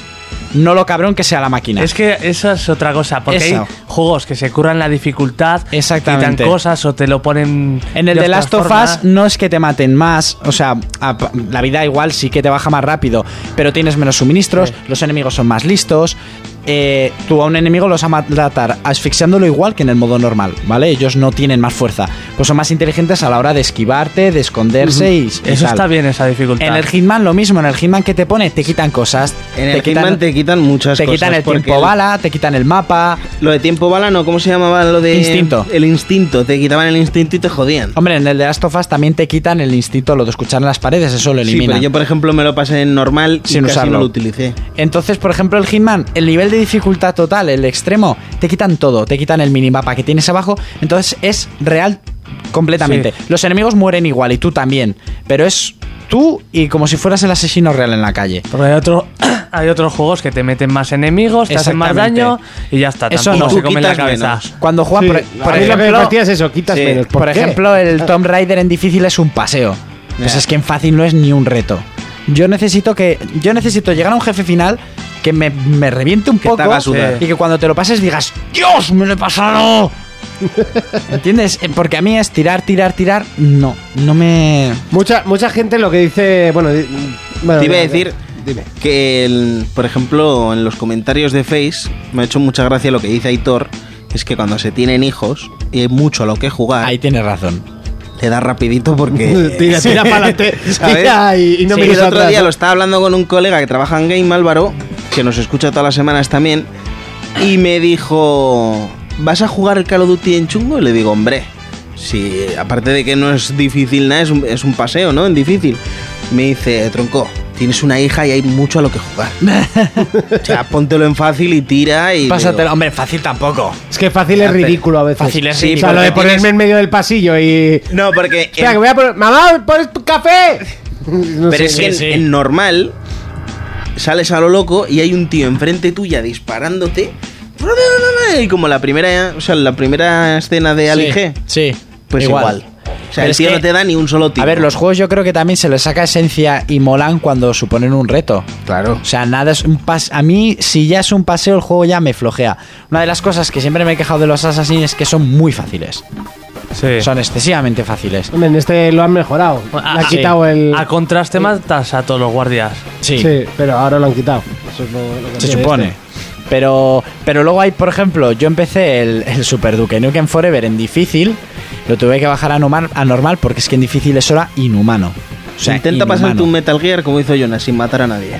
Speaker 4: no lo cabrón que sea la máquina.
Speaker 6: Es que eso es otra cosa, porque
Speaker 4: Eso.
Speaker 6: hay juegos que se curran la dificultad,
Speaker 4: Exactamente.
Speaker 6: quitan cosas o te lo ponen.
Speaker 4: En el de
Speaker 6: otra
Speaker 4: Last of
Speaker 6: forma.
Speaker 4: Us no es que te maten más, o sea, a- la vida igual sí que te baja más rápido, pero tienes menos suministros, los enemigos son más listos. eh, tú a un enemigo los vas a matar asfixiándolo igual que en el modo normal, ¿vale? Ellos no tienen más fuerza, pues son más inteligentes a la hora de esquivarte, de esconderse y- y,
Speaker 6: Eso
Speaker 4: tal.
Speaker 6: está bien, esa dificultad.
Speaker 4: En el Hitman lo mismo, en el Hitman que te pone, te quitan cosas.
Speaker 5: En
Speaker 4: te
Speaker 5: el
Speaker 4: quitan-
Speaker 5: Hitman te quitan muchas
Speaker 4: te
Speaker 5: cosas.
Speaker 4: quitan el
Speaker 5: porque
Speaker 4: tiempo
Speaker 5: el-
Speaker 4: bala, te quitan el mapa.
Speaker 5: Lo de tiempo bala, no, ¿cómo se llamaba lo de.
Speaker 4: Instinto.
Speaker 5: El instinto, te quitaban el instinto y te jodían.
Speaker 4: Hombre, en el de Last of Us también te quitan el instinto, lo de escuchar en las paredes, eso lo
Speaker 5: Sí,
Speaker 4: eliminan.
Speaker 5: pero yo, por ejemplo, me lo pasé en normal y
Speaker 4: Sin
Speaker 5: casi
Speaker 4: usarlo.
Speaker 5: no lo utilicé.
Speaker 4: Entonces, por ejemplo, el Hitman, el nivel de dificultad total, el extremo, te quitan todo, te quitan el minimapa que tienes abajo, entonces es real completamente.
Speaker 6: Sí.
Speaker 4: Los enemigos mueren igual y tú también, pero es tú y como si fueras el asesino real en la calle.
Speaker 6: Porque hay, otro, hay otros juegos que te meten más enemigos, te hacen más
Speaker 4: Exactamente.
Speaker 6: daño y ya está.
Speaker 4: Eso
Speaker 6: tampoco
Speaker 4: no.
Speaker 6: se
Speaker 4: Tú
Speaker 6: comen la
Speaker 5: quitas
Speaker 6: cabeza.
Speaker 5: menos.
Speaker 4: Cuando juegan,
Speaker 2: Sí,
Speaker 4: por,
Speaker 2: a
Speaker 4: por
Speaker 2: mí lo que me
Speaker 4: ejemplo,
Speaker 2: fastidia es eso, quitas
Speaker 5: sí,
Speaker 2: menos. ¿Por
Speaker 4: por
Speaker 2: qué?
Speaker 4: ejemplo, el Tomb Raider en difícil es un paseo. Pues
Speaker 5: Ya.
Speaker 4: es que en fácil no es ni un reto. Yo necesito que yo necesito llegar a un jefe final que me, me reviente un
Speaker 5: Que te
Speaker 4: poco
Speaker 5: haga sudar.
Speaker 4: y que cuando te lo pases digas, "Dios, me lo he pasado." ¿Entiendes? Eh, Porque a mí es tirar, tirar, tirar, no, no me
Speaker 2: Mucha, mucha gente lo que dice. Bueno, di- bueno,
Speaker 5: Te iba a
Speaker 2: mira,
Speaker 5: decir
Speaker 2: Dime.
Speaker 5: que, el- por ejemplo, en los comentarios de Face me ha hecho mucha gracia lo que dice Aitor, es que cuando se tienen hijos y hay mucho a lo que jugar,
Speaker 4: Ahí tienes razón.
Speaker 5: le da rapidito porque...
Speaker 2: Tira, tira para adelante.
Speaker 5: ¿Sabes?
Speaker 2: Tira y, y no
Speaker 5: Sí,
Speaker 2: mires
Speaker 5: el otro
Speaker 2: atrás,
Speaker 5: día
Speaker 2: ¿no?
Speaker 5: lo estaba hablando con un colega que trabaja en Game, Álvaro, que nos escucha todas las semanas también, y me dijo, ¿vas a jugar el Call of Duty en chungo? Y le digo, hombre, si aparte de que no es difícil nada, es un, es un paseo, ¿no? En difícil. Me dice, tronco, tienes una hija y hay mucho a lo que jugar. o sea, póntelo en fácil y tira y...
Speaker 4: Pásatelo, hombre, fácil tampoco.
Speaker 2: Es que fácil es
Speaker 5: Fíjate.
Speaker 2: ridículo a veces.
Speaker 4: Fácil es
Speaker 2: Sí, O
Speaker 4: ridículo,
Speaker 2: sea, lo de
Speaker 4: porque
Speaker 2: ponerme
Speaker 4: tienes-
Speaker 2: en medio del pasillo y.
Speaker 5: digo- No, porque...
Speaker 2: Espera,
Speaker 5: en-
Speaker 2: que voy a poner. ¡Mamá, pones café! No
Speaker 5: Pero
Speaker 2: sé,
Speaker 5: es que en,
Speaker 4: sí.
Speaker 5: en normal sales a lo loco y hay un tío enfrente tuya disparándote. Y como la primera, o sea, la primera escena de Ali G,
Speaker 4: Sí. sí,
Speaker 5: pues igual. O sea,
Speaker 4: Pero
Speaker 5: el
Speaker 4: es
Speaker 5: tío
Speaker 4: que-
Speaker 5: no te da ni un solo tiro.
Speaker 4: A ver, los juegos yo creo que también se les saca esencia y molan cuando suponen un reto.
Speaker 5: Claro.
Speaker 4: O sea, nada es un pas. A mí, si ya es un paseo, el juego ya me flojea. Una de las cosas que siempre me he quejado de los Assassins es que son muy fáciles.
Speaker 6: Sí.
Speaker 4: Son excesivamente fáciles.
Speaker 2: Hombre, en este lo han mejorado. Le
Speaker 6: Ah,
Speaker 2: han
Speaker 6: sí.
Speaker 2: quitado el.
Speaker 6: A contraste matas a todos los guardias.
Speaker 4: Sí,
Speaker 2: Sí, pero ahora lo han quitado. Eso es lo, lo que
Speaker 4: se
Speaker 2: tiene
Speaker 4: supone.
Speaker 2: este.
Speaker 4: Pero, pero luego hay, por ejemplo, yo empecé el, el Super Duke Nukem Forever en difícil. Lo tuve que bajar a normal, a normal porque es que en difícil eso era inhumano. O sea,
Speaker 5: Intenta
Speaker 4: inhumano.
Speaker 5: pasar tu Metal Gear como hizo Jonas sin matar a nadie.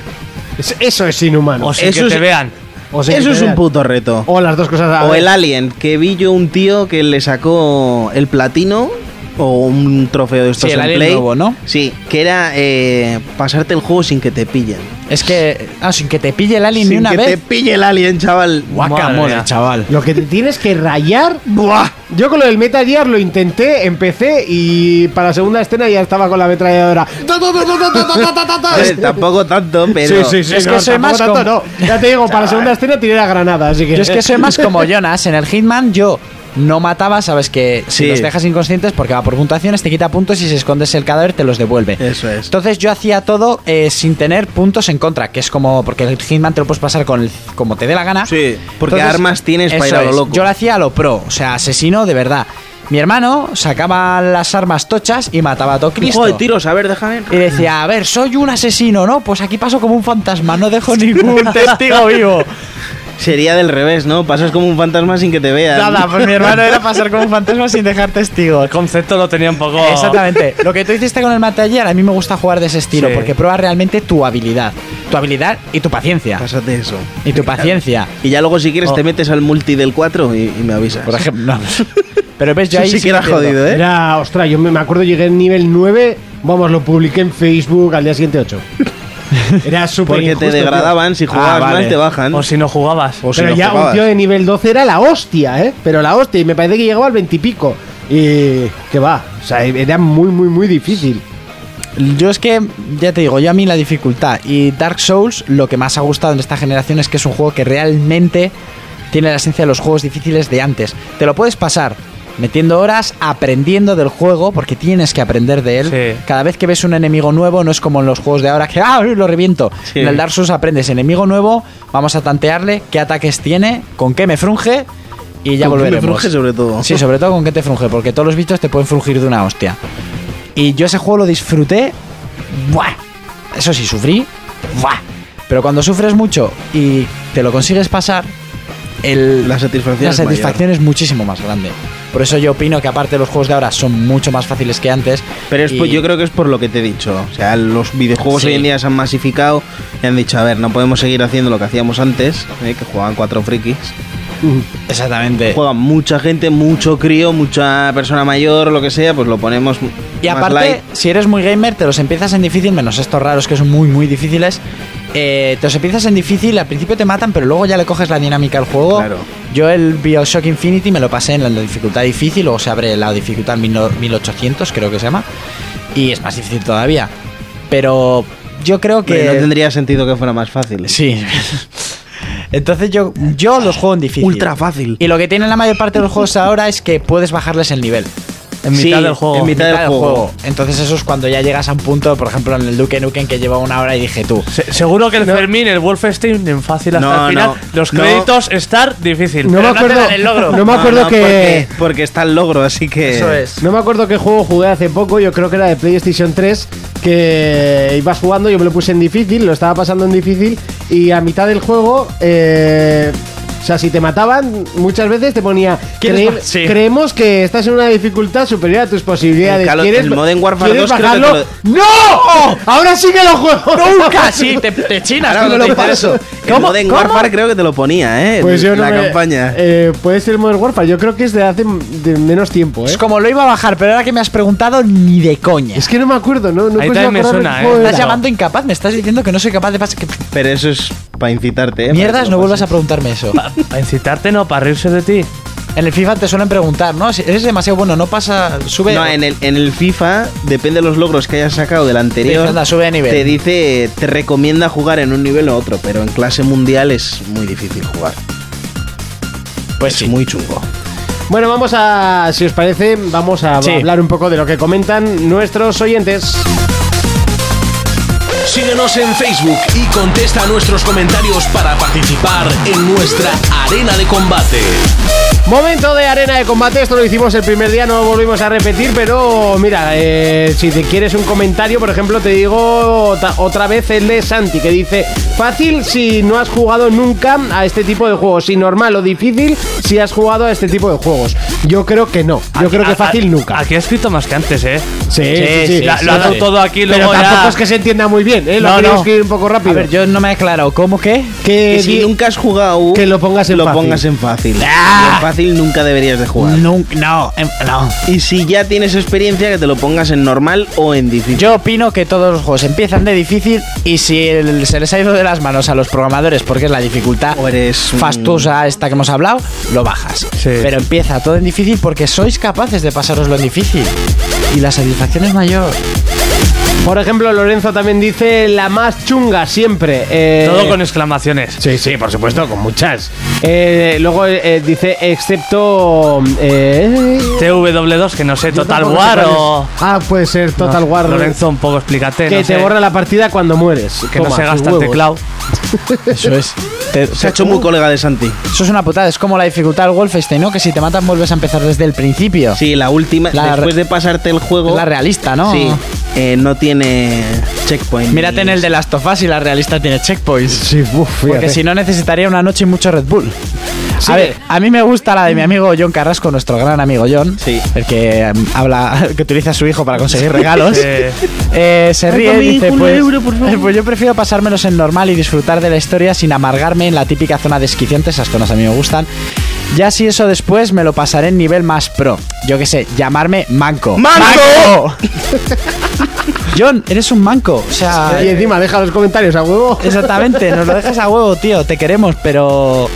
Speaker 2: Es- Eso es inhumano.
Speaker 6: O sin
Speaker 5: Eso
Speaker 6: que
Speaker 5: es-
Speaker 6: te vean.
Speaker 2: O sea, que
Speaker 5: Eso
Speaker 2: te
Speaker 5: es un
Speaker 2: vean.
Speaker 5: puto reto.
Speaker 2: O las dos cosas. a
Speaker 5: O
Speaker 2: ver.
Speaker 5: el Alien, que vi yo un tío que le sacó el platino o un trofeo de estos
Speaker 4: Sí, el
Speaker 5: en
Speaker 4: Alien
Speaker 5: Play.
Speaker 4: Novo, ¿no?
Speaker 5: Sí, que era eh, pasarte el juego sin que te pillen.
Speaker 4: Es que. Ah, sin que te pille el alien ni
Speaker 5: sin
Speaker 4: una
Speaker 5: que te
Speaker 4: vez.
Speaker 5: pille el alien, chaval.
Speaker 4: Guacamole,
Speaker 6: Madre mía.
Speaker 4: chaval.
Speaker 2: Lo que te tienes que rayar.
Speaker 5: Buah.
Speaker 2: Yo con lo del Metal Gear lo intenté, empecé y para la segunda escena ya estaba con la ametralladora. Ta, ta, ta, ta, ta, ta, ta, ta, ta.
Speaker 5: Pues tampoco tanto, pero.
Speaker 4: Es que soy
Speaker 2: tampoco
Speaker 4: más
Speaker 2: tanto,
Speaker 4: como-
Speaker 2: no. Ya te digo, para la segunda escena tiré la granada, así que.
Speaker 4: Yo es que soy más como Jonas. En el Hitman, yo no mataba, sabes que si
Speaker 5: Sí.
Speaker 4: los dejas inconscientes, porque va por puntuaciones, te quita puntos y si escondes el cadáver te los devuelve.
Speaker 5: Eso es.
Speaker 4: Entonces yo hacía todo eh, sin tener puntos en contra, que es como. Porque el Hitman te lo puedes pasar con el- como te dé la gana.
Speaker 5: Sí, porque armas tienes para
Speaker 4: eso
Speaker 5: ir a lo
Speaker 4: es.
Speaker 5: loco.
Speaker 4: Yo lo hacía a lo pro, o sea, asesino de verdad. Mi hermano sacaba las armas tochas y mataba a todo
Speaker 5: Un
Speaker 4: Cristo.
Speaker 5: juego de tiros, a ver, déjame.
Speaker 4: Y decía, a ver, soy un asesino, ¿no? Pues aquí paso como un fantasma, no dejo ningún testigo vivo.
Speaker 5: Sería del revés, ¿no? Pasas como un fantasma sin que te vean.
Speaker 4: Nada, pues mi hermano era pasar como un fantasma sin dejar testigos.
Speaker 6: El concepto lo tenía un poco.
Speaker 5: Oh.
Speaker 4: Exactamente. Lo que tú hiciste con el material, a mí me gusta jugar de ese estilo,
Speaker 6: Sí.
Speaker 4: porque prueba realmente tu habilidad. Tu habilidad y tu paciencia.
Speaker 5: Pásate eso.
Speaker 4: Y tu paciencia.
Speaker 5: Y ya luego, si quieres,
Speaker 4: Oh.
Speaker 5: te metes al multi del 4 y, y me avisas.
Speaker 4: Por ejemplo. no. Pero ves, Pues yo
Speaker 5: Eso
Speaker 4: ahí
Speaker 5: sí que era
Speaker 4: me pierdo.
Speaker 5: jodido, ¿eh?
Speaker 2: Era, ostras, yo me me acuerdo, llegué al nivel 9, vamos, lo publiqué en Facebook al día siguiente 8. Era súper
Speaker 5: Porque te
Speaker 2: injusto, tío.
Speaker 5: degradaban, si jugabas
Speaker 4: Ah, vale.
Speaker 5: mal te bajan.
Speaker 6: O si no jugabas.
Speaker 5: O si
Speaker 2: Pero
Speaker 5: no
Speaker 2: ya un
Speaker 5: jugabas.
Speaker 2: tío de nivel 12 era la hostia, ¿eh? Pero la hostia, y me parece que llegaba al 20 y pico. Y que va, o sea, era muy, muy, muy difícil.
Speaker 4: Yo es que, ya te digo, yo a mí la dificultad. Y Dark Souls, lo que más ha gustado en esta generación es que es un juego que realmente tiene la esencia de los juegos difíciles de antes. Te lo puedes pasar metiendo horas, aprendiendo del juego, porque tienes que aprender de él.
Speaker 6: Sí.
Speaker 4: Cada vez que ves un enemigo nuevo, no es como en los juegos de ahora que ¡ah! lo reviento.
Speaker 5: Sí.
Speaker 4: En el Dark Souls aprendes enemigo nuevo, vamos a tantearle qué ataques tiene, con qué me frunge y ya
Speaker 5: Con qué me
Speaker 4: volveremos.
Speaker 5: frunge, sobre todo.
Speaker 4: Sí, sobre todo con qué te frunge, porque todos los bichos te pueden frungir de una hostia. Y yo ese juego lo disfruté. Buah. Eso sí, sufrí. Buah. Pero cuando sufres mucho y te lo consigues pasar, el-
Speaker 5: La satisfacción
Speaker 4: la
Speaker 5: es
Speaker 4: satisfacción es muchísimo más grande. Por eso yo opino que aparte los juegos de ahora son mucho más fáciles que antes.
Speaker 5: Pero es por-
Speaker 4: y-
Speaker 5: yo creo que es por lo que te he dicho. O sea, los videojuegos
Speaker 4: Sí.
Speaker 5: hoy en día se han masificado y han dicho, a ver, no podemos seguir haciendo lo que hacíamos antes, ¿eh? que jugaban cuatro frikis.
Speaker 4: Exactamente.
Speaker 5: Juegan mucha gente, mucho crío, mucha persona mayor, lo que sea, pues lo ponemos m-
Speaker 4: Y
Speaker 5: más
Speaker 4: aparte,
Speaker 5: light.
Speaker 4: si eres muy gamer, te los empiezas en difícil, menos estos raros que son muy, muy difíciles. eh, te los empiezas en difícil, al principio te matan, pero luego ya le coges la dinámica al juego.
Speaker 5: Claro.
Speaker 4: Yo el Bioshock Infinity me lo pasé en la dificultad difícil, luego se abre la dificultad 1800, creo que se llama. Y es más difícil todavía. Pero yo creo que...
Speaker 5: Hombre, no tendría sentido que fuera más fácil.
Speaker 4: Sí. Entonces yo, yo los juego en difícil.
Speaker 5: Ultra fácil.
Speaker 4: Y lo que tienen la mayor parte de los juegos ahora es que puedes bajarles el nivel.
Speaker 6: En mitad
Speaker 5: Sí,
Speaker 6: del juego.
Speaker 5: en mitad del juego.
Speaker 4: Entonces eso es cuando ya llegas a un punto, por ejemplo, en el Duke Nukem que lleva una hora y dije tú.
Speaker 6: Se- seguro que el Fermín, el Wolfenstein, en fácil hasta
Speaker 5: No,
Speaker 6: el final.
Speaker 5: no,
Speaker 6: los
Speaker 5: no.
Speaker 6: créditos, estar difícil.
Speaker 2: No
Speaker 6: pero
Speaker 2: me acuerdo,
Speaker 6: No te dan el logro.
Speaker 2: no me
Speaker 5: No,
Speaker 2: acuerdo
Speaker 5: no,
Speaker 2: que.
Speaker 5: Porque, porque está el logro, así que...
Speaker 4: Eso es.
Speaker 2: No me acuerdo qué juego jugué hace poco, yo creo que era de PlayStation 3, que ibas jugando, yo me lo puse en difícil, lo estaba pasando en difícil, y a mitad del juego, eh, o sea, si te mataban, muchas veces te ponía,
Speaker 4: ¿Quieres
Speaker 2: "Creem-
Speaker 4: más?" Sí.
Speaker 2: creemos que estás en una dificultad superior a tus posibilidades.
Speaker 5: El Call of-
Speaker 2: ¿Quieres,
Speaker 5: el Modern Warfare
Speaker 2: ¿quieres
Speaker 5: 2 creo que te
Speaker 2: bajarlo? ¡No! ¡Ahora sí que lo juego!
Speaker 4: ¡Nunca! Sí, te, te chinas
Speaker 5: Ahora
Speaker 4: cuando
Speaker 5: me lo
Speaker 4: te interesa.
Speaker 5: paso. El
Speaker 4: ¿Cómo?
Speaker 5: Modern
Speaker 4: ¿Cómo?
Speaker 5: Warfare creo que te lo ponía, ¿eh?
Speaker 2: Pues yo no
Speaker 5: la
Speaker 2: me-
Speaker 5: campaña.
Speaker 2: eh, puede ser Modern Warfare, yo creo que es de hace de menos tiempo, ¿eh?
Speaker 4: Es como lo iba a bajar, pero ahora que me has preguntado, ni de coña.
Speaker 2: Es que no me acuerdo, no, no
Speaker 6: Ahí
Speaker 2: consigo
Speaker 6: también me
Speaker 2: acordarme
Speaker 6: suena,
Speaker 2: qué
Speaker 6: ¿eh?
Speaker 2: juego
Speaker 4: Me estás
Speaker 2: era.
Speaker 4: llamando incapaz, me estás diciendo que no soy capaz de pasar. Que...
Speaker 5: Pero eso es para incitarte, ¿eh? para que
Speaker 4: Mierdas,
Speaker 5: lo
Speaker 4: no vuelvas
Speaker 5: pases.
Speaker 4: a preguntarme eso.
Speaker 6: Para incitarte, no, para reírse de ti.
Speaker 4: En el FIFA te suelen preguntar, ¿no? Si Eres demasiado bueno, no pasa. Sube.
Speaker 5: No, en el, en el FIFA, depende de los logros que hayas sacado del
Speaker 4: Sí,
Speaker 5: anterior,
Speaker 4: anda, sube de nivel.
Speaker 5: te dice, te recomienda jugar en un nivel o otro, pero en clase mundial es muy difícil jugar.
Speaker 4: Pues
Speaker 5: es
Speaker 4: sí.
Speaker 5: muy chungo.
Speaker 2: Bueno, vamos a, si os parece, vamos a
Speaker 4: Sí.
Speaker 2: hablar un poco de lo que comentan nuestros oyentes.
Speaker 7: Síguenos en Facebook y contesta a nuestros comentarios para participar en nuestra arena de combate.
Speaker 2: Momento de arena de combate, esto lo hicimos el primer día, no lo volvimos a repetir, pero mira, eh, si te quieres un comentario, por ejemplo, te digo ota- otra vez el de Santi, que dice, fácil si no has jugado nunca a este tipo de juegos, y normal o difícil si has jugado a este tipo de juegos. Yo creo que no, yo
Speaker 6: Aquí-
Speaker 2: creo que
Speaker 6: a-
Speaker 2: fácil
Speaker 6: a-
Speaker 2: nunca.
Speaker 6: Aquí ha escrito más que antes, ¿eh?
Speaker 2: Sí, sí, sí.
Speaker 6: La- lo ha dado todo aquí,
Speaker 2: Pero
Speaker 6: luego ya-
Speaker 2: tampoco es que se entienda muy bien, ¿eh? lo
Speaker 6: No,
Speaker 2: no,
Speaker 6: no.
Speaker 2: un poco rápido.
Speaker 4: A ver, yo no me he aclarado. ¿Cómo que?
Speaker 2: que
Speaker 5: Que si
Speaker 2: di-
Speaker 5: nunca has jugado,
Speaker 2: que lo pongas en
Speaker 5: lo
Speaker 2: fácil.
Speaker 5: pongas en fácil. Y en fácil nunca deberías de jugar.
Speaker 4: No, Ah. no, em, no.
Speaker 5: Y si ya tienes experiencia, que te lo pongas en normal o en difícil.
Speaker 4: Yo opino que todos los juegos empiezan de difícil y si el- se les ha ido de las manos a los programadores porque es la dificultad
Speaker 5: O eres un-
Speaker 4: fastuosa esta que hemos hablado, lo bajas.
Speaker 6: Sí.
Speaker 4: Pero empieza todo en difícil porque sois capaces de pasároslo en difícil. Y la satisfacción es mayor.
Speaker 2: Por ejemplo, Lorenzo también dice la más chunga siempre. eh,
Speaker 6: Todo con exclamaciones.
Speaker 2: Sí, sí, por supuesto, con muchas. Eh, luego eh, dice, excepto... eh,
Speaker 6: TW2, que no sé, Total
Speaker 2: tampoco sé
Speaker 6: War
Speaker 2: cuál es.
Speaker 6: o.
Speaker 2: Ah, puede ser Total
Speaker 6: No,
Speaker 2: War.
Speaker 6: Lorenzo, un poco explícate.
Speaker 2: Que
Speaker 6: no
Speaker 2: te
Speaker 6: sé,
Speaker 2: borra la partida cuando mueres.
Speaker 6: Que no
Speaker 2: Toma,
Speaker 6: se
Speaker 2: tus
Speaker 6: gasta el
Speaker 2: huevos.
Speaker 6: teclado.
Speaker 4: Eso es.
Speaker 5: Se ha hecho muy colega de Santi.
Speaker 4: Eso es una putada. Es como la dificultad del Wolfenstein, ¿no? Que si te matan vuelves a empezar desde el principio.
Speaker 5: Sí, la última,
Speaker 4: La
Speaker 5: después
Speaker 4: re-
Speaker 5: de pasarte el
Speaker 4: Es
Speaker 5: juego.
Speaker 4: la realista, ¿no?
Speaker 5: Sí, eh, no tiene checkpoint.
Speaker 4: Mírate en el de Last of Us y la realista tiene checkpoints. Sí, Porque si no necesitaría una noche y mucho Red Bull. a ver, a mí me gusta la de mi amigo John Carrasco, nuestro gran amigo John,
Speaker 5: Sí.
Speaker 4: el que em, habla, el que utiliza a su hijo para conseguir regalos.
Speaker 6: Eh,
Speaker 4: Eh, se
Speaker 5: Ay,
Speaker 4: ríe
Speaker 5: pa'
Speaker 4: y
Speaker 5: mi
Speaker 4: dice,
Speaker 5: hijo, un
Speaker 4: pues,
Speaker 5: euro, por favor".
Speaker 4: eh, pues yo prefiero pasármelos en normal y disfrutar de la historia sin amargarme en la típica zona desquiciante, esas zonas a mí me gustan. Ya si eso después me lo pasaré en nivel más pro. Yo qué sé, llamarme manco.
Speaker 5: ¡Manco!
Speaker 4: John, eres un manco. O
Speaker 5: Ah,
Speaker 4: sea,
Speaker 2: Y encima deja los comentarios a huevo.
Speaker 4: Exactamente, nos lo dejas a huevo, tío. Te queremos, pero.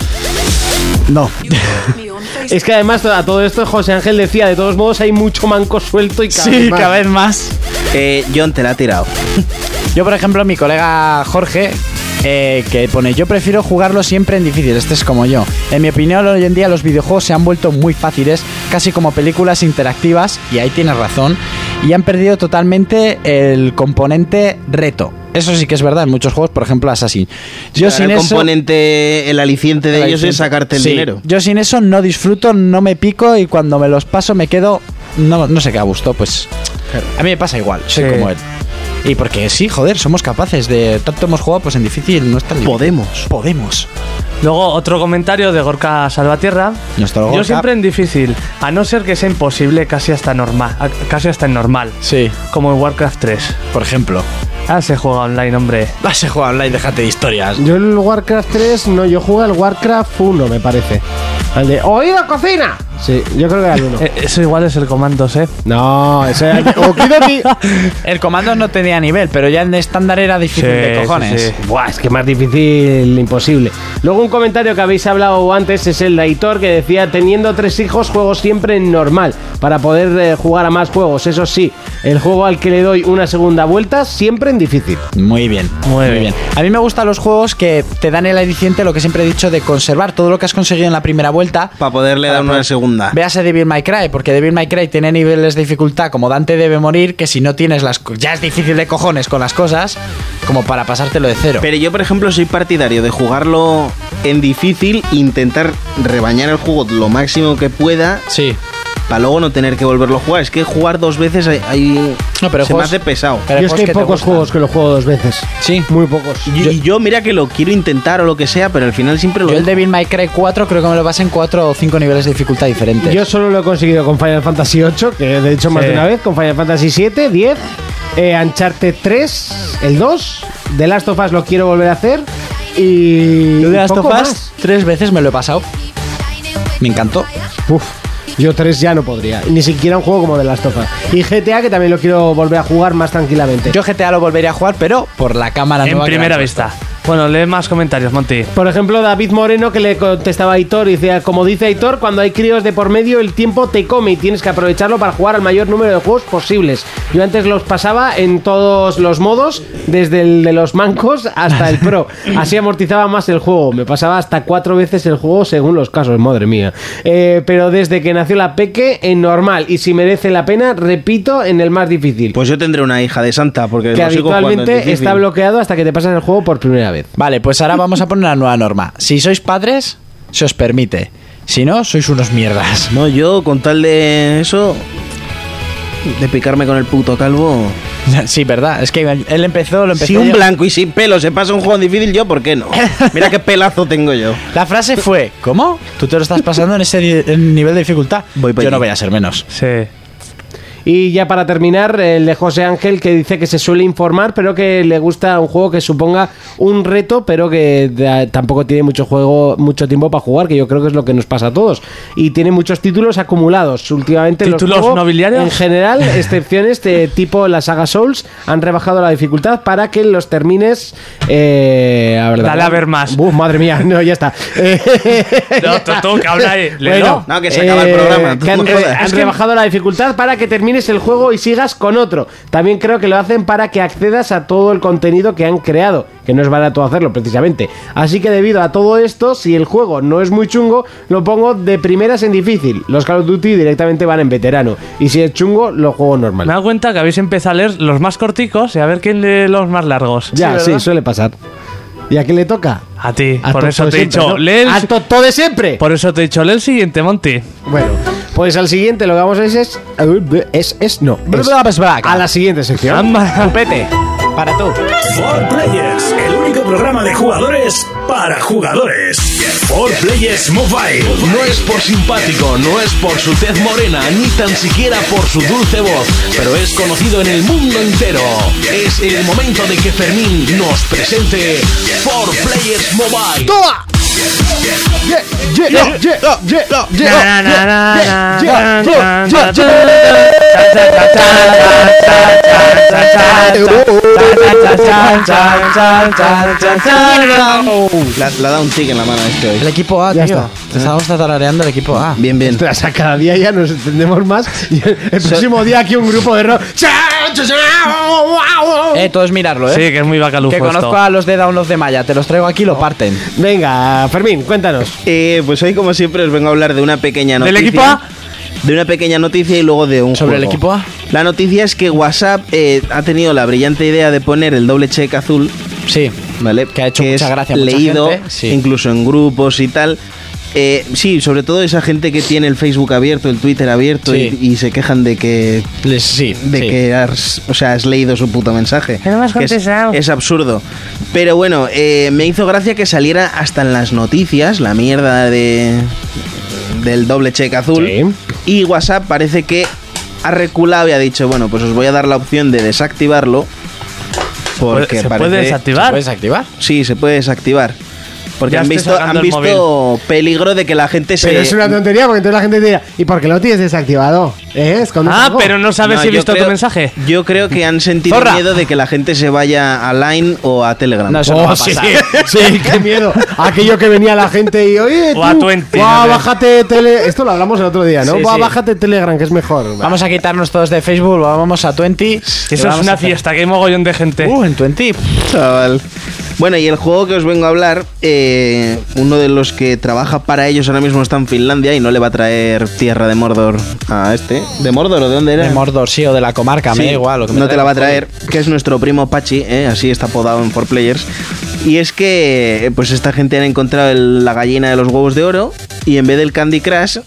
Speaker 4: No.
Speaker 2: Es que además a todo esto José Ángel decía, de todos modos hay mucho manco suelto y cada
Speaker 4: sí,
Speaker 2: vez más.
Speaker 4: cada vez más.
Speaker 5: Eh, John te la ha tirado.
Speaker 4: Yo, por ejemplo, mi colega Jorge. eh, que pone, yo prefiero jugarlo siempre en difícil, este es como yo. En mi opinión, hoy en día los videojuegos se han vuelto muy fáciles, casi como películas interactivas, y ahí tienes razón, y han perdido totalmente el componente reto. Eso sí que es verdad en muchos juegos, por ejemplo Assassin. Yo
Speaker 5: Ahora
Speaker 4: sin
Speaker 5: el
Speaker 4: eso...
Speaker 5: componente, el aliciente de
Speaker 4: Ahí
Speaker 5: ellos es
Speaker 4: siento.
Speaker 5: sacarte el
Speaker 4: Sí,
Speaker 5: dinero.
Speaker 4: Yo sin eso no disfruto, no me pico y cuando me los paso me quedo. No, no sé qué a gusto, pues. A mí me pasa igual, soy
Speaker 6: Sí.
Speaker 4: como él. Y porque sí, joder, somos capaces de. Tanto hemos jugado, pues en difícil, no es tan difícil.
Speaker 5: Podemos.
Speaker 4: Podemos.
Speaker 6: luego otro comentario de Gorka Salvatierra.
Speaker 4: Nuestro
Speaker 6: Yo
Speaker 4: Gorka.
Speaker 6: siempre en difícil, a no ser que sea imposible, casi hasta normal, a- casi hasta en normal,
Speaker 4: Sí,
Speaker 6: como en Warcraft 3.
Speaker 4: por ejemplo.
Speaker 6: Ah, se juega online, hombre.
Speaker 4: Vas a jugar online, déjate de historias.
Speaker 2: Yo el Warcraft 3, no, yo jugué al Warcraft 1, me parece. Al de ¡Oído, cocina! Sí, yo creo que era el 1.
Speaker 6: Eh, eso igual es el comandos, ¿eh?
Speaker 2: no, ese era el Okidoki.
Speaker 4: El comando no tenía nivel, pero ya en estándar era difícil
Speaker 6: Sí,
Speaker 4: de
Speaker 6: sí,
Speaker 4: cojones.
Speaker 6: sí.
Speaker 2: Buah, es que más difícil, imposible. Luego un comentario que habéis hablado antes es el de Aitor que decía, teniendo tres hijos juego siempre en normal para poder eh, jugar a más juegos. Eso sí, el juego al que le doy una segunda vuelta siempre en difícil.
Speaker 4: Muy bien,
Speaker 6: Muy
Speaker 4: muy,
Speaker 6: bien.
Speaker 4: bien. A mí me gustan los juegos que te dan el aliciente, lo que siempre he dicho, de conservar todo lo que has conseguido en la primera vuelta.
Speaker 5: Para poderle dar una segunda.
Speaker 4: Véase Devil May Cry, porque Devil May Cry tiene niveles de dificultad como Dante debe morir, que si no tienes las... co- Ya es difícil de cojones con las cosas, como para pasártelo de cero.
Speaker 5: Pero yo, por ejemplo, soy partidario de jugarlo en difícil, intentar rebañar el juego lo máximo que pueda,
Speaker 4: sí.
Speaker 5: para luego no tener que volverlo a jugar. Es que jugar dos veces ahí- ahí
Speaker 4: No, pero
Speaker 5: se me
Speaker 4: juegos-
Speaker 5: hace pesado.
Speaker 4: Pero
Speaker 2: Yo es
Speaker 4: juegos
Speaker 2: que hay
Speaker 4: que te
Speaker 2: pocos
Speaker 4: gustan.
Speaker 2: juegos que lo juego dos veces.
Speaker 4: Sí.
Speaker 2: Muy pocos.
Speaker 5: Y yo, y yo, mira que lo quiero intentar o lo que sea, pero al final siempre lo...
Speaker 4: Yo el Devil May Cry 4 creo que me lo pasé en 4 o 5 niveles de dificultad diferentes.
Speaker 2: Yo solo lo he conseguido con Final Fantasy VIII, que eh, de hecho más
Speaker 6: Sí.
Speaker 2: de una vez, con Final Fantasy VII, 10, eh, Uncharted 3, el 2, The Last of Us lo quiero volver a hacer y...
Speaker 4: Yo de
Speaker 2: y
Speaker 4: Last of
Speaker 2: poco
Speaker 4: Us tres veces me lo he pasado. Me encantó.
Speaker 2: más. Uf, yo 3 ya no podría, ni siquiera un juego como The Last of Us. Y GTA, que también lo quiero volver a jugar más tranquilamente.
Speaker 4: Yo GTA lo volvería a jugar, pero por la cámara
Speaker 6: en
Speaker 4: nueva que le
Speaker 6: primera
Speaker 4: han
Speaker 6: vista. Bueno, lee más comentarios, Monty.
Speaker 2: Por ejemplo, David Moreno que le contestaba a Aitor y decía, como dice Aitor, cuando hay críos de por medio el tiempo te come y tienes que aprovecharlo para jugar al mayor número de juegos posibles. Yo antes los pasaba en todos los modos, desde el de los mancos hasta el pro. Así amortizaba más el juego. Me pasaba hasta cuatro veces el juego según los casos, madre mía. Eh, pero desde que nació la peque, en normal. Y si merece la pena, repito, en el más difícil.
Speaker 5: Pues yo tendré una hija de santa, porque
Speaker 2: que
Speaker 5: lo sigo jugando en
Speaker 2: habitualmente
Speaker 5: difícil.
Speaker 2: está bloqueado hasta que te pasas el juego por primera vez.
Speaker 4: Vale, pues ahora vamos a poner una nueva norma. Si sois padres, se os permite. Si no, sois unos mierdas.
Speaker 5: No, yo con tal de eso, de picarme con el puto calvo.
Speaker 4: Sí, ¿verdad? Es que él empezó, lo empezó.
Speaker 5: Si un
Speaker 4: yo.
Speaker 5: blanco y sin pelo se pasa un juego difícil, yo por qué no. Mira qué pelazo tengo yo.
Speaker 4: La frase fue, ¿cómo? Tú te lo estás pasando en ese di- en nivel de dificultad.
Speaker 5: Voy pa'
Speaker 4: yo no
Speaker 5: allí.
Speaker 4: voy a ser menos.
Speaker 6: Sí.
Speaker 2: Y ya para terminar, el de José Ángel que dice que se suele informar, pero que le gusta un juego que suponga un reto, pero que da- tampoco tiene mucho juego, mucho tiempo para jugar, que yo creo que es lo que nos pasa a todos. Y tiene muchos títulos acumulados. Últimamente los
Speaker 6: ¿Títulos
Speaker 2: juegos,
Speaker 6: nobiliarios?
Speaker 2: en general, excepciones de tipo la saga Souls, han rebajado la dificultad para que los termines. Eh, a ver,
Speaker 6: Dale a ver más.
Speaker 2: Buf, madre mía, no, ya está.
Speaker 6: No, Totó, que habla ahí. Léelo.
Speaker 5: No, que se acaba el programa,
Speaker 2: eh, que han,
Speaker 5: tú no jodas.
Speaker 2: han
Speaker 5: Es que-
Speaker 2: rebajado la dificultad para que termines el juego y sigas con otro. También creo que lo hacen para que accedas a todo el contenido que han creado, que no es barato hacerlo precisamente. Así que debido a todo esto, si el juego no es muy chungo, lo pongo de primeras en difícil. Los Call of Duty directamente van en veterano. Y si es chungo, lo juego normal.
Speaker 6: Me he dado cuenta que habéis empezado a leer los más corticos y a ver quién lee los más largos.
Speaker 2: Ya, sí, suele pasar. ¿Y a quién le toca?
Speaker 6: A ti.
Speaker 2: A
Speaker 6: por
Speaker 2: Totó
Speaker 6: eso te
Speaker 2: de
Speaker 6: he
Speaker 2: siempre,
Speaker 6: dicho,
Speaker 2: ¿no?
Speaker 6: lee el-
Speaker 2: A Totó de siempre.
Speaker 6: Por eso te he dicho, lee el siguiente, Monty.
Speaker 2: Bueno, pues al siguiente lo que vamos a hacer es. Es. Es. No. es- a la siguiente sección.
Speaker 6: Pete.
Speaker 4: Para tú.
Speaker 1: For Players, el único programa de jugadores para jugadores. For Players Mobile.
Speaker 7: No es por simpático, no es por su tez morena, ni tan siquiera por su dulce voz, pero es conocido en el mundo entero. Es el momento de que Fermín nos presente For Players Mobile.
Speaker 5: La- Le ha dado un tic en la mano este hoy.
Speaker 4: El equipo A,
Speaker 2: Ya
Speaker 4: tío.
Speaker 2: está.
Speaker 4: Te estábamos tatarareando el equipo A.
Speaker 5: Bien, bien.
Speaker 2: Ostras, a cada día ya nos entendemos más. Y el el próximo día aquí un grupo de rock.
Speaker 4: Eh, todo es mirarlo, eh.
Speaker 6: Sí, que es muy bacalufo
Speaker 4: que conozco
Speaker 6: esto.
Speaker 4: a los de Download de Maya. Te los traigo aquí y lo parten.
Speaker 2: Venga, Fermín, cuéntanos.
Speaker 5: Eh, pues hoy, como siempre, os vengo a hablar de una pequeña
Speaker 6: ¿Del
Speaker 5: noticia.
Speaker 6: equipo A?
Speaker 5: De una pequeña noticia y luego de un
Speaker 4: ¿Sobre el
Speaker 5: juego.
Speaker 4: equipo A?
Speaker 5: La noticia es que WhatsApp eh, ha tenido la brillante idea de poner el doble check azul,
Speaker 4: Sí.
Speaker 5: ¿vale?
Speaker 4: Que ha hecho
Speaker 5: es
Speaker 4: mucha gracia a mucha
Speaker 5: leído,
Speaker 4: gente, sí.
Speaker 5: incluso en grupos y tal. Eh, sí, sobre todo esa gente que tiene el Facebook abierto, el Twitter abierto
Speaker 4: Sí.
Speaker 5: y, y se quejan de que
Speaker 4: Les- sí.
Speaker 5: de
Speaker 4: sí.
Speaker 5: que has, o sea, has leído su puto mensaje.
Speaker 6: Que no me has
Speaker 5: Que es-
Speaker 6: contestado.
Speaker 5: Es, absurdo. Pero bueno, eh, me hizo gracia que saliera hasta en las noticias la mierda de del doble check azul.
Speaker 2: Sí.
Speaker 5: Y WhatsApp parece que ha reculado y ha dicho, bueno, pues os voy a dar la opción de desactivarlo. Porque
Speaker 6: ¿Se
Speaker 5: parece,
Speaker 6: puede desactivar?
Speaker 4: ¿Puedes activar?
Speaker 5: Sí, se puede desactivar. Porque
Speaker 6: Ya
Speaker 5: han
Speaker 6: estoy
Speaker 5: visto,
Speaker 6: sacando
Speaker 5: han
Speaker 6: el
Speaker 5: visto peligro de que la gente se...
Speaker 2: Pero es una tontería porque entonces la gente te dirá, ¿y por qué lo tienes desactivado? ¿Eh? Escondes
Speaker 6: Ah,
Speaker 2: algo".
Speaker 6: pero no sabes
Speaker 5: No,
Speaker 6: si he
Speaker 5: yo
Speaker 6: visto
Speaker 5: creo-
Speaker 6: tu mensaje.
Speaker 5: Yo creo que han sentido
Speaker 6: Zorra.
Speaker 5: miedo de que la gente se vaya a Line o a Telegram.
Speaker 4: No, eso no
Speaker 2: Oh,
Speaker 4: va a
Speaker 2: sí,
Speaker 4: pasar.
Speaker 2: sí, qué miedo. Aquello que venía la gente y, oye,
Speaker 6: O a
Speaker 2: tú,
Speaker 6: 20,
Speaker 2: buah,
Speaker 6: no sé.
Speaker 2: bájate tele... Esto lo hablamos el otro día, ¿no?
Speaker 4: Sí,
Speaker 2: Buah,
Speaker 4: sí.
Speaker 2: bájate Telegram, que es mejor.
Speaker 4: Vamos a quitarnos todos de Facebook, vamos a 20.
Speaker 6: Eso es una fiesta, que hay mogollón de gente.
Speaker 4: Uh, en 20.
Speaker 5: Chaval. Bueno, y el juego que os vengo a hablar, eh, uno de los que trabaja para ellos ahora mismo está en Finlandia y no le va a traer tierra de Mordor a este. ¿De Mordor o de dónde era?
Speaker 4: De Mordor, sí, o de la comarca, me
Speaker 5: Sí,
Speaker 4: da igual. lo que me
Speaker 5: no te la
Speaker 4: traiga.
Speaker 5: va a traer, que es nuestro primo Pachi, ¿eh? así está apodado en 4Players. Y es que, eh, pues esta gente han encontrado el- la gallina de los huevos de oro y en vez del Candy Crush,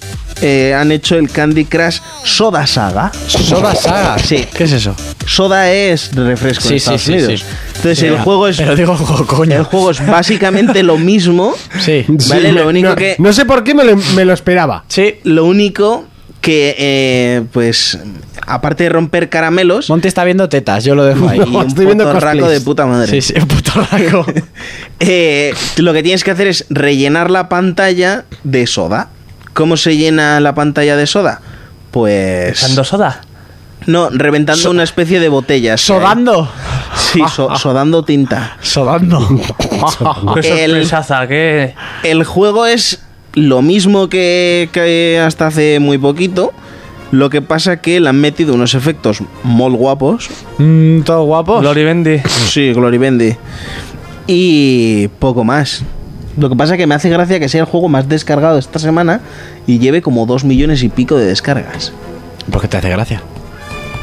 Speaker 5: eh, han hecho el Candy Crush Soda Saga.
Speaker 4: Soda Saga.
Speaker 5: Sí.
Speaker 4: ¿Qué es eso?
Speaker 5: Soda es refresco en
Speaker 4: Sí, sí,
Speaker 5: Estados
Speaker 4: sí,
Speaker 5: Unidos.
Speaker 4: sí.
Speaker 5: Entonces
Speaker 4: Sí,
Speaker 5: el
Speaker 4: ya.
Speaker 5: juego es...
Speaker 4: Pero digo, jo- coño.
Speaker 5: El juego es básicamente lo mismo.
Speaker 4: Sí.
Speaker 5: Vale,
Speaker 2: Sí,
Speaker 5: lo
Speaker 2: me-
Speaker 5: único
Speaker 2: no,
Speaker 5: que.
Speaker 2: No sé por qué me lo, me lo esperaba.
Speaker 4: Sí.
Speaker 5: Lo único que, eh, pues, aparte de romper caramelos.
Speaker 4: Monty está viendo tetas, yo lo dejo ahí.
Speaker 5: y un
Speaker 2: estoy viendo
Speaker 5: potorraco
Speaker 2: cosplays.
Speaker 5: de puta madre.
Speaker 4: Sí, sí, puto raco.
Speaker 5: Eh, lo que tienes que hacer es rellenar la pantalla de soda. ¿Cómo se llena la pantalla de soda? Pues.
Speaker 6: ¿Echando soda?
Speaker 5: No, reventando una especie de botella.
Speaker 4: Sodando.
Speaker 5: Sí, so- sodando tinta.
Speaker 4: Sodando.
Speaker 6: Qué
Speaker 5: El-
Speaker 6: sorpresaza, qué...
Speaker 5: El juego es lo mismo que, que hasta hace muy poquito. Lo que pasa que le han metido unos efectos muy guapos.
Speaker 4: Mm, todo guapo.
Speaker 6: Glory Bendy.
Speaker 5: Sí, Glory Bendy. Y poco más. Lo que pasa que me hace gracia que sea el juego más descargado esta semana y lleve como 2 millones y pico de descargas.
Speaker 4: ¿Por qué te hace gracia?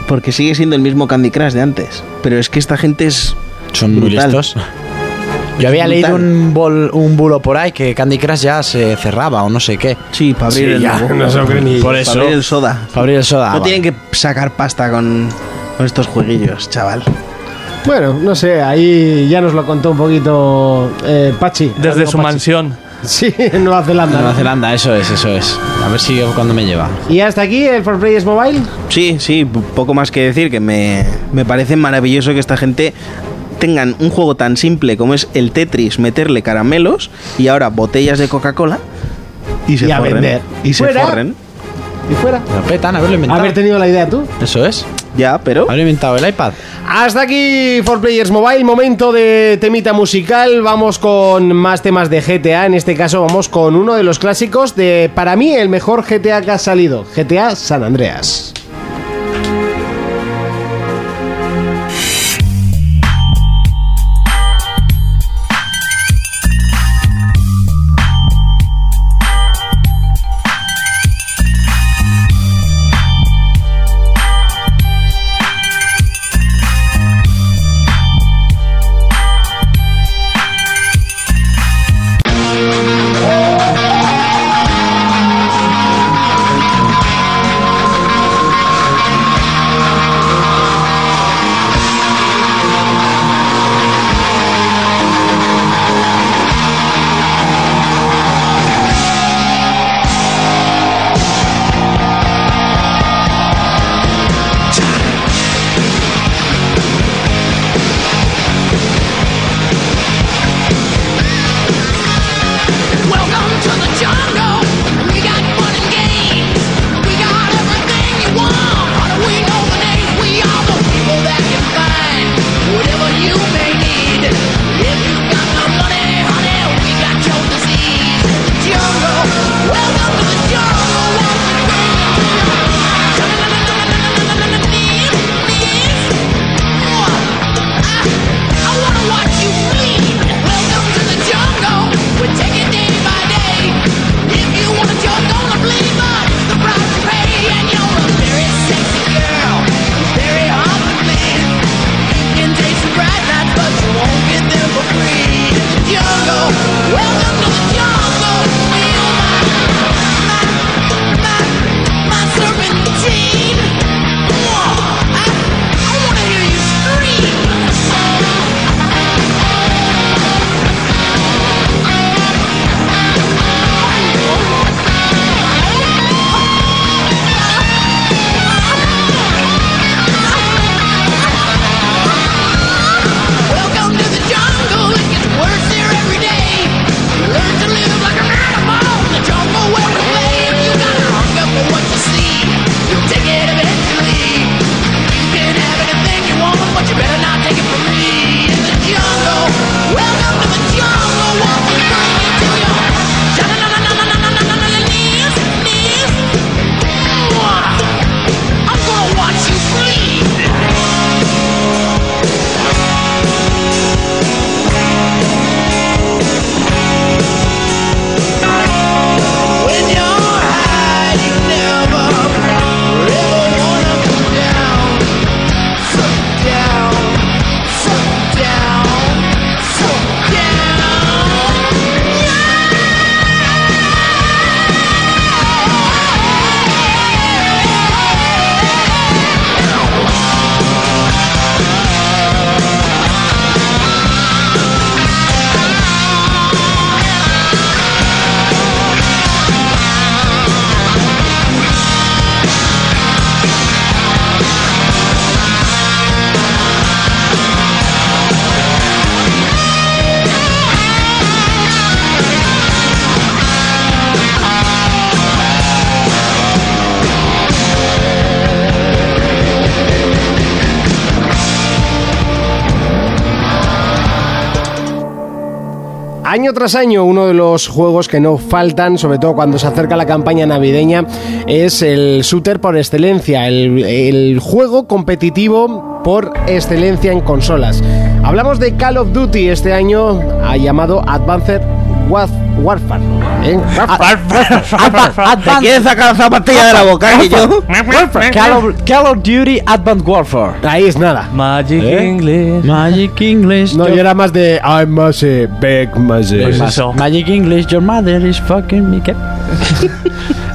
Speaker 5: Porque sigue siendo el mismo Candy Crush de antes. Pero es que esta gente es...
Speaker 4: Son muy
Speaker 5: Brutal.
Speaker 4: listos. Yo había
Speaker 5: Brutal.
Speaker 4: leído un, bol- un bulo por ahí que Candy Crush ya se cerraba o no sé qué.
Speaker 5: Sí, para abrir el nuevo.
Speaker 4: Por
Speaker 5: Para
Speaker 4: eso.
Speaker 5: abrir el soda.
Speaker 4: Para abrir el soda.
Speaker 5: no
Speaker 4: vale.
Speaker 5: tienen que sacar pasta con, con estos jueguillos, chaval.
Speaker 2: Bueno, no sé, ahí ya nos lo contó un poquito eh, Pachi.
Speaker 6: Desde
Speaker 2: amigo
Speaker 6: su
Speaker 2: Pachi.
Speaker 6: mansión.
Speaker 2: Sí, en Nueva Zelanda.
Speaker 4: Nueva Zelanda, eso es, eso es. A ver si cuando me lleva.
Speaker 2: Y hasta aquí el For Players Mobile.
Speaker 5: Sí, sí, p- poco más que decir, que me, me parece maravilloso que esta gente tengan un juego tan simple como es el Tetris, meterle caramelos y ahora botellas de Coca-Cola y se
Speaker 2: Y a
Speaker 5: forren. ¿eh?
Speaker 2: vender.
Speaker 5: Y se
Speaker 2: Fuera.
Speaker 5: forren.
Speaker 2: Y fuera.
Speaker 4: Lo petan, haberlo inventado.
Speaker 2: Haber tenido la idea tú.
Speaker 4: Eso es.
Speaker 5: Ya, pero
Speaker 4: Haber inventado el iPad.
Speaker 2: Hasta aquí For Players Mobile, momento de temita musical. Vamos con más temas de GTA. En este caso vamos con uno de los clásicos de para mí el mejor GTA que ha salido, GTA San Andreas.
Speaker 11: Welcome to the jungle. We got fun and games. We got everything you want. We know the names. We are the people that can find whatever you may need. If you got no money, honey, we got your disease. Jungle. Welcome to the jungle. I wanna watch you bleed. Welcome to the jungle. We take it day by day. If you want it, you're gonna bleed, but the price you pay, and you're a very sexy girl, very hard to please. You can taste the bright lights, but you won't get them for free. Jungle. Welcome to the jungle. Feel my, my, my, my serpentine. I, I wanna hear you scream. Welcome to the jungle. It gets worse here every day. Learn to live like an animal. in The jungle where we play. If you got a hunger for what you see, you'll take it eventually. You can have anything you want, but you better not take it from me. In the jungle. Welcome to the jungle. What we bring you to your knees, knees. Mwah. I'm gonna watch you bleed. When you're high, you never ever wanna come down. Suck down, suck down, suck down.
Speaker 2: Año tras año, uno de los juegos que no faltan, sobre todo cuando se acerca la campaña navideña, es el shooter por excelencia, el, el juego competitivo por excelencia en consolas. Hablamos de Call of Duty este año, ha llamado Advanced Warf- Warfare. ¿eh?
Speaker 5: te quieres sacar la zapatilla de la boca que yo.
Speaker 4: Call of, Call of Duty Advanced Warfare.
Speaker 2: Ahí es nada.
Speaker 6: Magic
Speaker 4: ¿Eh?
Speaker 6: English.
Speaker 4: Magic English.
Speaker 2: No,
Speaker 4: your-
Speaker 2: yo era más eh, de I'm massive, big massive.
Speaker 6: Pues eso.
Speaker 4: Magic English, your mother is fucking me.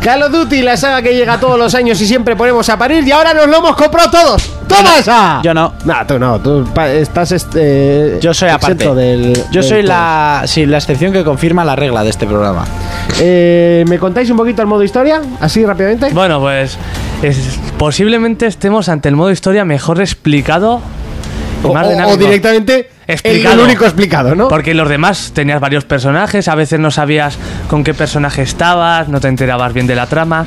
Speaker 2: Call of Duty, la saga que llega todos los años y siempre ponemos a parir y ahora nos lo hemos comprado todos. ¡Toma esa!
Speaker 4: Ah, Yo no.
Speaker 2: Nah, tú no, tú pa- estás este,
Speaker 4: Yo soy aparte.
Speaker 2: exento del-
Speaker 4: Yo
Speaker 2: del
Speaker 4: soy
Speaker 2: todo.
Speaker 4: la, sí, la excepción que confirma la regla de este programa.
Speaker 2: Eh, ¿Me contáis un poquito el modo historia? Así rápidamente.
Speaker 6: Bueno, pues es- posiblemente estemos ante el modo historia mejor explicado y
Speaker 2: o,
Speaker 6: más
Speaker 2: o- o
Speaker 6: dinámico.
Speaker 2: directamente
Speaker 6: Explicado.
Speaker 2: el único explicado, ¿no?
Speaker 6: Porque los demás tenías varios personajes, a veces no sabías con qué personaje estabas, no te enterabas bien de la trama.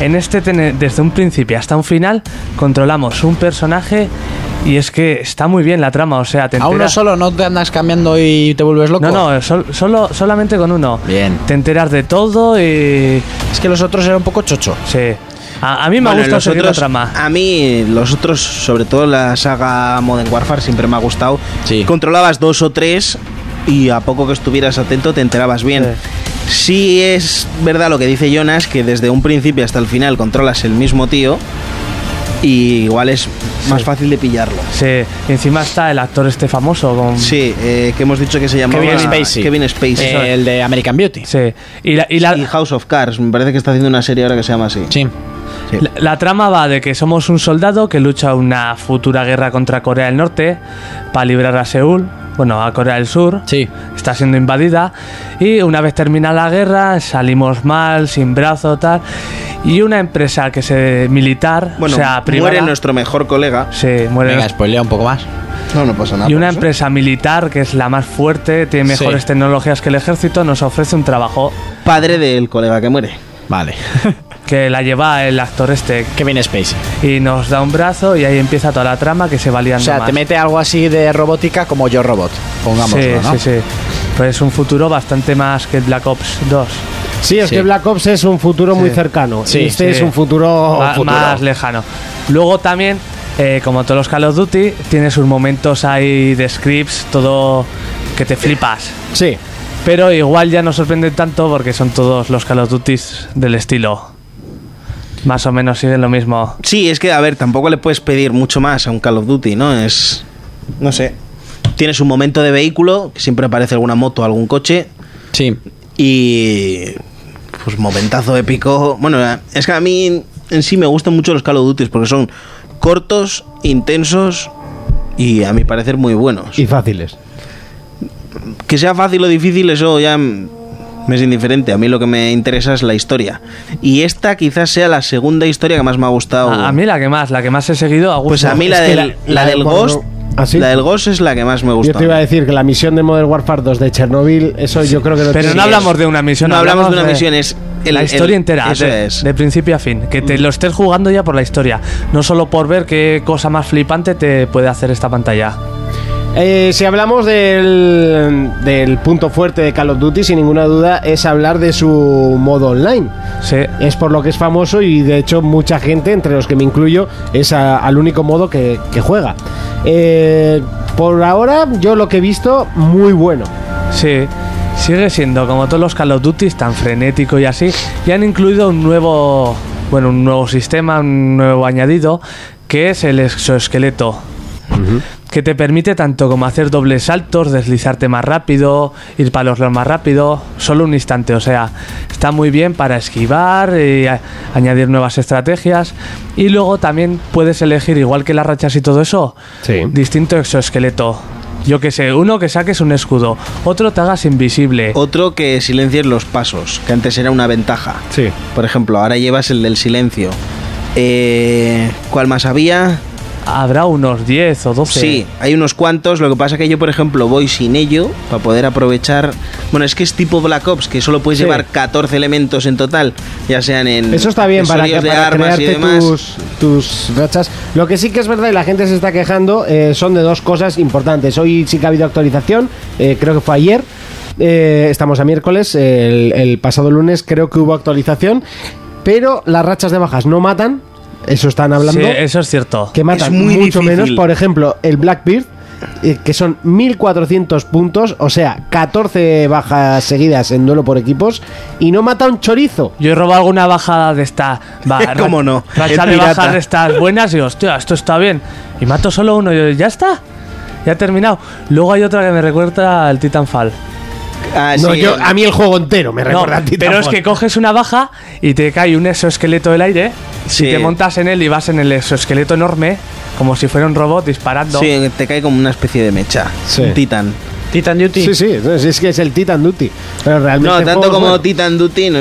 Speaker 6: En este, tene- desde un principio hasta un final, controlamos un personaje y es que está muy bien la trama, o sea, te
Speaker 4: A uno
Speaker 6: enteras...
Speaker 4: solo no te andas cambiando y te vuelves loco.
Speaker 6: No, no, sol- solo, solamente con uno.
Speaker 4: Bien.
Speaker 6: Te enteras de todo y...
Speaker 4: Es que los otros eran un poco chocho.
Speaker 6: Sí. A, a mí me
Speaker 5: Bueno,
Speaker 6: ha gustado
Speaker 5: los
Speaker 6: seguir
Speaker 5: otros-
Speaker 6: la trama.
Speaker 5: A mí, los otros, sobre todo la saga Modern Warfare, siempre me ha gustado.
Speaker 4: Sí.
Speaker 5: Controlabas dos o tres y a poco que estuvieras atento te enterabas bien. Sí. es verdad lo que dice Jonas, que desde un principio hasta el final controlas el mismo tío y igual es más fácil de pillarlo.
Speaker 6: Sí, y encima está el actor este famoso con...
Speaker 5: Sí, eh, que hemos dicho que se llamaba
Speaker 4: Kevin Spacey.
Speaker 5: Kevin Spacey.
Speaker 4: Eh, el de American Beauty.
Speaker 6: Sí. Y la, y la-
Speaker 5: y House of Cards, me parece que está haciendo una serie ahora que se llama así.
Speaker 4: Sí.
Speaker 6: la- la trama va de que somos un soldado que lucha una futura guerra contra Corea del Norte para librar a Seúl, bueno, a Corea del Sur.
Speaker 4: Sí.
Speaker 6: Está siendo invadida y una vez termina la guerra salimos mal, sin brazo, tal. Y una empresa que se militar,
Speaker 5: Bueno,
Speaker 6: o sea, privada,
Speaker 5: muere nuestro mejor colega.
Speaker 6: Sí, muere
Speaker 4: Venga,
Speaker 6: nuestro-
Speaker 4: spoilea un poco más.
Speaker 5: No, no pasa nada.
Speaker 6: Y
Speaker 5: por
Speaker 6: una
Speaker 5: eso.
Speaker 6: empresa militar que es la más fuerte, tiene
Speaker 4: Sí.
Speaker 6: mejores tecnologías que el ejército, nos ofrece un trabajo
Speaker 5: Padre del colega que muere.
Speaker 4: Vale.
Speaker 6: que la lleva el actor este
Speaker 4: Kevin Spacey.
Speaker 6: y nos da un brazo y ahí empieza toda la trama que se va liando
Speaker 4: O sea,
Speaker 6: más.
Speaker 4: te mete algo así de robótica como Yo Robot, pongámoslo,
Speaker 6: sí,
Speaker 4: ¿no?
Speaker 6: sí, sí. Pues un futuro bastante más que Black Ops 2.
Speaker 2: sí, es
Speaker 4: sí.
Speaker 2: que Black Ops es un futuro muy cercano.
Speaker 4: Sí,
Speaker 2: y este
Speaker 6: sí.
Speaker 2: es un
Speaker 5: Oh,
Speaker 2: futuro.
Speaker 6: Ma-
Speaker 2: futuro.
Speaker 6: Más lejano. Luego también, eh, como todos los Call of Duty, tiene sus momentos ahí de scripts, todo que te flipas.
Speaker 2: Sí.
Speaker 6: Pero igual ya no sorprende tanto porque son todos los Call of Duty del estilo. Más o menos siguen lo mismo.
Speaker 5: Sí, es que, a ver, tampoco le puedes pedir mucho más a un Call of Duty, ¿no? Es. No sé. Tienes un momento de vehículo, que siempre aparece alguna moto, algún coche,
Speaker 4: Sí.
Speaker 5: y. Pues momentazo épico. Bueno, es que a mí en sí me gustan mucho los Call of Duty porque son cortos, intensos y a mi parecer muy buenos.
Speaker 2: Y fáciles.
Speaker 5: Que sea fácil o difícil, eso ya mm, me es indiferente. A mí lo que me interesa es la historia. Y esta quizás sea la segunda historia que más me ha gustado.
Speaker 6: A, a mí la que más, la que más he seguido, a gusto.
Speaker 5: Pues a mí la
Speaker 2: es que
Speaker 5: del,
Speaker 2: la-
Speaker 5: la,
Speaker 2: la
Speaker 5: del
Speaker 2: de
Speaker 5: Ghost.
Speaker 2: cuando- ¿Ah, sí?
Speaker 5: La del Ghost es la que más me gusta.
Speaker 2: Yo te iba a decir que la misión de Modern Warfare 2 de Chernobyl, eso yo creo que no
Speaker 6: Pero
Speaker 2: tiene-
Speaker 6: no hablamos de una misión,
Speaker 5: No hablamos de una misión, es el-
Speaker 6: la
Speaker 5: el-
Speaker 6: historia entera,
Speaker 5: eso
Speaker 6: de,
Speaker 5: es. Mm.
Speaker 6: de principio a fin. Que te lo estés jugando ya por la historia, no solo por ver qué cosa más flipante te puede hacer esta pantalla.
Speaker 2: Eh, si hablamos del, del punto fuerte de Call of Duty, sin ninguna duda, es hablar de su modo online.
Speaker 6: Sí,
Speaker 2: Es por lo que es famoso y de hecho mucha gente, entre los que me incluyo, es a- al único modo que, que juega. Eh, por ahora, yo lo que he visto, muy bueno.
Speaker 6: sí. Sigue siendo, como todos los Call of Duty, tan frenético y así. Y han incluido un nuevo, bueno, un nuevo sistema, un nuevo añadido, que es el exoesqueleto. Que te permite tanto como hacer dobles saltos, deslizarte más rápido, ir para los lados más rápido, solo un instante. O sea, está muy bien para esquivar y a- añadir nuevas estrategias. Y luego también puedes elegir, igual que las rachas y todo eso, distinto exoesqueleto. Yo que sé, uno que saques un escudo, otro te hagas invisible.
Speaker 5: Otro que silencies los pasos, que antes era una ventaja.
Speaker 2: Sí.
Speaker 5: Por ejemplo, ahora llevas el del silencio. Eh, ¿Cuál más había?
Speaker 6: Habrá unos 10 o 12.
Speaker 5: Sí. hay unos cuantos. Lo que pasa que yo, por ejemplo, voy sin ello para poder aprovechar. Bueno, es que es tipo Black Ops, que solo puedes
Speaker 2: Sí.
Speaker 5: llevar 14 elementos en total, ya sean en.
Speaker 2: Eso está bien para, que,
Speaker 5: accesorios de
Speaker 2: para
Speaker 5: armas y
Speaker 2: crearte
Speaker 5: demás.
Speaker 2: tus, tus rachas. Lo que sí que es verdad y la gente se está quejando eh, son de dos cosas importantes. Hoy sí que ha habido actualización, eh, creo que fue ayer. eh, estamos a miércoles, el, el pasado lunes creo que hubo actualización, pero las rachas de bajas no matan, eso están hablando,
Speaker 6: Sí, eso es cierto.
Speaker 2: que
Speaker 5: es
Speaker 2: matan
Speaker 5: muy
Speaker 2: mucho
Speaker 5: difícil.
Speaker 2: menos, por ejemplo, el Blackbeard, eh, que son 1400 puntos, o sea, 14 bajas seguidas en duelo por equipos, y no mata un chorizo.
Speaker 6: Yo he robado alguna bajada de esta. va-
Speaker 5: ¿Cómo
Speaker 6: ra-
Speaker 5: no?
Speaker 6: Racha
Speaker 5: El
Speaker 6: de
Speaker 5: pirata.
Speaker 6: bajas de estas buenas y digo, hostia, esto está bien. Y mato solo uno y yo, ya está. Ya he terminado. Luego hay otra que me recuerda al Titanfall.
Speaker 5: Ah,
Speaker 2: No,
Speaker 5: sí,
Speaker 2: yo,
Speaker 5: el-
Speaker 2: a mí el juego entero me
Speaker 6: No,
Speaker 2: recuerda a ti.
Speaker 6: pero es que coges una baja y te cae un exoesqueleto del aire.
Speaker 5: Sí.
Speaker 6: Si te montas en él y vas en el exoesqueleto enorme, como si fuera un robot disparando.
Speaker 5: Sí, te cae como una especie de mecha.
Speaker 2: Sí.
Speaker 5: Un Titan.
Speaker 4: Titan Duty.
Speaker 2: Sí, sí, no, sí, es que es el Titan Duty. Pero realmente.
Speaker 5: No,
Speaker 2: este
Speaker 5: tanto
Speaker 2: juego es
Speaker 5: como
Speaker 2: bueno.
Speaker 5: Titan Duty no,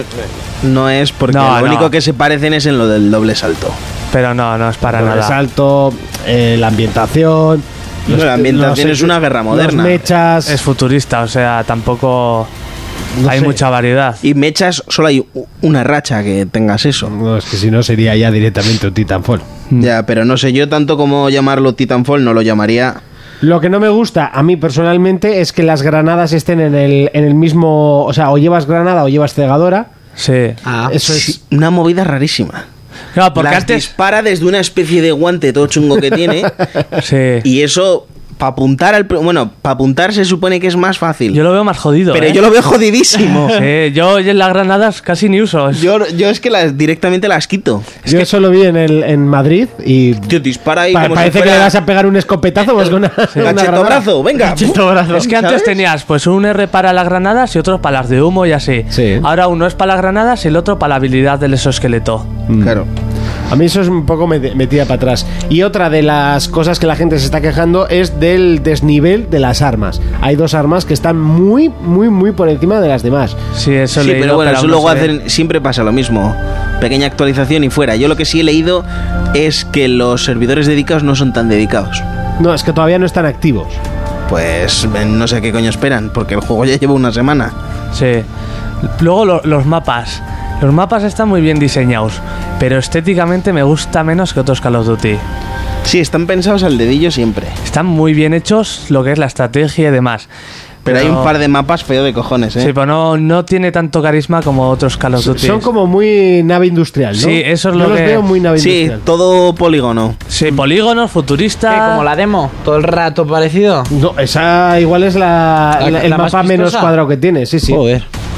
Speaker 5: no es porque
Speaker 6: No,
Speaker 5: lo
Speaker 6: no.
Speaker 5: único que se parecen es en lo del doble salto.
Speaker 6: Pero no, no es para
Speaker 2: Con el
Speaker 6: nada.
Speaker 2: salto, eh, la ambientación.
Speaker 5: No, la ambientación es una guerra moderna.
Speaker 2: Los mechas.
Speaker 6: Es futurista, o sea, tampoco
Speaker 2: No
Speaker 6: hay
Speaker 2: sé.
Speaker 6: mucha variedad.
Speaker 5: Y mechas, solo hay u- una racha que tengas eso.
Speaker 2: No, es que si no sería ya directamente un Titanfall.
Speaker 6: Mm.
Speaker 5: Ya, pero no sé, yo tanto como llamarlo Titanfall no lo llamaría.
Speaker 2: Lo que no me gusta a mí personalmente es que las granadas estén en el, en el mismo. O sea, o llevas granada o llevas cegadora.
Speaker 6: Sí.
Speaker 2: Eso es.
Speaker 5: Ah, Sí, Una movida rarísima.
Speaker 6: Claro, porque
Speaker 5: Las
Speaker 6: antes.
Speaker 5: dispara desde una especie de guante todo chungo que tiene.
Speaker 6: Sí.
Speaker 5: y eso, para apuntar al. pr- Bueno, para apuntar se supone que es más fácil.
Speaker 6: Yo lo veo más jodido.
Speaker 5: pero
Speaker 6: ¿eh?
Speaker 5: yo lo veo jodidísimo.
Speaker 6: Sí, yo en las granadas casi ni uso. Es-
Speaker 5: Yo, yo es que las, directamente las quito.
Speaker 2: Yo eso lo vi en, el, en Madrid y.
Speaker 5: Tío, dispara ahí.
Speaker 2: pa-
Speaker 5: como si
Speaker 2: parece que
Speaker 5: fuera
Speaker 2: le vas a pegar un escopetazo pues, con una. una granada.
Speaker 5: Cachetobrazo, venga.
Speaker 2: Cachetobrazo.
Speaker 6: Es que antes
Speaker 5: ¿Sabes?
Speaker 6: tenías pues un R para las granadas y otro para las de humo y así.
Speaker 2: Sí.
Speaker 6: Ahora uno es para las granadas y el otro para la habilidad del exoesqueleto.
Speaker 2: Mm.
Speaker 5: Claro.
Speaker 2: A mí eso es un poco met- metida para atrás. Y otra de las cosas que la gente se está quejando es del desnivel de las armas. Hay dos armas que están muy, muy, muy por encima de las demás.
Speaker 6: Sí, eso
Speaker 5: sí,
Speaker 6: he leído,
Speaker 5: pero bueno, eso
Speaker 6: aún no
Speaker 5: luego
Speaker 6: se ve.
Speaker 5: hacen, siempre pasa lo mismo. Pequeña actualización y fuera. Yo lo que sí he leído es que los servidores dedicados no son tan dedicados.
Speaker 2: No, es que todavía no están activos.
Speaker 5: Pues eh, no sé qué coño esperan, porque el juego ya lleva una semana.
Speaker 6: Sí. Luego lo- los mapas. Los mapas están muy bien diseñados, pero estéticamente me gusta menos que otros Call of Duty.
Speaker 5: Sí, están pensados al dedillo siempre.
Speaker 6: Están muy bien hechos lo que es la estrategia y demás.
Speaker 5: Pero, hay un par de mapas feo de cojones, ¿eh?
Speaker 6: Sí, pero no, no tiene tanto carisma como otros Call of Duty.
Speaker 2: Son como muy nave industrial, ¿no?
Speaker 6: Sí, eso es
Speaker 2: Yo
Speaker 6: lo
Speaker 2: los
Speaker 6: que-
Speaker 2: veo muy nave
Speaker 5: Sí,
Speaker 2: industrial.
Speaker 5: todo polígono.
Speaker 6: Sí, polígonos, futuristas.
Speaker 4: ¿Qué, como la demo, todo el rato parecido.
Speaker 2: No, esa igual es la,
Speaker 5: Ah,
Speaker 4: La-
Speaker 2: la- el
Speaker 4: la más
Speaker 2: mapa menos
Speaker 4: vistosa.
Speaker 2: cuadrado que tiene, sí, sí.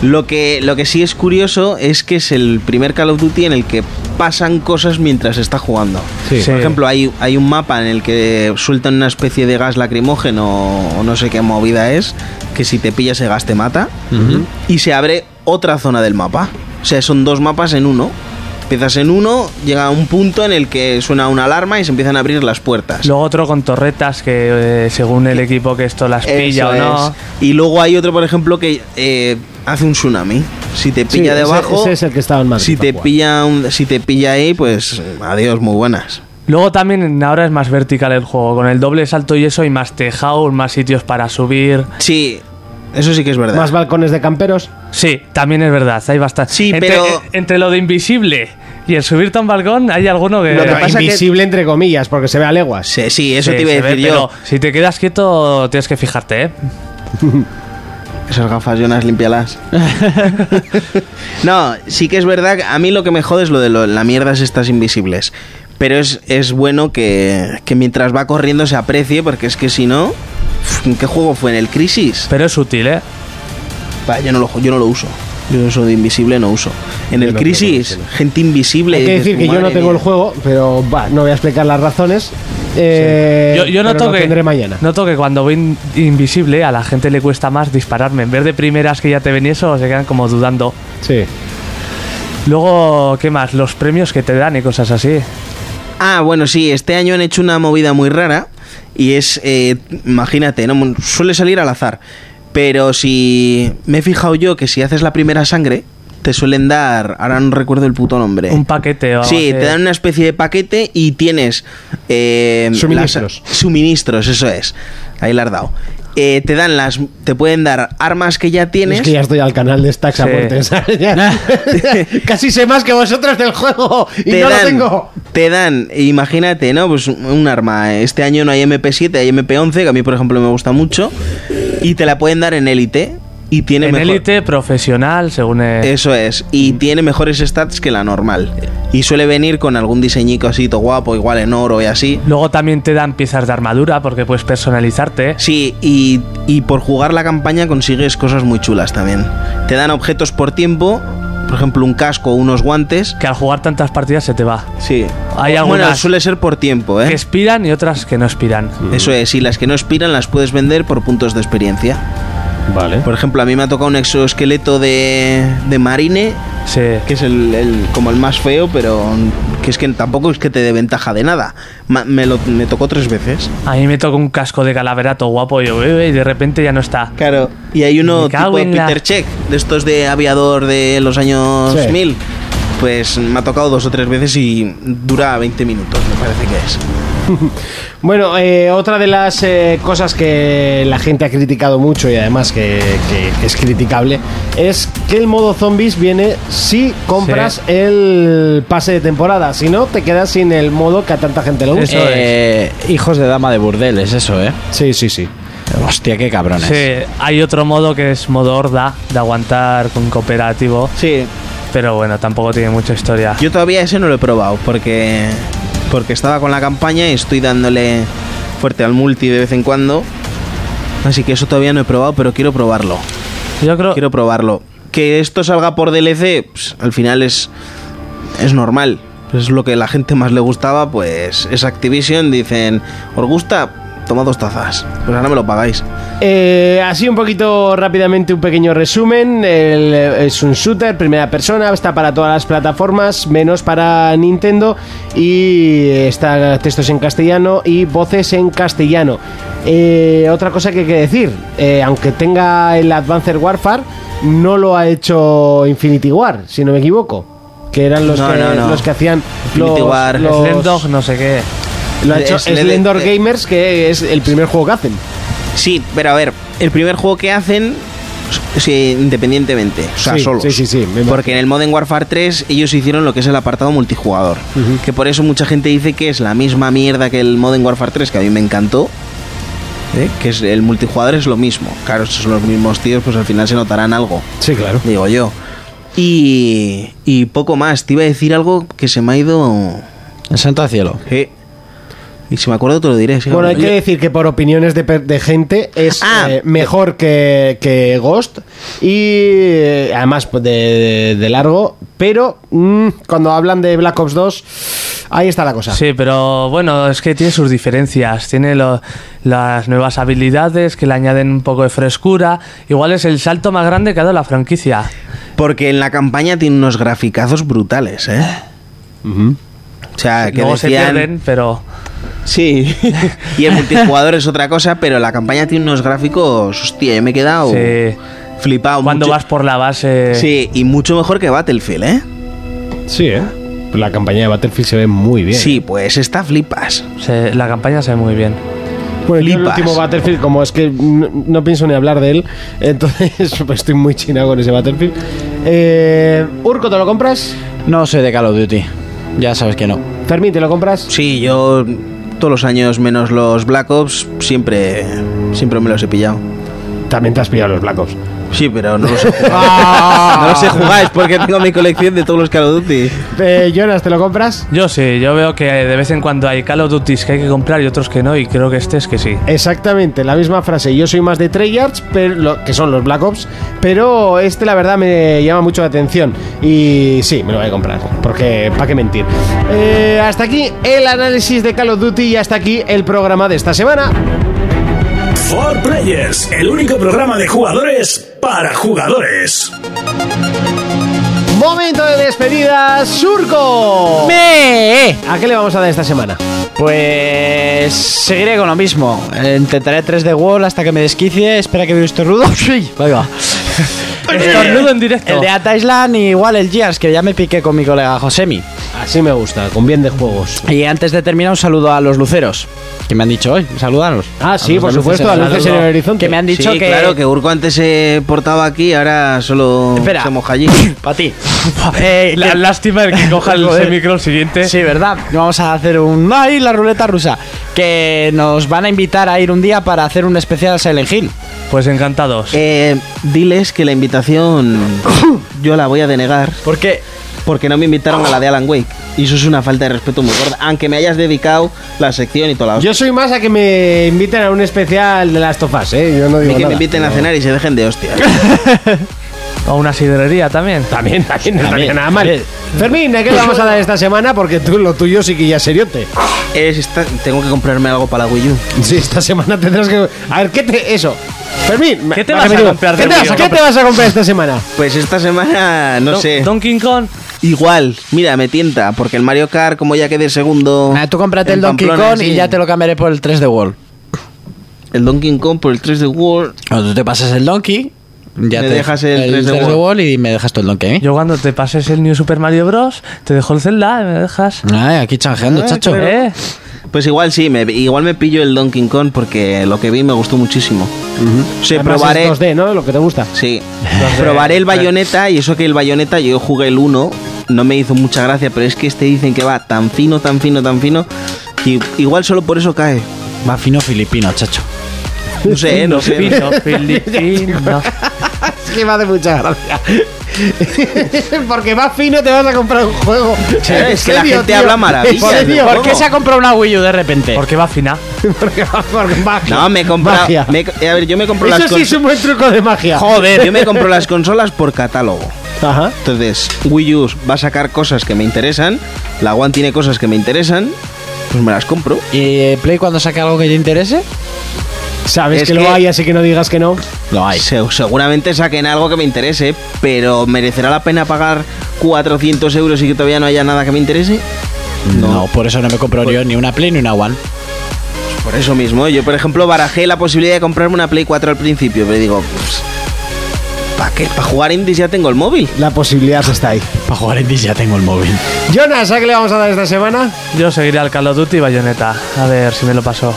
Speaker 5: Lo que, lo que sí es curioso es que es el primer Call of Duty en el que pasan cosas mientras está jugando.
Speaker 2: Sí.
Speaker 6: Sí.
Speaker 5: Por ejemplo, hay, hay un mapa en el que sueltan una especie de gas lacrimógeno o no sé qué movida es, que si te pilla ese gas te mata. Y se abre otra zona del mapa. O sea, son dos mapas en uno. Empiezas en uno, llega a un punto en el que suena una alarma y se empiezan a abrir las puertas.
Speaker 6: Luego otro con torretas que eh, según el equipo que esto las pilla
Speaker 5: Eso
Speaker 6: o no.
Speaker 5: es. Y luego hay otro, por ejemplo, que eh, hace un tsunami. Si te
Speaker 2: Sí,
Speaker 5: pilla
Speaker 2: ese-
Speaker 5: debajo,
Speaker 2: ese es el que estaba en Madrid,
Speaker 5: si te
Speaker 2: Papua.
Speaker 5: pilla un- si te pilla ahí, pues adiós, muy buenas.
Speaker 6: Luego también ahora es más vertical el juego, con el doble salto y eso y más tejados, más sitios para subir.
Speaker 5: Sí, eso sí que es verdad.
Speaker 2: Más balcones de camperos.
Speaker 6: Sí, también es verdad, hay bastante.
Speaker 5: Sí,
Speaker 6: entre,
Speaker 5: pero-
Speaker 6: eh, entre lo de invisible y el subirte a un balcón hay alguno que...
Speaker 5: Lo que
Speaker 2: Pero
Speaker 5: pasa que-
Speaker 2: invisible entre comillas, porque se ve a leguas.
Speaker 5: Sí, sí, eso
Speaker 6: Sí,
Speaker 5: te iba a
Speaker 6: se ve,
Speaker 5: decir yo.
Speaker 6: pero si te quedas quieto tienes que fijarte, ¿eh?
Speaker 5: Esas gafas, Jonas, límpialas. no, sí que es verdad. que A mí lo que me jode es lo de lo- la mierda es estas invisibles. Pero es, es bueno que, que mientras va corriendo se aprecie, porque es que si no. pf, ¿en ¿Qué juego fue? ¿En el Crisis?
Speaker 6: Pero es útil, ¿eh?
Speaker 5: Pa, yo, no lo, ju- yo no lo uso. Yo eso de invisible no uso. En el Crisis, gente invisible.
Speaker 2: Hay que
Speaker 5: dices,
Speaker 2: decir que yo no
Speaker 5: "Madre
Speaker 2: tengo el
Speaker 5: mía".
Speaker 2: juego, pero va, no voy a explicar las razones. Eh,
Speaker 6: yo yo
Speaker 2: pero
Speaker 6: noto,
Speaker 2: lo
Speaker 6: que,
Speaker 2: tendré mañana.
Speaker 6: noto que cuando voy in- invisible a la gente le cuesta más dispararme. En vez de primeras que ya te ven y eso, se quedan como dudando.
Speaker 2: Sí.
Speaker 6: Luego, ¿qué más? Los premios que te dan y cosas así.
Speaker 5: Ah, bueno, sí, este año han hecho una movida muy rara y es, eh, imagínate, ¿no? suele salir al azar, pero si me he fijado yo que si haces la primera sangre, te suelen dar, ahora no recuerdo el puto nombre.
Speaker 6: Un paquete o algo
Speaker 5: Sí,
Speaker 6: así.
Speaker 5: te dan una especie de paquete y tienes... eh,
Speaker 2: Suministros.
Speaker 5: las- suministros, eso es. Ahí la has dado. Eh, te dan las... Te pueden dar armas que ya tienes.
Speaker 2: Es que ya estoy al canal de Stacks a
Speaker 6: Sí.
Speaker 2: muerte, ¿sabes? Ya- Casi sé más que vosotros del juego y no lo tengo.
Speaker 5: Te dan, imagínate, ¿no? Pues un- un arma. Este año no hay MP7, hay MP11, que a mí, por ejemplo, me gusta mucho. Y te la pueden dar en élite. Y tiene
Speaker 6: En
Speaker 5: mejor.
Speaker 6: élite, profesional, según... eh,
Speaker 5: Eso es. Y tiene mejores stats que la normal. Y suele venir con algún diseñico así, todo guapo, igual en oro y así.
Speaker 6: Luego también te dan piezas de armadura porque puedes personalizarte.
Speaker 5: Sí, y, y por jugar la campaña consigues cosas muy chulas también. Te dan objetos por tiempo, por ejemplo, un casco o unos guantes.
Speaker 6: Que al jugar tantas partidas se te va.
Speaker 5: Sí.
Speaker 6: Hay
Speaker 5: Bueno,
Speaker 6: algunas-
Speaker 5: suele ser por tiempo, ¿eh? Mm.
Speaker 6: Que expiran y otras que no expiran.
Speaker 5: Eso es, y las que no expiran las puedes vender por puntos de experiencia.
Speaker 2: Vale.
Speaker 5: Por ejemplo, a mí me ha tocado un exoesqueleto de, de marine
Speaker 6: Sí.
Speaker 5: que es el, el- como el más feo, pero que es que tampoco es que te dé ventaja de nada. Ma- me, lo, me tocó tres veces.
Speaker 6: A mí me toca un casco de calaverato guapo y yo, "Eh, eh", y de repente ya no está.
Speaker 5: Claro. Y hay uno
Speaker 6: Me cago
Speaker 5: tipo
Speaker 6: en la-
Speaker 5: Peter Check, de estos de aviador de los años
Speaker 2: Sí.
Speaker 5: 1000. Pues me ha tocado dos o tres veces y dura 20 minutos, me parece que es.
Speaker 2: Bueno, eh, otra de las eh, cosas que la gente ha criticado mucho y además que, que es criticable es que el modo zombies viene si compras el pase de temporada. Si no, te quedas sin el modo que a tanta gente le gusta.
Speaker 4: Eh, Hijos de dama de burdel, es eso, ¿eh?
Speaker 2: Sí, sí, sí.
Speaker 4: Hostia, qué cabrones.
Speaker 6: Sí, hay otro modo que es modo horda, de aguantar con cooperativo,
Speaker 5: Sí,
Speaker 6: pero bueno, tampoco tiene mucha historia.
Speaker 5: Yo todavía ese no lo he probado porque porque estaba con la campaña y estoy dándole fuerte al multi de vez en cuando. Así que eso todavía no he probado, pero quiero probarlo.
Speaker 6: Yo creo...
Speaker 5: Quiero probarlo. Que esto salga por DLC, pues, al final es es normal. Es lo que la gente más le gustaba, pues es Activision. Dicen, ¿os gusta? Toma dos tazas. Pues ahora me lo pagáis.
Speaker 2: Eh, así un poquito rápidamente un pequeño resumen. El- eh, es un shooter, primera persona, está para todas las plataformas, menos para Nintendo. Y está textos en castellano y voces en castellano. Eh, otra cosa que hay que decir, eh, aunque tenga el Advanced Warfare, no lo ha hecho Infinity War, si no me equivoco. Que eran los,
Speaker 5: No,
Speaker 2: que,
Speaker 5: no, no.
Speaker 2: los que hacían
Speaker 5: Infinity
Speaker 2: los-
Speaker 5: War,
Speaker 2: los-
Speaker 6: Slendog, no sé qué.
Speaker 2: lo ha hecho
Speaker 5: Slend-
Speaker 2: Slendor Gamers, que es el primer juego que hacen.
Speaker 5: eh, Sí, pero a ver, el primer juego que hacen sí, independientemente, o sea,
Speaker 2: Sí,
Speaker 5: solos.
Speaker 2: sí, sí, sí, me imagino.
Speaker 5: Porque en el Modern Warfare 3 ellos hicieron lo que es el apartado multijugador, que por eso mucha gente dice que es la misma mierda que el Modern Warfare 3, que a mí me encantó. ¿eh? Que es el multijugador es lo mismo. Claro, si son los mismos tíos, pues al final se notarán algo.
Speaker 2: Sí, claro.
Speaker 5: Digo yo. Y, y poco más. Te iba a decir algo que se me ha ido.
Speaker 4: El santo al cielo.
Speaker 5: eh, Y si me acuerdo, te lo diré. sí,
Speaker 2: Bueno, hay
Speaker 5: hombre.
Speaker 2: que decir que por opiniones de, per- de gente es
Speaker 5: Ah.
Speaker 2: eh, mejor que, que Ghost y eh, además pues, de, de- de largo, pero mm, cuando hablan de Black Ops 2, ahí está la cosa.
Speaker 6: Sí, pero bueno, es que tiene sus diferencias. Tiene lo- las nuevas habilidades que le añaden un poco de frescura. Igual es el salto más grande que ha dado la franquicia.
Speaker 5: Porque en la campaña tiene unos graficazos brutales, ¿eh? O sea, que
Speaker 6: Luego se
Speaker 5: decían-
Speaker 6: pierden, pero
Speaker 5: Sí. y el multijugador es otra cosa, pero la campaña tiene unos gráficos. Hostia, yo me he quedado
Speaker 6: Sí.
Speaker 5: flipado.
Speaker 6: cuando
Speaker 5: mucho-
Speaker 6: vas por la base...
Speaker 5: Sí, y mucho mejor que Battlefield, ¿eh?
Speaker 2: Sí, ¿eh? La campaña de Battlefield se ve muy bien.
Speaker 5: Sí, pues está flipas.
Speaker 6: se- la campaña se ve muy bien.
Speaker 2: Bueno, yo el
Speaker 5: Flipas.
Speaker 2: último Battlefield, como es que no, no pienso ni hablar de él, entonces pues, estoy muy china con ese Battlefield. Eh, Urco, ¿te lo compras?
Speaker 4: No soy de Call of Duty. Ya sabes que no.
Speaker 2: Fermín, ¿te lo compras?
Speaker 5: Sí, yo todos los años menos los Black Ops siempre siempre me los he pillado.
Speaker 2: También te has pillado los Black Ops.
Speaker 5: Sí, pero no los he jugado. no los he jugado, es porque tengo mi colección de todos los Call of Duty.
Speaker 2: Eh, Jonas, ¿te lo compras?
Speaker 6: Yo sí, yo veo que de vez en cuando hay Call of Duty que hay que comprar y otros que no, y creo que este es que sí.
Speaker 2: Exactamente, la misma frase. Yo soy más de Treyarch, pero lo- que son los Black Ops, pero este la verdad me llama mucho la atención y sí, me lo voy a comprar, porque para qué mentir. Eh, hasta aquí el análisis de Call of Duty y hasta aquí el programa de esta semana.
Speaker 1: For Players, el único programa de jugadores para jugadores.
Speaker 2: Momento de despedida, Surco. ¿A qué le vamos a dar esta semana?
Speaker 4: Pues seguiré con lo mismo. Eh, Intentaré 3 de wall hasta que me desquicie. Espera que veo estornudo. Sí, ahí va.
Speaker 12: Pues
Speaker 6: Estornudo en directo.
Speaker 4: El de Ata Island y igual el Gears, que ya me piqué con mi colega Josemi.
Speaker 2: Así me gusta, con bien de juegos.
Speaker 4: Y antes de terminar, un saludo a los luceros. Que me han dicho hoy, saludanos.
Speaker 2: Ah, sí,
Speaker 4: A los
Speaker 2: por
Speaker 4: de luces
Speaker 2: supuesto,
Speaker 4: en el
Speaker 2: a luces en
Speaker 4: horizonte.
Speaker 2: el horizonte.
Speaker 4: Que me han dicho
Speaker 5: sí,
Speaker 4: que.
Speaker 5: claro, que Urco antes se portaba aquí, ahora solo
Speaker 4: Espera.
Speaker 5: se moja allí.
Speaker 4: Para ti. Eh,
Speaker 6: La,
Speaker 4: que-
Speaker 6: lástima de que coja el
Speaker 4: Joder.
Speaker 6: micro siguiente.
Speaker 4: Sí, ¿verdad? Vamos a hacer un... ¡Ay, la ruleta rusa! Que nos van a invitar a ir un día para hacer un especial Silent Hill.
Speaker 6: Pues encantados.
Speaker 5: Eh, diles que la invitación yo la voy a denegar
Speaker 4: ¿Por qué?
Speaker 5: porque no me invitaron a la de Alan Wake. Y eso es una falta de respeto muy gorda, aunque me hayas dedicado la sección y toda la hostia.
Speaker 2: Yo soy más a que me inviten a un especial de Last of Us, ¿eh? Yo no
Speaker 5: Ni
Speaker 2: digo
Speaker 5: que
Speaker 2: nada.
Speaker 5: me inviten a cenar y se dejen de hostia.
Speaker 6: O una sidrería también.
Speaker 2: También, también no estaría
Speaker 4: También.
Speaker 2: nada mal. Fermín, ¿a qué le vamos a dar esta semana? Porque tú lo tuyo sí que ya es seriote.
Speaker 5: Es esta- tengo que comprarme algo para la Wii U.
Speaker 2: Sí, esta semana tendrás que. A ver, ¿qué te. Eso. Fermín,
Speaker 6: ¿Qué te
Speaker 2: va,
Speaker 6: vas a
Speaker 2: Fermín,
Speaker 6: comprar de
Speaker 2: ¿qué te, vas,
Speaker 6: Wii U?
Speaker 2: ¿Qué te vas a comprar esta semana?
Speaker 5: Pues esta semana, no
Speaker 6: Don-
Speaker 5: sé.
Speaker 6: Donkey Kong.
Speaker 5: Igual, mira, me tienta, porque el Mario Kart, como ya quedé segundo.
Speaker 2: Ah,
Speaker 12: Nah, tú cómprate
Speaker 5: en
Speaker 12: el Donkey
Speaker 5: Pamplona,
Speaker 12: Kong
Speaker 5: sí.
Speaker 12: y ya te lo cambiaré por el 3D World.
Speaker 5: El Donkey Kong por el 3 de World.
Speaker 12: O tú te pasas el Donkey, ya
Speaker 5: Me
Speaker 12: te
Speaker 5: dejas el 3D
Speaker 12: World.
Speaker 5: World.
Speaker 12: y me dejas tú el Donkey. ¿eh?
Speaker 6: Yo cuando te pases el New Super Mario Bros. Te dejo el Zelda y me dejas.
Speaker 12: Ay, aquí chanjeando, chacho.
Speaker 6: ¿Eh?
Speaker 5: Pues igual sí, me, igual me pillo el Donkey Kong porque lo que vi me gustó muchísimo. Se
Speaker 2: Además,
Speaker 5: probaré.
Speaker 2: es 2D, ¿no? Lo que te gusta.
Speaker 5: Sí, probaré el bayoneta y eso que el bayoneta yo jugué el 1, no me hizo mucha gracia, pero es que este dicen que va tan fino, tan fino, tan fino, que igual solo por eso cae.
Speaker 12: Va fino filipino, chacho.
Speaker 5: No sé, eh, no sé.
Speaker 6: Filipino, filipino.
Speaker 2: Es que me hace mucha gracia. Porque más fino te vas a comprar un juego.
Speaker 5: Eh, es que la gente habla maravillas
Speaker 2: ¿Por,
Speaker 5: del
Speaker 2: serio?
Speaker 5: juego.
Speaker 12: ¿Por qué se ha comprado una Wii U de repente?
Speaker 6: ¿Por qué va fina?
Speaker 2: Porque va por magia.
Speaker 5: No, me he comprado.
Speaker 2: Magia.
Speaker 5: me he- a ver, yo me compro las
Speaker 2: Eso sí es
Speaker 5: consolas.
Speaker 2: un buen truco de magia.
Speaker 5: Yo me compro las consolas por catálogo.
Speaker 2: Ajá.
Speaker 5: Entonces, Wii U va a sacar cosas que me interesan, la One tiene cosas que me interesan, pues me las compro.
Speaker 12: ¿Y eh, Play cuando saque algo que te interese?
Speaker 2: Sabes
Speaker 5: Es
Speaker 2: que,
Speaker 5: que-
Speaker 2: lo hay, así que no digas que no.
Speaker 12: Lo hay.
Speaker 5: Se- seguramente saquen algo que me interese, pero ¿merecerá la pena pagar 400 euros y que todavía no haya nada que me interese? Pues
Speaker 12: No. por eso no me compro yo ni una Play ni una One.
Speaker 5: Por eso mismo, yo por ejemplo barajé la posibilidad de comprarme una Play 4 al principio, pero digo, pues, ¿para qué? Para jugar indies ya tengo el móvil.
Speaker 2: La posibilidad está ahí.
Speaker 12: Para jugar en ya tengo el móvil.
Speaker 2: Jonas, ¿a qué le vamos a dar esta semana?
Speaker 6: Yo seguiré al Call of Duty y Bayonetta. A ver si me lo paso.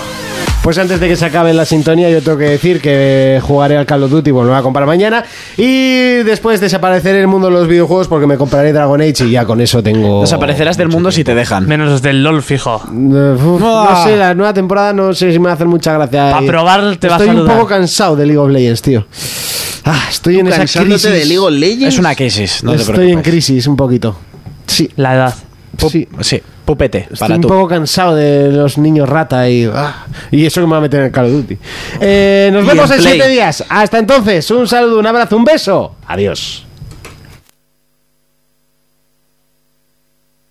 Speaker 2: Pues antes de que se acabe la sintonía, yo tengo que decir que jugaré al Call of Duty, volveré a comprar mañana. Y después desapareceré del mundo de los videojuegos porque me compraré Dragon Age y ya con eso tengo.
Speaker 4: Desaparecerás del mundo si te dejan.
Speaker 6: Menos del LOL fijo.
Speaker 2: Eh, uf, no sé, la nueva temporada no sé si me va a hacer mucha gracia.
Speaker 6: Pa'
Speaker 2: Eh,
Speaker 6: probar te va a
Speaker 2: Estoy un
Speaker 6: saludar.
Speaker 2: poco cansado de League of Legends, tío. Ah, estoy en esa crisis.
Speaker 5: Cansándote de League of Legends.
Speaker 12: Es una crisis, no te
Speaker 2: estoy
Speaker 12: preocupes.
Speaker 2: en crisis un poquito. Sí,
Speaker 6: La edad.
Speaker 2: sí.
Speaker 12: Sí, pupete,
Speaker 2: Estoy
Speaker 12: para
Speaker 2: un
Speaker 12: tú.
Speaker 2: poco cansado de los niños rata y, ah, y eso que me va a meter en el Call of Duty. Eh, nos
Speaker 5: Y
Speaker 2: vemos
Speaker 5: en
Speaker 2: en
Speaker 5: Play.
Speaker 2: siete días. Hasta entonces, un saludo, un abrazo, un beso. Adiós.